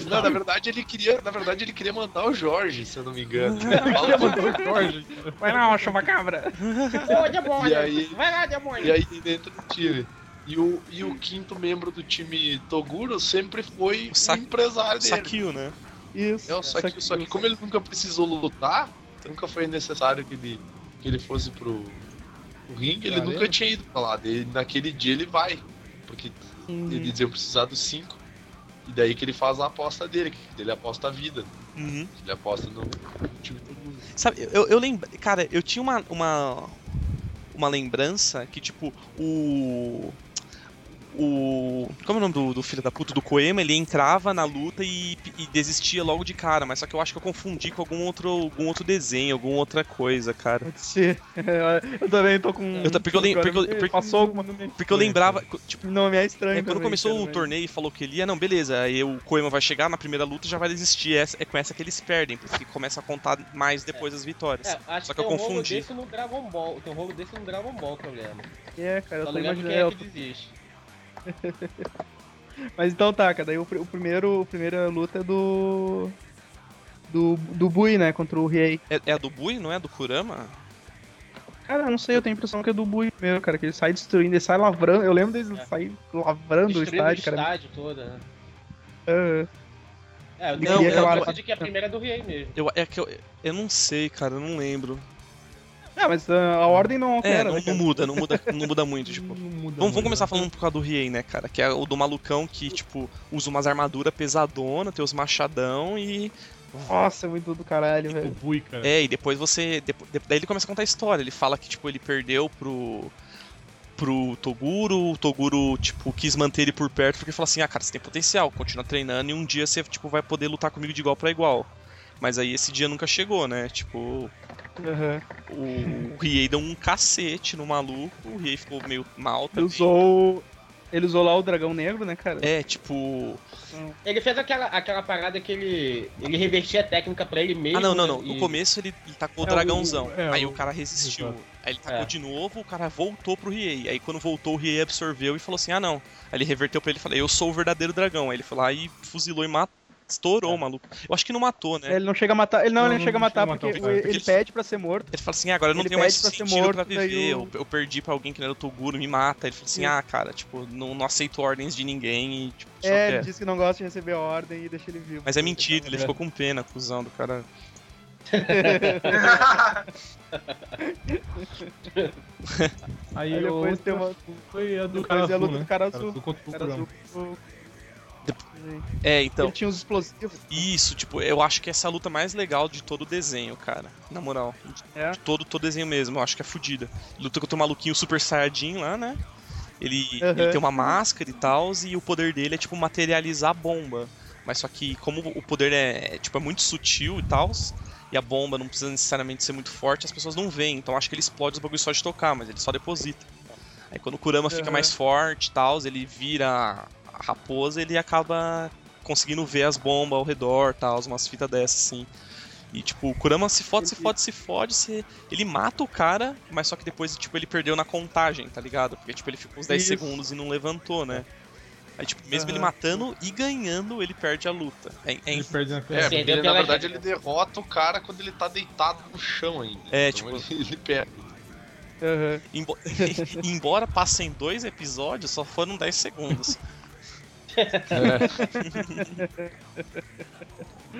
Speaker 3: não, na verdade ele queria, na verdade ele queria mandar o Jorge, se eu não me engano. Fala pro Jorge.
Speaker 5: Vai não, chupacabra!
Speaker 4: Ô, demônio!
Speaker 3: E aí-
Speaker 4: Vai lá, demônio!
Speaker 3: E aí ele entra no time. E o, e o quinto membro do time Toguro sempre foi
Speaker 1: O
Speaker 3: o,
Speaker 1: Sa-
Speaker 3: empresário dele.
Speaker 1: Saquio, né?
Speaker 5: Isso.
Speaker 3: É, o Saki-
Speaker 5: Saki-
Speaker 3: só que como ele nunca precisou lutar, nunca foi necessário que ele, que ele fosse pro, pro ringue, ele
Speaker 8: Tá
Speaker 3: nunca
Speaker 8: vendo?
Speaker 3: tinha ido pra lá. Ele- naquele dia ele vai. Porque
Speaker 5: Hum.
Speaker 3: eles iam precisar dos cinco. E daí que ele faz a aposta dele, que ele aposta a vida,
Speaker 1: Uhum.
Speaker 3: ele aposta no time do mundo.
Speaker 1: Sabe, eu, eu lembro. Cara, eu tinha uma, uma. Uma lembrança que, tipo, o. o. Como é o nome do, do filho da puta do Koema? Ele entrava na luta e, e desistia logo de cara, mas só que eu acho que eu confundi com algum outro, algum outro desenho, alguma outra coisa, cara.
Speaker 5: Pode ser. Eu também tô com.
Speaker 1: Eu tá- porque eu lem- porque eu- porque-
Speaker 5: Passou alguma no meu
Speaker 1: Porque eu lembrava. co- Tipo,
Speaker 5: nome é estranho.
Speaker 1: é, quando
Speaker 5: também,
Speaker 1: começou
Speaker 5: cara,
Speaker 1: o
Speaker 5: mas-
Speaker 1: torneio e falou que ele ia, não, beleza, aí o Koema vai chegar na primeira luta e já vai desistir. Essa- É com essa que eles perdem, porque começa a contar mais depois das vitórias.
Speaker 4: É, acho
Speaker 1: Só que
Speaker 4: que
Speaker 1: eu
Speaker 4: tem um rolo
Speaker 1: confundi.
Speaker 4: desse no Dragon Ball. Tem um rolo desse no Dragon Ball tá que eu lembro.
Speaker 5: É, cara, eu
Speaker 4: Só
Speaker 5: tô
Speaker 4: não lembro
Speaker 5: imaginando.
Speaker 4: quem é que desiste.
Speaker 5: Mas então tá, cara. Daí o, pr- o primeiro, a primeira luta é do. Do, do Bui, né? Contra o Riei.
Speaker 1: É, é a do Bui, não é a do Kurama?
Speaker 5: Cara, eu não sei, eu tenho a impressão que é do Bui primeiro, cara. Que ele sai destruindo, ele sai lavrando. Eu lembro dele
Speaker 4: É.
Speaker 5: sair lavrando
Speaker 4: Destruindo
Speaker 5: o estádio, cara.
Speaker 4: todo, né?
Speaker 5: Ah,
Speaker 4: É, eu
Speaker 1: Não,
Speaker 4: não,
Speaker 1: é
Speaker 4: eu
Speaker 5: aquela-
Speaker 4: decidi que a primeira é do Riei mesmo.
Speaker 1: Eu, é que eu, eu não sei, cara, eu não lembro.
Speaker 5: Ah, mas ah, a ordem não altera,
Speaker 1: É, não,
Speaker 5: né,
Speaker 1: não
Speaker 5: cara?
Speaker 1: muda, não muda, não muda muito, tipo. Vamos, vamos começar falando por causa do Riei, né, cara? Que é o do malucão que, tipo, usa umas armaduras pesadona, tem os machadão e.
Speaker 5: Nossa, é muito do caralho, velho.
Speaker 8: O Bui, cara.
Speaker 1: É, e depois você. depo- de- Daí ele começa a contar a história. Ele fala que, tipo, ele perdeu pro. pro Toguro. O Toguro, tipo, quis manter ele por perto porque falou assim: ah, cara, você tem potencial, continua treinando e um dia você, tipo, vai poder lutar comigo de igual pra igual. Mas aí esse dia nunca chegou, né? Tipo,
Speaker 5: Aham.
Speaker 1: o, o Riei deu um cacete no maluco, o Riei ficou meio mal
Speaker 5: Ele
Speaker 1: também.
Speaker 5: usou. Ele usou lá o dragão negro, né, cara?
Speaker 1: É, tipo.
Speaker 4: Ele fez aquela, aquela parada que ele, ele revertia a técnica pra ele mesmo.
Speaker 1: Ah, não, não,
Speaker 4: né?
Speaker 1: não. No
Speaker 4: E-
Speaker 1: começo ele, ele tacou o
Speaker 8: É, o-
Speaker 1: dragãozão.
Speaker 8: é,
Speaker 1: aí o
Speaker 8: o-
Speaker 1: cara resistiu.
Speaker 8: Exato.
Speaker 1: Aí ele tacou
Speaker 4: É.
Speaker 1: de novo, o cara voltou pro Riei. Aí quando voltou, o Riei absorveu e falou assim: ah, não. Aí ele reverteu pra ele e falou: eu sou o verdadeiro dragão. Aí ele foi lá e fuzilou e matou. Estourou o maluco. Eu acho que não matou, né?
Speaker 5: Ele não chega a matar. Ele não,
Speaker 8: Não,
Speaker 5: ele
Speaker 8: não
Speaker 5: chega a
Speaker 8: chega
Speaker 5: matar
Speaker 8: a matar
Speaker 5: porque
Speaker 8: o cara.
Speaker 5: ele,
Speaker 1: Porque
Speaker 5: ele
Speaker 1: ele-
Speaker 5: pede pra ser morto.
Speaker 1: Ele fala assim: ah, agora eu não
Speaker 5: Ele
Speaker 1: tenho mais
Speaker 5: pede pra ser
Speaker 1: sentido
Speaker 5: morto,
Speaker 1: pra
Speaker 5: daí
Speaker 1: viver. Eu...
Speaker 5: o-
Speaker 1: eu perdi pra alguém que não era o Toguro, me mata. Ele falou assim:
Speaker 5: Sim.
Speaker 1: ah, cara, tipo, não, não aceito ordens de ninguém. E, tipo, só
Speaker 5: é, ele
Speaker 1: quero.
Speaker 5: diz que não gosta de receber a ordem e deixa ele vivo.
Speaker 1: Mas é mentira, ele ficou com pena, cuzão do cara.
Speaker 5: Aí
Speaker 8: Aí, eu
Speaker 5: depois tem uma.
Speaker 8: foi a do
Speaker 5: depois
Speaker 8: cara
Speaker 5: é a luta
Speaker 8: azul,
Speaker 5: do
Speaker 8: né?
Speaker 5: cara
Speaker 8: Cara
Speaker 5: azul.
Speaker 8: azul contra o
Speaker 5: Cara azul.
Speaker 8: Kurama.
Speaker 1: É, então.
Speaker 5: Ele tinha uns explosivos.
Speaker 1: Isso, tipo, eu acho que essa é a luta mais legal de todo o desenho, cara. Na moral. De,
Speaker 5: É?
Speaker 1: de todo todo desenho mesmo, eu acho que é fodida. Luta contra o maluquinho super saiyajin lá, né? Ele,
Speaker 5: Aham.
Speaker 1: ele tem uma máscara e tal, e o poder dele é, tipo, materializar a bomba. Mas só que, como o poder é, é, tipo, é muito sutil e tal, e a bomba não precisa necessariamente ser muito forte, as pessoas não veem. Então acho que ele explode os bagulhos só de tocar, mas ele só deposita. Aí quando o Kurama fica
Speaker 5: Aham.
Speaker 1: mais forte e tal, ele vira a a raposa, ele acaba conseguindo ver as bombas ao redor, tal, umas fitas dessas, assim. E, tipo, o Kurama se fode, se fode, se fode, se... ele mata o cara, mas só que depois, tipo, ele perdeu na contagem, tá ligado? Porque, tipo, ele ficou uns 10
Speaker 5: Isso.
Speaker 1: segundos e não levantou, né? Aí, tipo, mesmo ele
Speaker 5: Aham.
Speaker 1: matando e ganhando, ele perde a luta. É, é,
Speaker 8: Ele perde na
Speaker 3: É, porque
Speaker 4: Perdeu
Speaker 3: ele, na
Speaker 4: pela
Speaker 3: verdade
Speaker 4: regra.
Speaker 3: ele derrota o cara quando ele tá deitado no chão ainda.
Speaker 1: É,
Speaker 3: Então
Speaker 1: tipo-
Speaker 3: Ele, ele perde.
Speaker 5: Aham.
Speaker 1: embo- embora passem dois episódios, só foram 10 segundos.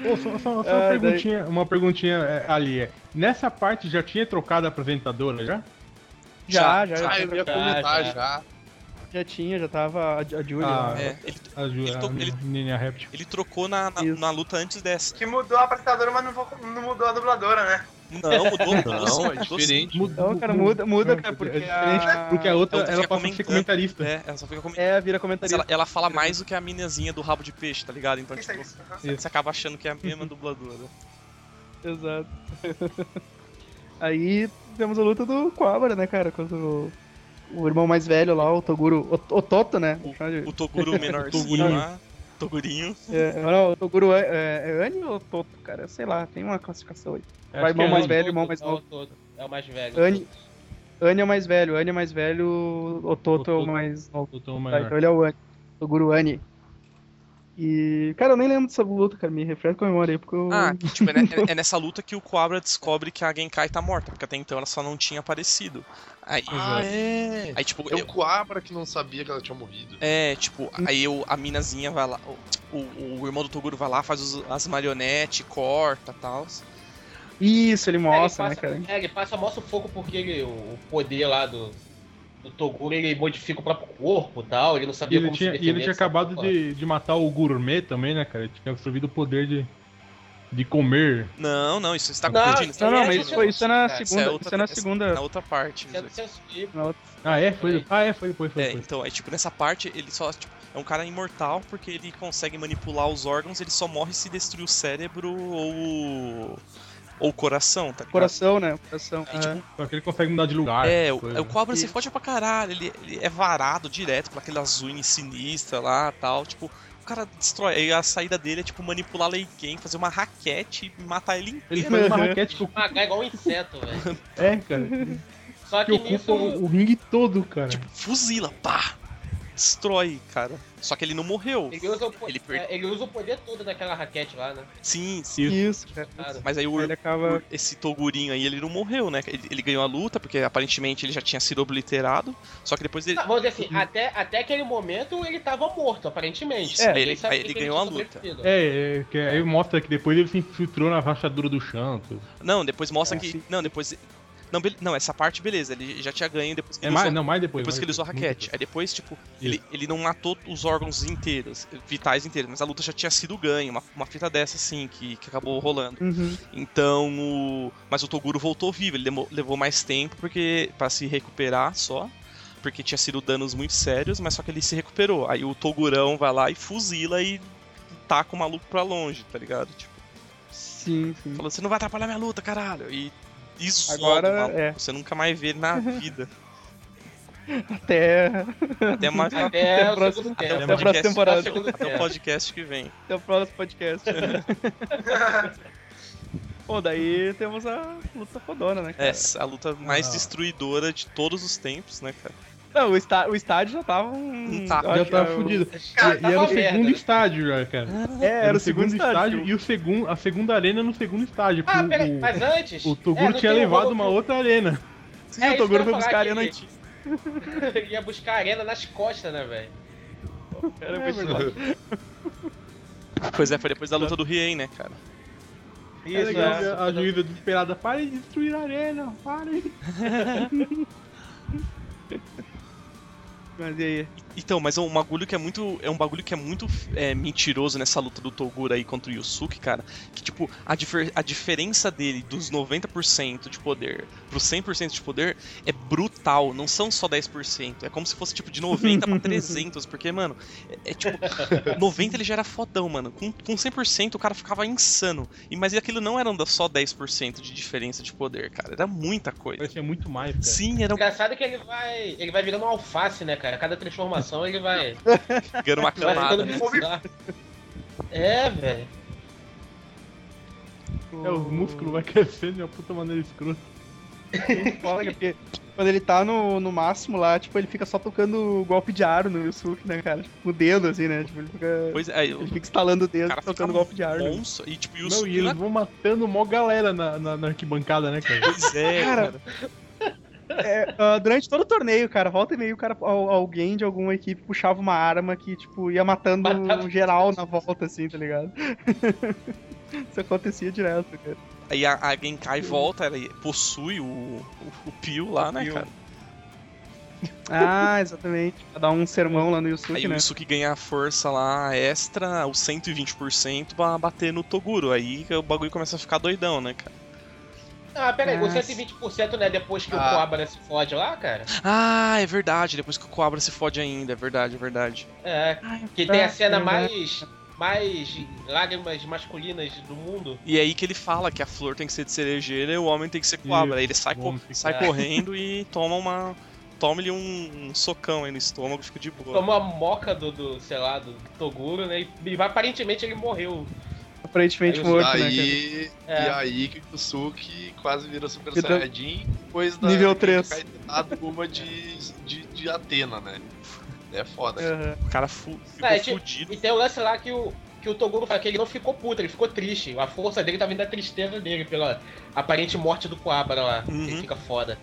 Speaker 8: Pô, só, só- só
Speaker 5: Ah,
Speaker 8: uma perguntinha, uma perguntinha é, ali. é, Nessa parte já tinha trocado a apresentadora já?
Speaker 5: Já, já, já,
Speaker 3: Ah, eu ia
Speaker 4: já,
Speaker 3: comentar
Speaker 4: já.
Speaker 3: já.
Speaker 5: já tinha, já tava a, a Julia.
Speaker 8: Ah,
Speaker 5: né?
Speaker 1: É, ele,
Speaker 8: A, Ju-
Speaker 1: Ele
Speaker 8: a
Speaker 1: to- ele-
Speaker 8: menina réptil.
Speaker 1: ele trocou na- na,
Speaker 5: Isso.
Speaker 1: na luta antes dessa.
Speaker 2: que mudou a apresentadora, mas não, vou- não mudou a dubladora, né?
Speaker 1: Não, mudou.
Speaker 3: Não, é
Speaker 1: mudou
Speaker 3: diferente.
Speaker 5: Então, cara, muda,
Speaker 1: é um
Speaker 5: muda, cara, porque é né? a, tá
Speaker 8: Porque a outra,
Speaker 1: a outra fica
Speaker 8: ela passa a ser
Speaker 1: comentando.
Speaker 8: comentarista.
Speaker 1: É, ela só fica comentando.
Speaker 5: É, vira
Speaker 1: Mas
Speaker 5: comentarista.
Speaker 1: ela, ela fala mais do que a miniazinha do rabo de peixe, tá ligado? Então,
Speaker 2: Isso é
Speaker 1: tipo,
Speaker 2: isso. aham.
Speaker 1: você acaba achando que é a mesma dubladora.
Speaker 5: Exato. Aí temos a luta do Coabra, né, cara? Contra o, o irmão mais velho lá, o Toguro. O, o Toto, né? Vamos chamar de-
Speaker 1: O Toguro menorzinho
Speaker 8: Togurinho.
Speaker 1: lá. Togurinho.
Speaker 5: É, não, o Toguro é, é, é Annie ou Toto, cara? Sei lá, tem uma classificação aí.
Speaker 8: Acho
Speaker 5: Vai,
Speaker 8: que é
Speaker 5: irmão mais
Speaker 8: Anne.
Speaker 5: velho, irmão mais
Speaker 4: é o
Speaker 5: novo.
Speaker 4: todo. É o mais velho.
Speaker 5: Anne- Annie é o mais velho, Annie é o mais velho, o Toto é o
Speaker 8: Toto.
Speaker 5: mais novo.
Speaker 8: Do Tom
Speaker 5: Tá,
Speaker 8: Maior.
Speaker 5: então ele é o Annie, Toguro Annie. E, cara, eu nem lembro dessa luta, cara, me refresca a memória aí, porque eu...
Speaker 1: Ah, que, tipo, é, ne- é nessa luta que o Cobra descobre que a Genkai tá morta, porque até então ela só não tinha aparecido. Aí,
Speaker 3: Ah, é.
Speaker 1: aí tipo,
Speaker 3: É o
Speaker 1: eu,
Speaker 3: Coabra que não sabia que ela tinha morrido.
Speaker 1: é, tipo, aí eu, a minazinha vai lá, o, o, o irmão do Toguro vai lá, faz os- as marionetes, corta e tal.
Speaker 5: Isso, ele
Speaker 4: É, ele
Speaker 5: mostra, né,
Speaker 4: passa-
Speaker 5: cara?
Speaker 4: É, ele passa, mostra o fogo porque ele, o o poder lá do, do Toguro, ele modifica o próprio corpo e tal, ele não
Speaker 8: E
Speaker 4: sabia
Speaker 8: ele
Speaker 4: como
Speaker 8: tinha,
Speaker 4: se
Speaker 8: e ele
Speaker 4: defender
Speaker 8: tinha
Speaker 4: dessa
Speaker 8: acabado
Speaker 4: porra.
Speaker 8: de, de matar o gourmet também, né, cara? Ele tinha absorvido o poder de, de comer.
Speaker 1: Não, não, isso está
Speaker 4: Não,
Speaker 1: confundindo. isso tá
Speaker 5: Não, não, mas
Speaker 1: confundindo.
Speaker 5: isso, foi, isso é na
Speaker 3: isso é
Speaker 1: Isso é
Speaker 5: segunda.
Speaker 1: outra-
Speaker 5: Isso é na
Speaker 1: essa-
Speaker 5: segunda.
Speaker 1: Na outra parte.
Speaker 4: Isso é do censurista.
Speaker 5: na outra-
Speaker 8: Ah, é? Foi, ah, é, foi, foi, foi.
Speaker 1: É,
Speaker 8: foi.
Speaker 1: então, é tipo, nessa parte, ele só, tipo, é um cara imortal porque ele consegue manipular os órgãos, ele só morre se destruir o cérebro ou ou o coração, tá ligado?
Speaker 5: Coração, né? Coração.
Speaker 1: E, tipo,
Speaker 5: aham.
Speaker 8: Só que ele consegue mudar de
Speaker 5: Ah,
Speaker 8: lugar. né?
Speaker 1: é, o,
Speaker 5: né?
Speaker 8: coisa.
Speaker 1: o cobra se fode pra caralho, ele, ele é varado direto por aquelas unhas sinistras lá tal, tipo, o cara destrói, aí a saída dele é tipo manipular Lei Ken, fazer uma raquete e matar ele
Speaker 8: Ele
Speaker 1: inteiro.
Speaker 8: faz uma
Speaker 5: Uhum.
Speaker 8: raquete que
Speaker 4: Magar é igual um inseto, velho.
Speaker 8: É, cara.
Speaker 4: Só
Speaker 8: Que
Speaker 4: que
Speaker 8: ocupa
Speaker 4: nisso.
Speaker 8: o, o ringue todo, cara.
Speaker 1: Tipo, fuzila, pá! Destrói, cara. Só que ele não morreu.
Speaker 4: Ele usa, o po-
Speaker 1: Ele per-
Speaker 4: é, ele usa o poder todo daquela raquete lá, né?
Speaker 1: Sim,
Speaker 7: Sim.
Speaker 5: Isso, cara.
Speaker 4: Cara,
Speaker 1: mas aí o,
Speaker 5: Aí ele é acaba.
Speaker 1: esse Togurinho aí, ele não morreu, né? Ele, ele ganhou a luta, porque aparentemente ele já tinha sido obliterado. Só que depois ele.
Speaker 4: Tá, Vamos dizer assim, até, até aquele momento ele tava morto, aparentemente.
Speaker 1: É,
Speaker 4: Ninguém
Speaker 1: ele-
Speaker 4: sabe
Speaker 1: aí
Speaker 4: que
Speaker 1: ele
Speaker 4: tinha
Speaker 1: ganhou a luta.
Speaker 4: sobrevivido.
Speaker 8: É, é, que aí mostra que depois ele se infiltrou na rachadura do chão. tudo.
Speaker 1: Não, depois mostra
Speaker 5: É,
Speaker 1: que.
Speaker 5: sim.
Speaker 1: Não, depois. Não, bele- não, essa parte, beleza, ele já tinha ganho depois que
Speaker 8: É
Speaker 1: ele
Speaker 8: mais,
Speaker 1: usou,
Speaker 8: não, mais depois.
Speaker 1: depois
Speaker 8: mais
Speaker 1: que ele usou a
Speaker 8: muito
Speaker 1: raquete. Aí depois,
Speaker 8: depois.
Speaker 1: tipo, ele, ele não matou os órgãos inteiros, vitais inteiros, mas a luta já tinha sido ganha, uma, uma fita dessa assim, que, que acabou rolando.
Speaker 5: Uhum.
Speaker 1: Então, o... mas o Toguro voltou vivo, ele demo- levou mais tempo porque para se recuperar só, porque tinha sido danos muito sérios, mas só que ele se recuperou. Aí o Togurão vai lá e fuzila e taca o maluco pra longe, tá ligado? Tipo,
Speaker 5: Sim, sim.
Speaker 1: falou, você não vai atrapalhar minha luta, caralho. E isso
Speaker 5: Agora, é.
Speaker 1: você nunca mais vê ele na vida.
Speaker 5: Até,
Speaker 1: Até mais
Speaker 4: Até É, o
Speaker 5: Até
Speaker 4: segundo
Speaker 1: até
Speaker 4: tempo.
Speaker 1: o
Speaker 5: até a próxima
Speaker 1: podcast.
Speaker 5: temporada.
Speaker 4: Até o segundo
Speaker 1: é até o
Speaker 4: tempo.
Speaker 1: podcast que vem.
Speaker 5: Até o próximo podcast. Bom, daí temos a luta fodona,
Speaker 1: É.
Speaker 5: né, cara?
Speaker 1: Essa, a luta mais
Speaker 8: Ah.
Speaker 1: destruidora de todos os tempos, né, cara?
Speaker 5: Não, o, está, o estádio já tava um.
Speaker 1: Não tá. tava.
Speaker 5: eu acho
Speaker 8: Já
Speaker 5: que
Speaker 8: tava
Speaker 5: era o-
Speaker 8: fudido.
Speaker 4: Cara,
Speaker 8: E,
Speaker 4: tava
Speaker 8: e era o
Speaker 4: uma merda. né?
Speaker 8: segundo estádio, já, cara.
Speaker 5: É, era, o segundo, estádio.
Speaker 8: e o segun, a segunda arena no segundo estádio.
Speaker 4: Ah,
Speaker 8: porque
Speaker 4: peraí,
Speaker 8: o-
Speaker 4: mas antes.
Speaker 8: o, Toguro
Speaker 4: é, não
Speaker 8: tinha
Speaker 4: tem o
Speaker 8: levado
Speaker 4: rolo-
Speaker 8: uma outra arena.
Speaker 5: Sim,
Speaker 4: É,
Speaker 5: o
Speaker 4: isso que eu
Speaker 5: Toguro
Speaker 4: ia
Speaker 5: foi
Speaker 4: falar
Speaker 5: buscar a arena
Speaker 4: que-
Speaker 5: antiga.
Speaker 4: Ele ia buscar a arena nas costas, né, velho?
Speaker 5: Era muito legal.
Speaker 1: Pois é, foi depois da luta do Rien, né, cara?
Speaker 8: É legal
Speaker 4: né?
Speaker 8: ver a juíza desesperada. Para de destruir a arena, para de...
Speaker 5: Mas e aí?
Speaker 1: Então, mas é um bagulho que é muito. É um bagulho que é muito é, mentiroso nessa luta do Toguro aí contra o Yusuke, cara. Que, tipo, a, difer- a diferença dele dos 90% de poder pro 100% de poder é brutal. Não são só 10%. É como se fosse, tipo, de 90 pra 300. Porque, mano, é, é tipo. 90 ele já era fodão, mano. Com, com 100% o cara ficava insano. E, mas aquilo não era um só 10% de diferença de poder, cara. Era muita coisa.
Speaker 8: Parecia muito mais, cara.
Speaker 1: Sim, era um
Speaker 4: Engraçado é que ele vai. Ele vai virando um alface, né, cara? Cada transformação ele vai.
Speaker 1: ganhando uma
Speaker 4: vai
Speaker 1: camada. né?
Speaker 4: ficando bizarro. É, velho.
Speaker 5: tipo,
Speaker 8: É, o músculo vai crescendo de uma puta maneira escrota.
Speaker 5: Foda, né? porque quando ele tá no, no máximo lá, tipo, ele fica só tocando golpe de aro no Yusuke, né, cara? Tipo, o dedo, assim, né? Tipo, ele fica.
Speaker 1: Pois é, eu-
Speaker 5: Ele fica estalando o dedo,
Speaker 1: cara fica um
Speaker 5: tocando golpe de aro. né?
Speaker 1: monstro. E tipo, e os
Speaker 8: Não, e eles vão matando mó galera na, na, na arquibancada, né, cara?
Speaker 1: Pois é, cara.
Speaker 5: É, ah, durante todo o torneio, cara, volta e meia, o cara, al- alguém de alguma equipe puxava uma arma que, tipo, ia matando
Speaker 4: Matava.
Speaker 5: geral na volta, assim, tá ligado? Isso acontecia direto, cara.
Speaker 1: Aí a, a Genkai volta, ela possui o, o, o Pio lá, né,
Speaker 5: Pio.
Speaker 1: cara?
Speaker 5: Ah, exatamente. Pra dar um sermão lá no
Speaker 1: Aí
Speaker 5: Yusuke,
Speaker 1: o
Speaker 5: né?
Speaker 1: Yusuke ganha a força lá extra, o 120%, pra bater no Toguro. Aí que o bagulho começa a ficar doidão, né, cara?
Speaker 4: Ah, peraí, o
Speaker 5: Nossa.
Speaker 4: 120% né? Depois que o
Speaker 3: Ah.
Speaker 4: Coabra se fode lá, cara.
Speaker 1: Ah, é verdade, depois que o Cobra se fode ainda, é verdade, é verdade.
Speaker 4: É. Que tem a cena
Speaker 5: é
Speaker 4: mais. Mais lágrimas masculinas do mundo.
Speaker 1: E é aí que ele fala que a flor tem que ser de cerejeira e o homem tem que ser cobra. Aí ele sai, co-
Speaker 8: vamos ficar-
Speaker 1: sai correndo e toma uma. Toma-lhe um, um socão aí no estômago, fica de boa.
Speaker 4: Tomou a moca do, do, sei lá, do Toguro, né? E, e aparentemente ele morreu.
Speaker 5: Aparentemente
Speaker 4: Aí o-
Speaker 5: morto, né, cara?
Speaker 3: Aí,
Speaker 4: É.
Speaker 3: E aí que o Suki quase vira Super
Speaker 5: Então-
Speaker 3: Saiyajin depois da
Speaker 5: Nível
Speaker 3: da
Speaker 5: três.
Speaker 3: caetada uma de, de, de Atena, né? É foda.
Speaker 5: Aham.
Speaker 1: O cara fu ficou
Speaker 4: Ah, é tipo-
Speaker 1: fudido.
Speaker 4: E tem o lance lá que o, que o Toguro fala que ele não ficou puto, ele ficou triste. A força dele tá vindo da tristeza dele pela aparente morte do Coabra lá.
Speaker 1: Uhum.
Speaker 4: Ele fica foda.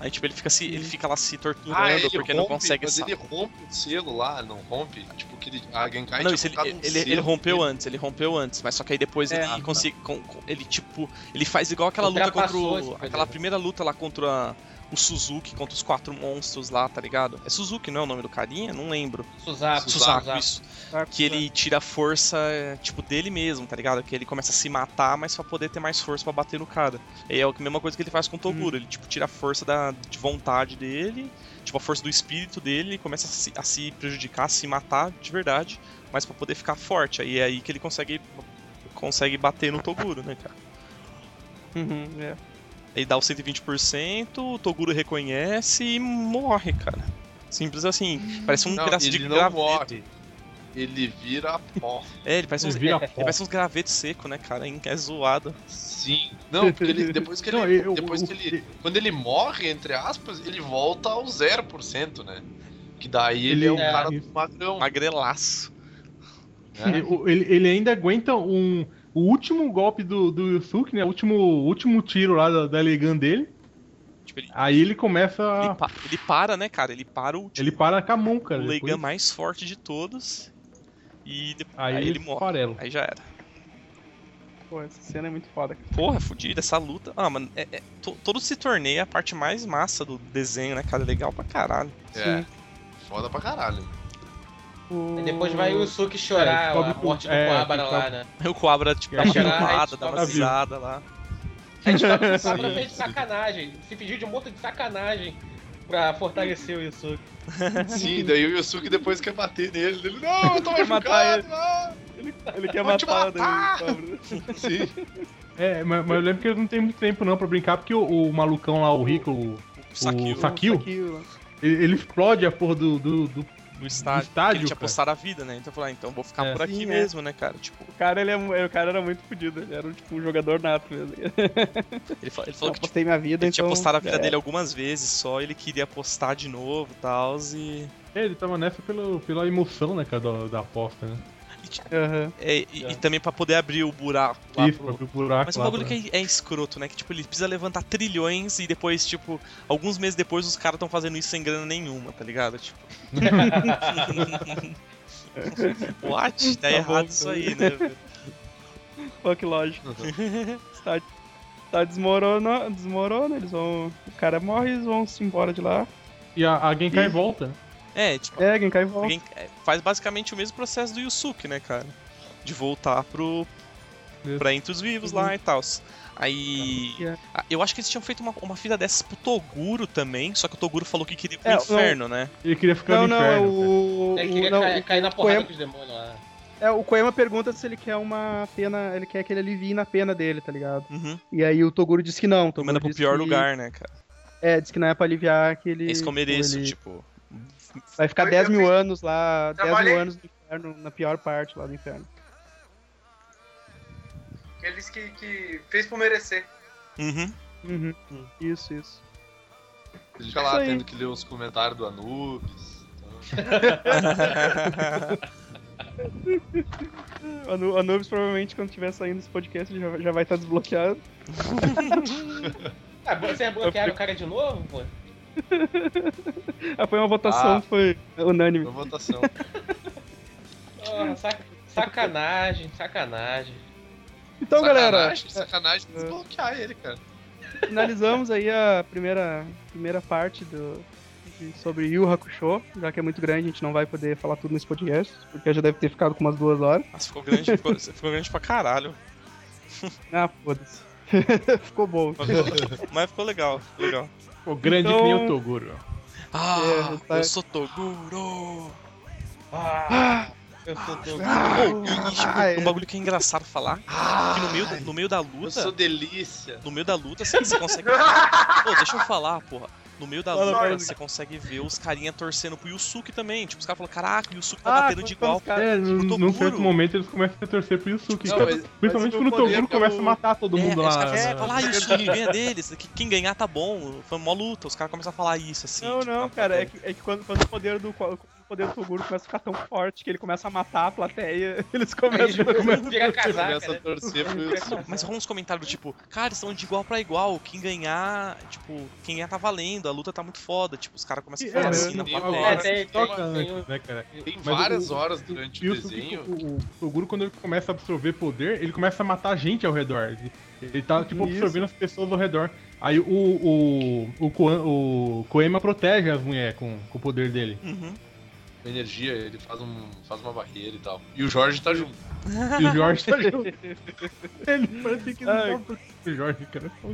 Speaker 1: Aí, tipo, ele fica, se, ele fica lá se torturando
Speaker 3: Uhum. Ah, ele
Speaker 1: porque não
Speaker 3: rompe,
Speaker 1: consegue
Speaker 3: Mas
Speaker 1: sa-
Speaker 3: ele rompe o selo lá, não rompe? Tipo, que ele, a Genkai
Speaker 1: Não,
Speaker 3: tinha
Speaker 1: isso ele,
Speaker 3: colocado um
Speaker 1: ele, ele
Speaker 3: selo
Speaker 1: rompeu
Speaker 3: nele.
Speaker 1: antes, ele rompeu antes, mas só que aí depois
Speaker 5: É.
Speaker 3: tá.
Speaker 1: ele consegue. com- com- ele tipo. Ele faz igual aquela luta contra
Speaker 4: Ultrapassou
Speaker 1: o.
Speaker 3: né?
Speaker 4: esse poder.
Speaker 1: Aquela primeira luta lá contra a- o Suzuki contra os quatro monstros lá, tá ligado? É Suzuki, não é o nome do carinha? Não lembro.
Speaker 3: Ah,
Speaker 4: Suzaku,
Speaker 1: Suzaku,
Speaker 4: Suzaku.
Speaker 1: isso.
Speaker 5: Tá?
Speaker 1: Que ele tira a força, é, tipo, dele mesmo, tá ligado? Que ele começa a se matar, mas pra poder ter mais força pra bater no cara. E é a mesma coisa que ele faz com o Toguro.
Speaker 5: Uhum.
Speaker 1: Ele, tipo, tira a força da, de vontade dele, tipo, a força do espírito dele, e começa a se, a se prejudicar, a se matar de verdade, mas pra poder ficar forte. Aí é aí que ele consegue, consegue bater no Toguro, né, cara?
Speaker 5: Uhum, é.
Speaker 1: Ele dá o 120%, o Toguro reconhece e morre, cara. Simples assim.
Speaker 5: Uhum.
Speaker 1: Parece um
Speaker 3: Não,
Speaker 1: pedaço de
Speaker 3: ele não
Speaker 1: gravete.
Speaker 3: morre. Ele vira pó.
Speaker 1: É, ele parece
Speaker 5: Uhum.
Speaker 1: uns,
Speaker 8: Vira
Speaker 1: ele parece uns gravetes secos, né, cara? É zoado.
Speaker 3: Sim. Não, porque ele, depois que ele.
Speaker 8: Não, eu-
Speaker 3: depois que ele. Quando ele morre, entre aspas, ele volta ao 0%, né? Que daí ele,
Speaker 8: Ele
Speaker 3: é o
Speaker 4: é-
Speaker 3: cara do magrão.
Speaker 1: Magrelaço.
Speaker 3: né?
Speaker 8: O- Ele, ele ainda aguenta um, o último golpe do, do Yusuke, né? O último, o último tiro lá da, da Elegan dele.
Speaker 1: Tipo, ele,
Speaker 8: Aí ele começa.
Speaker 1: ele,
Speaker 8: a-
Speaker 1: pa- ele para, né, cara? Ele para o, tipo,
Speaker 8: Ele para com a mão,
Speaker 1: o
Speaker 8: cara.
Speaker 1: Leigan
Speaker 8: Ah. depois-
Speaker 1: mais forte de todos. E de-
Speaker 8: Aí, ele morre. Farelo.
Speaker 1: Aí já era.
Speaker 5: Pô, essa cena é muito foda. cara.
Speaker 1: Porra, fodido, essa luta. Ah, mano, é, é- to- todo esse torneio é a parte mais massa do desenho, né, cara? Legal pra caralho.
Speaker 5: Ah,
Speaker 3: É. Foda pra caralho.
Speaker 5: O-
Speaker 4: E Depois vai o Yusuke
Speaker 8: É,
Speaker 4: chorar
Speaker 8: descobre
Speaker 4: a morte do
Speaker 8: é,
Speaker 4: Kuwabara lá,
Speaker 8: descobre-
Speaker 4: né?
Speaker 1: Aí o Cobra, tipo,
Speaker 8: É,
Speaker 1: dá uma
Speaker 4: caralho,
Speaker 1: filmada, dá uma
Speaker 4: tá
Speaker 8: vivo.
Speaker 1: risada lá.
Speaker 4: A gente fala que o
Speaker 3: Sim,
Speaker 4: Sabra fez de
Speaker 3: sim.
Speaker 4: sacanagem. Se pediu de morto de sacanagem pra fortalecer o Yusuke.
Speaker 3: Sim, daí o Yusuke depois quer bater nele. Ele, não, eu tô
Speaker 5: Quer matar
Speaker 3: machucado. ah."
Speaker 5: Ele quer
Speaker 3: Vou te
Speaker 5: matar o David
Speaker 3: matar!
Speaker 5: Cobra.
Speaker 3: Sim.
Speaker 8: É, mas, mas eu lembro que ele não tem muito tempo não pra brincar, porque o, o malucão lá, o Rico, o,
Speaker 1: O saquinho
Speaker 8: O Saquinho? ele, ele explode a porra do. do, do-
Speaker 1: do estádio.
Speaker 8: do
Speaker 1: porque
Speaker 8: estádio,
Speaker 1: ele tinha
Speaker 8: cara.
Speaker 1: apostado a vida, né? Então eu falei, ah, então vou ficar
Speaker 8: É.
Speaker 1: por aqui
Speaker 5: Sim, é.
Speaker 1: mesmo, né, cara? Tipo,
Speaker 5: O cara, ele é, mu- o cara era muito fodido, ele era tipo um jogador nato mesmo.
Speaker 1: ele, fa- ele falou que
Speaker 5: Eu
Speaker 1: tipo,
Speaker 5: apostei minha vida,
Speaker 1: ele tinha
Speaker 5: então...
Speaker 1: apostado a vida
Speaker 5: é.
Speaker 1: dele algumas vezes só, ele queria apostar de novo e tal, e.
Speaker 8: É, ele tava nessa pelo, pela emoção, né, cara, da, da aposta, né?
Speaker 5: Aham.
Speaker 1: É, e,
Speaker 8: É.
Speaker 1: e também pra poder abrir o buraco lá
Speaker 8: Isso,
Speaker 1: pro-
Speaker 8: pro buraco
Speaker 1: Mas o
Speaker 8: lá.
Speaker 1: bagulho
Speaker 8: pra-
Speaker 1: que é, é escroto, né? Que tipo, ele precisa levantar trilhões e depois, tipo, alguns meses depois os caras estão fazendo isso sem grana nenhuma, tá ligado? Tipo. What? Tá,
Speaker 5: Tá
Speaker 1: errado
Speaker 5: bom,
Speaker 1: isso
Speaker 5: então.
Speaker 1: aí, né? velho?
Speaker 5: Pô, que lógico.
Speaker 1: Uhum.
Speaker 5: tá, tá desmorona, desmorona, né? eles vão... O cara morre, eles vão se embora de lá.
Speaker 8: E a, a Genkai volta. né?
Speaker 1: É, tipo,
Speaker 5: É, Genkai volta.
Speaker 1: alguém é, faz basicamente o mesmo processo do Yusuke, né, cara? De voltar pro.
Speaker 8: Isso.
Speaker 1: pra Entre os Vivos lá e tal. Aí.
Speaker 5: É.
Speaker 1: Ah, Eu acho que eles tinham feito uma, uma fila dessas pro Toguro também, só que o Toguro falou que queria ir pro
Speaker 5: É, não.
Speaker 1: inferno, né?
Speaker 8: Ele queria ficar
Speaker 5: Não,
Speaker 8: no
Speaker 5: não, é
Speaker 8: um inferno. cara.
Speaker 5: o...
Speaker 4: Ele
Speaker 5: o
Speaker 1: é
Speaker 4: queria
Speaker 5: não,
Speaker 4: cair, cair na
Speaker 5: Koema-
Speaker 4: porrada com os demônios lá.
Speaker 5: É, o Koema pergunta se ele quer uma pena, ele quer que ele alivie na pena dele, tá ligado?
Speaker 1: Uhum.
Speaker 5: E aí o Toguro diz que não. o Toguro
Speaker 1: Manda pro
Speaker 5: diz
Speaker 1: pior
Speaker 5: que-
Speaker 1: lugar, né, cara?
Speaker 5: É, diz que não é pra aliviar que ele.
Speaker 1: É isso que eu mereço,
Speaker 5: ele
Speaker 1: tipo.
Speaker 5: Vai ficar
Speaker 2: é, Eu-
Speaker 5: 10
Speaker 2: eu
Speaker 5: mil
Speaker 2: fiz-
Speaker 5: anos lá, 10
Speaker 2: Trabalhei.
Speaker 5: mil anos no inferno, na pior parte lá do inferno.
Speaker 2: Ele disse que, que fez por merecer.
Speaker 1: Uhum.
Speaker 5: Uhum. Isso, isso.
Speaker 3: Ele fica lá
Speaker 5: Isso aí.
Speaker 3: tendo que ler os comentários do Anubis. então.
Speaker 5: O Anu- Anubis provavelmente quando tiver saindo esse podcast ele já, vai- já vai estar desbloqueado.
Speaker 4: Ah, vocês bloquearam o cara de novo, pô?
Speaker 5: Ah, foi uma votação,
Speaker 3: Ah.
Speaker 5: foi unânime.
Speaker 3: Uma votação.
Speaker 4: Ah, sac- sacanagem, sacanagem.
Speaker 5: Então, galera,
Speaker 3: Sacanagem, sacanagem desbloquear ele, cara.
Speaker 5: finalizamos aí a primeira, primeira parte do, de- sobre Yu Hakusho, já que é muito grande, a gente não vai poder falar tudo nesse podcast, porque já deve ter ficado com umas duas horas.
Speaker 1: Nossa, ficou grande, ficou, ficou grande pra caralho.
Speaker 5: Ah, foda-se. Ficou bom.
Speaker 1: Mas ficou, mas ficou legal, ficou legal.
Speaker 8: O grande
Speaker 5: Então-
Speaker 8: que nem o Toguro.
Speaker 1: Ah,
Speaker 5: tá-
Speaker 1: eu sou Toguro!
Speaker 4: Ah, eu tô todo.
Speaker 1: Oh, e, e, tipo,
Speaker 5: Ah, é.
Speaker 1: um bagulho que é engraçado falar, que no meio, da- no meio da
Speaker 3: Eu
Speaker 1: luta,
Speaker 3: sou delícia.
Speaker 1: no meio da luta, assim, você consegue... Pô, deixa eu falar, porra. No meio da
Speaker 5: Fala,
Speaker 1: luta,
Speaker 5: fala.
Speaker 1: você consegue ver os carinha torcendo pro Yusuke também. Tipo, os caras falam, caraca, o Yusuke tá
Speaker 5: Ah,
Speaker 1: batendo de igual.
Speaker 5: quando os
Speaker 8: É,
Speaker 1: Pro
Speaker 8: num, num
Speaker 1: Toguro.
Speaker 8: certo momento eles começam a torcer pro Yusuke.
Speaker 3: Não,
Speaker 8: cara.
Speaker 3: mas-
Speaker 8: Principalmente
Speaker 3: mas
Speaker 8: quando o
Speaker 3: o poder
Speaker 8: Toguro
Speaker 3: é o-
Speaker 8: começa a matar todo
Speaker 1: É, aí
Speaker 8: mundo
Speaker 1: os
Speaker 8: lá.
Speaker 1: caras
Speaker 8: né?
Speaker 3: um
Speaker 1: falam, ah, Yusuke, ganha deles, que quem ganhar tá bom. Foi uma luta, os caras começam a falar isso, assim.
Speaker 5: Não,
Speaker 1: tipo,
Speaker 5: não,
Speaker 1: na-
Speaker 5: cara, é que, é que quando, quando o poder do Qua- o poder do Toguro começa a ficar tão forte que ele começa a matar a plateia. Eles começam a
Speaker 4: Tira a casaca,
Speaker 3: Começa a
Speaker 4: né?
Speaker 3: torcer pro Yusuke.
Speaker 1: Mas rola uns comentários do tipo, cara, estão de igual pra igual, quem ganhar, tipo, quem ganhar tá valendo, a luta tá muito foda. Tipo, os caras começam a falar
Speaker 3: É,
Speaker 1: assim na
Speaker 3: eu-
Speaker 1: plateia.
Speaker 4: É, tem, tem,
Speaker 8: Toca
Speaker 4: tem um-
Speaker 8: antes, né, cara?
Speaker 3: Tem
Speaker 8: Mas
Speaker 3: várias
Speaker 8: o-
Speaker 3: horas durante
Speaker 8: E
Speaker 3: o
Speaker 8: o Suki,
Speaker 3: é um desenho.
Speaker 8: o, o Toguro, quando ele começa a absorver poder, ele começa a matar gente ao redor. Ele- Ele tá, tipo,
Speaker 5: Isso.
Speaker 8: absorvendo as pessoas ao redor. Aí o, o, o, Koan- o Koema protege as mulheres com, com o poder dele.
Speaker 1: Uhum.
Speaker 3: Com energia, ele faz, um, faz uma barreira e tal. E o Jorge tá junto.
Speaker 8: E o Jorge tá junto. Ele parece que
Speaker 5: Ai.
Speaker 8: não tá o Jorge, cara. um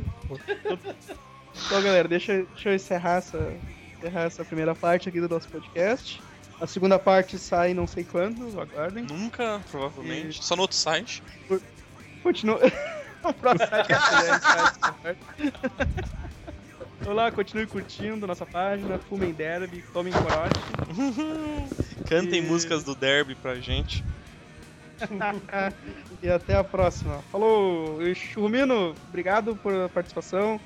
Speaker 5: Então, galera, deixa, deixa eu encerrar essa, encerrar essa primeira parte aqui do nosso podcast. A segunda parte sai não sei quando, aguardem.
Speaker 1: Nunca, provavelmente. Só no outro site.
Speaker 5: Continua. o próximo site é Mulheres Vamos lá, continue curtindo nossa página, fumem derby, tomem corote.
Speaker 1: Cantem
Speaker 5: E-
Speaker 1: músicas do Derby pra gente.
Speaker 5: e até a próxima. Falou, E, Churumino, obrigado pela participação.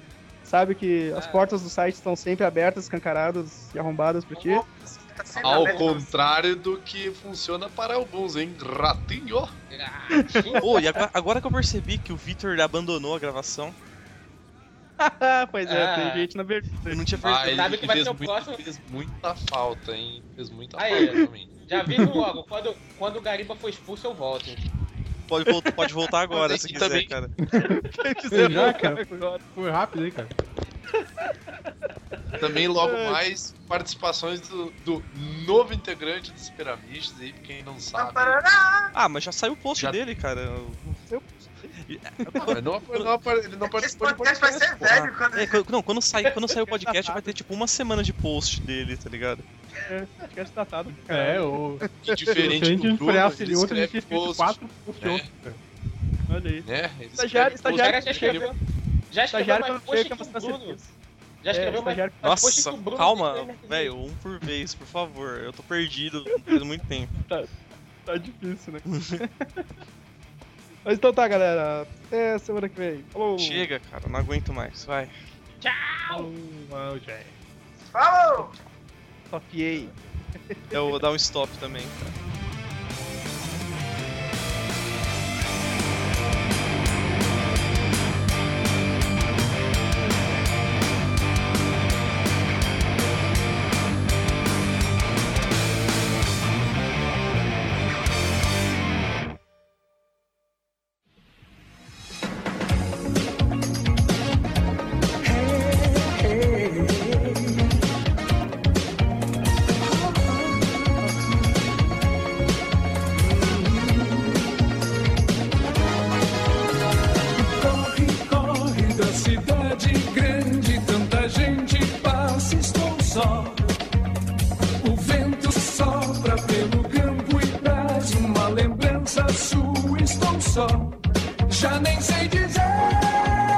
Speaker 5: Sabe que
Speaker 4: É.
Speaker 5: as portas do site estão sempre abertas, escancaradas e arrombadas pra ti.
Speaker 2: Tá sempre
Speaker 3: Ao
Speaker 2: aberto.
Speaker 3: contrário do que funciona para alguns, hein? Ratinho!
Speaker 1: Ô, e agora, agora que eu percebi que o Victor abandonou a gravação,
Speaker 5: pois é,
Speaker 4: Ah.
Speaker 5: tem gente na abertura.
Speaker 1: eu não tinha
Speaker 3: Ah,
Speaker 1: percebido.
Speaker 3: ele
Speaker 4: Sabe que vai
Speaker 3: fez
Speaker 4: ser o
Speaker 3: muito-
Speaker 4: próximo?
Speaker 3: Fez muita falta, hein? Fez muita
Speaker 4: Aí.
Speaker 3: falta também.
Speaker 4: Já vi logo, quando, quando o Gariba for expulso, eu volto.
Speaker 1: Pode, voltar, pode voltar agora, se
Speaker 3: Também-
Speaker 1: quiser,
Speaker 3: também-
Speaker 1: cara.
Speaker 8: Já,
Speaker 3: né,
Speaker 8: cara, foi rápido, hein, cara.
Speaker 3: Também logo mais participações do, do novo integrante dos Piramistas aí, pra quem
Speaker 4: Tá
Speaker 3: não sabe.
Speaker 1: Ah, mas já saiu o post
Speaker 3: Já-
Speaker 1: dele, cara.
Speaker 3: Não, mas não- não apare- ele não
Speaker 2: Esse
Speaker 3: participou de
Speaker 2: podcast vai ser
Speaker 3: podcast, pô.
Speaker 2: velho quando
Speaker 1: É, quando- não, quando sair quando sair o podcast vai ter tipo uma semana de post dele, tá
Speaker 4: É,
Speaker 1: ligado?
Speaker 5: Podcast datado.
Speaker 8: É, o...
Speaker 3: E
Speaker 8: se a
Speaker 3: diferente
Speaker 8: gente
Speaker 3: do
Speaker 8: não
Speaker 3: Bruno,
Speaker 8: um freasse
Speaker 3: ele
Speaker 8: ele ontem, a gente
Speaker 3: escreve
Speaker 8: tinha escrito
Speaker 3: post,
Speaker 8: quatro posts
Speaker 3: É.
Speaker 8: ontem, cara.
Speaker 5: Olha aí.
Speaker 3: né? Ele escreve
Speaker 5: Estagiário-
Speaker 4: O
Speaker 5: estagiário-
Speaker 4: cara
Speaker 3: post,
Speaker 4: já
Speaker 3: escreve-
Speaker 4: escreveu. Já escreveu
Speaker 5: Estagiário
Speaker 4: mais
Speaker 5: quando chega,
Speaker 4: post que
Speaker 5: que
Speaker 4: o
Speaker 5: mostra
Speaker 4: Bruno.
Speaker 5: serviço.
Speaker 4: Já
Speaker 5: É,
Speaker 4: escreveu mais
Speaker 5: estagiário-
Speaker 4: mais post
Speaker 1: Nossa,
Speaker 4: tipo, que o Bruno.
Speaker 1: calma,
Speaker 4: tem, né?
Speaker 1: velho, um por vez, por favor. Eu tô perdido faz muito tempo.
Speaker 5: Tá difícil, né? Mas então tá, galera. Até semana que vem. Falou.
Speaker 1: Chega, cara, não aguento mais, vai.
Speaker 8: Uau, gente.
Speaker 2: Falou!
Speaker 5: Topiei.
Speaker 1: Eu vou dar um stop também.
Speaker 9: Corre, corre da cidade grande, tanta gente passa, estou só. O vento sopra pelo campo e traz uma lembrança sua, estou só. Já nem sei dizer um um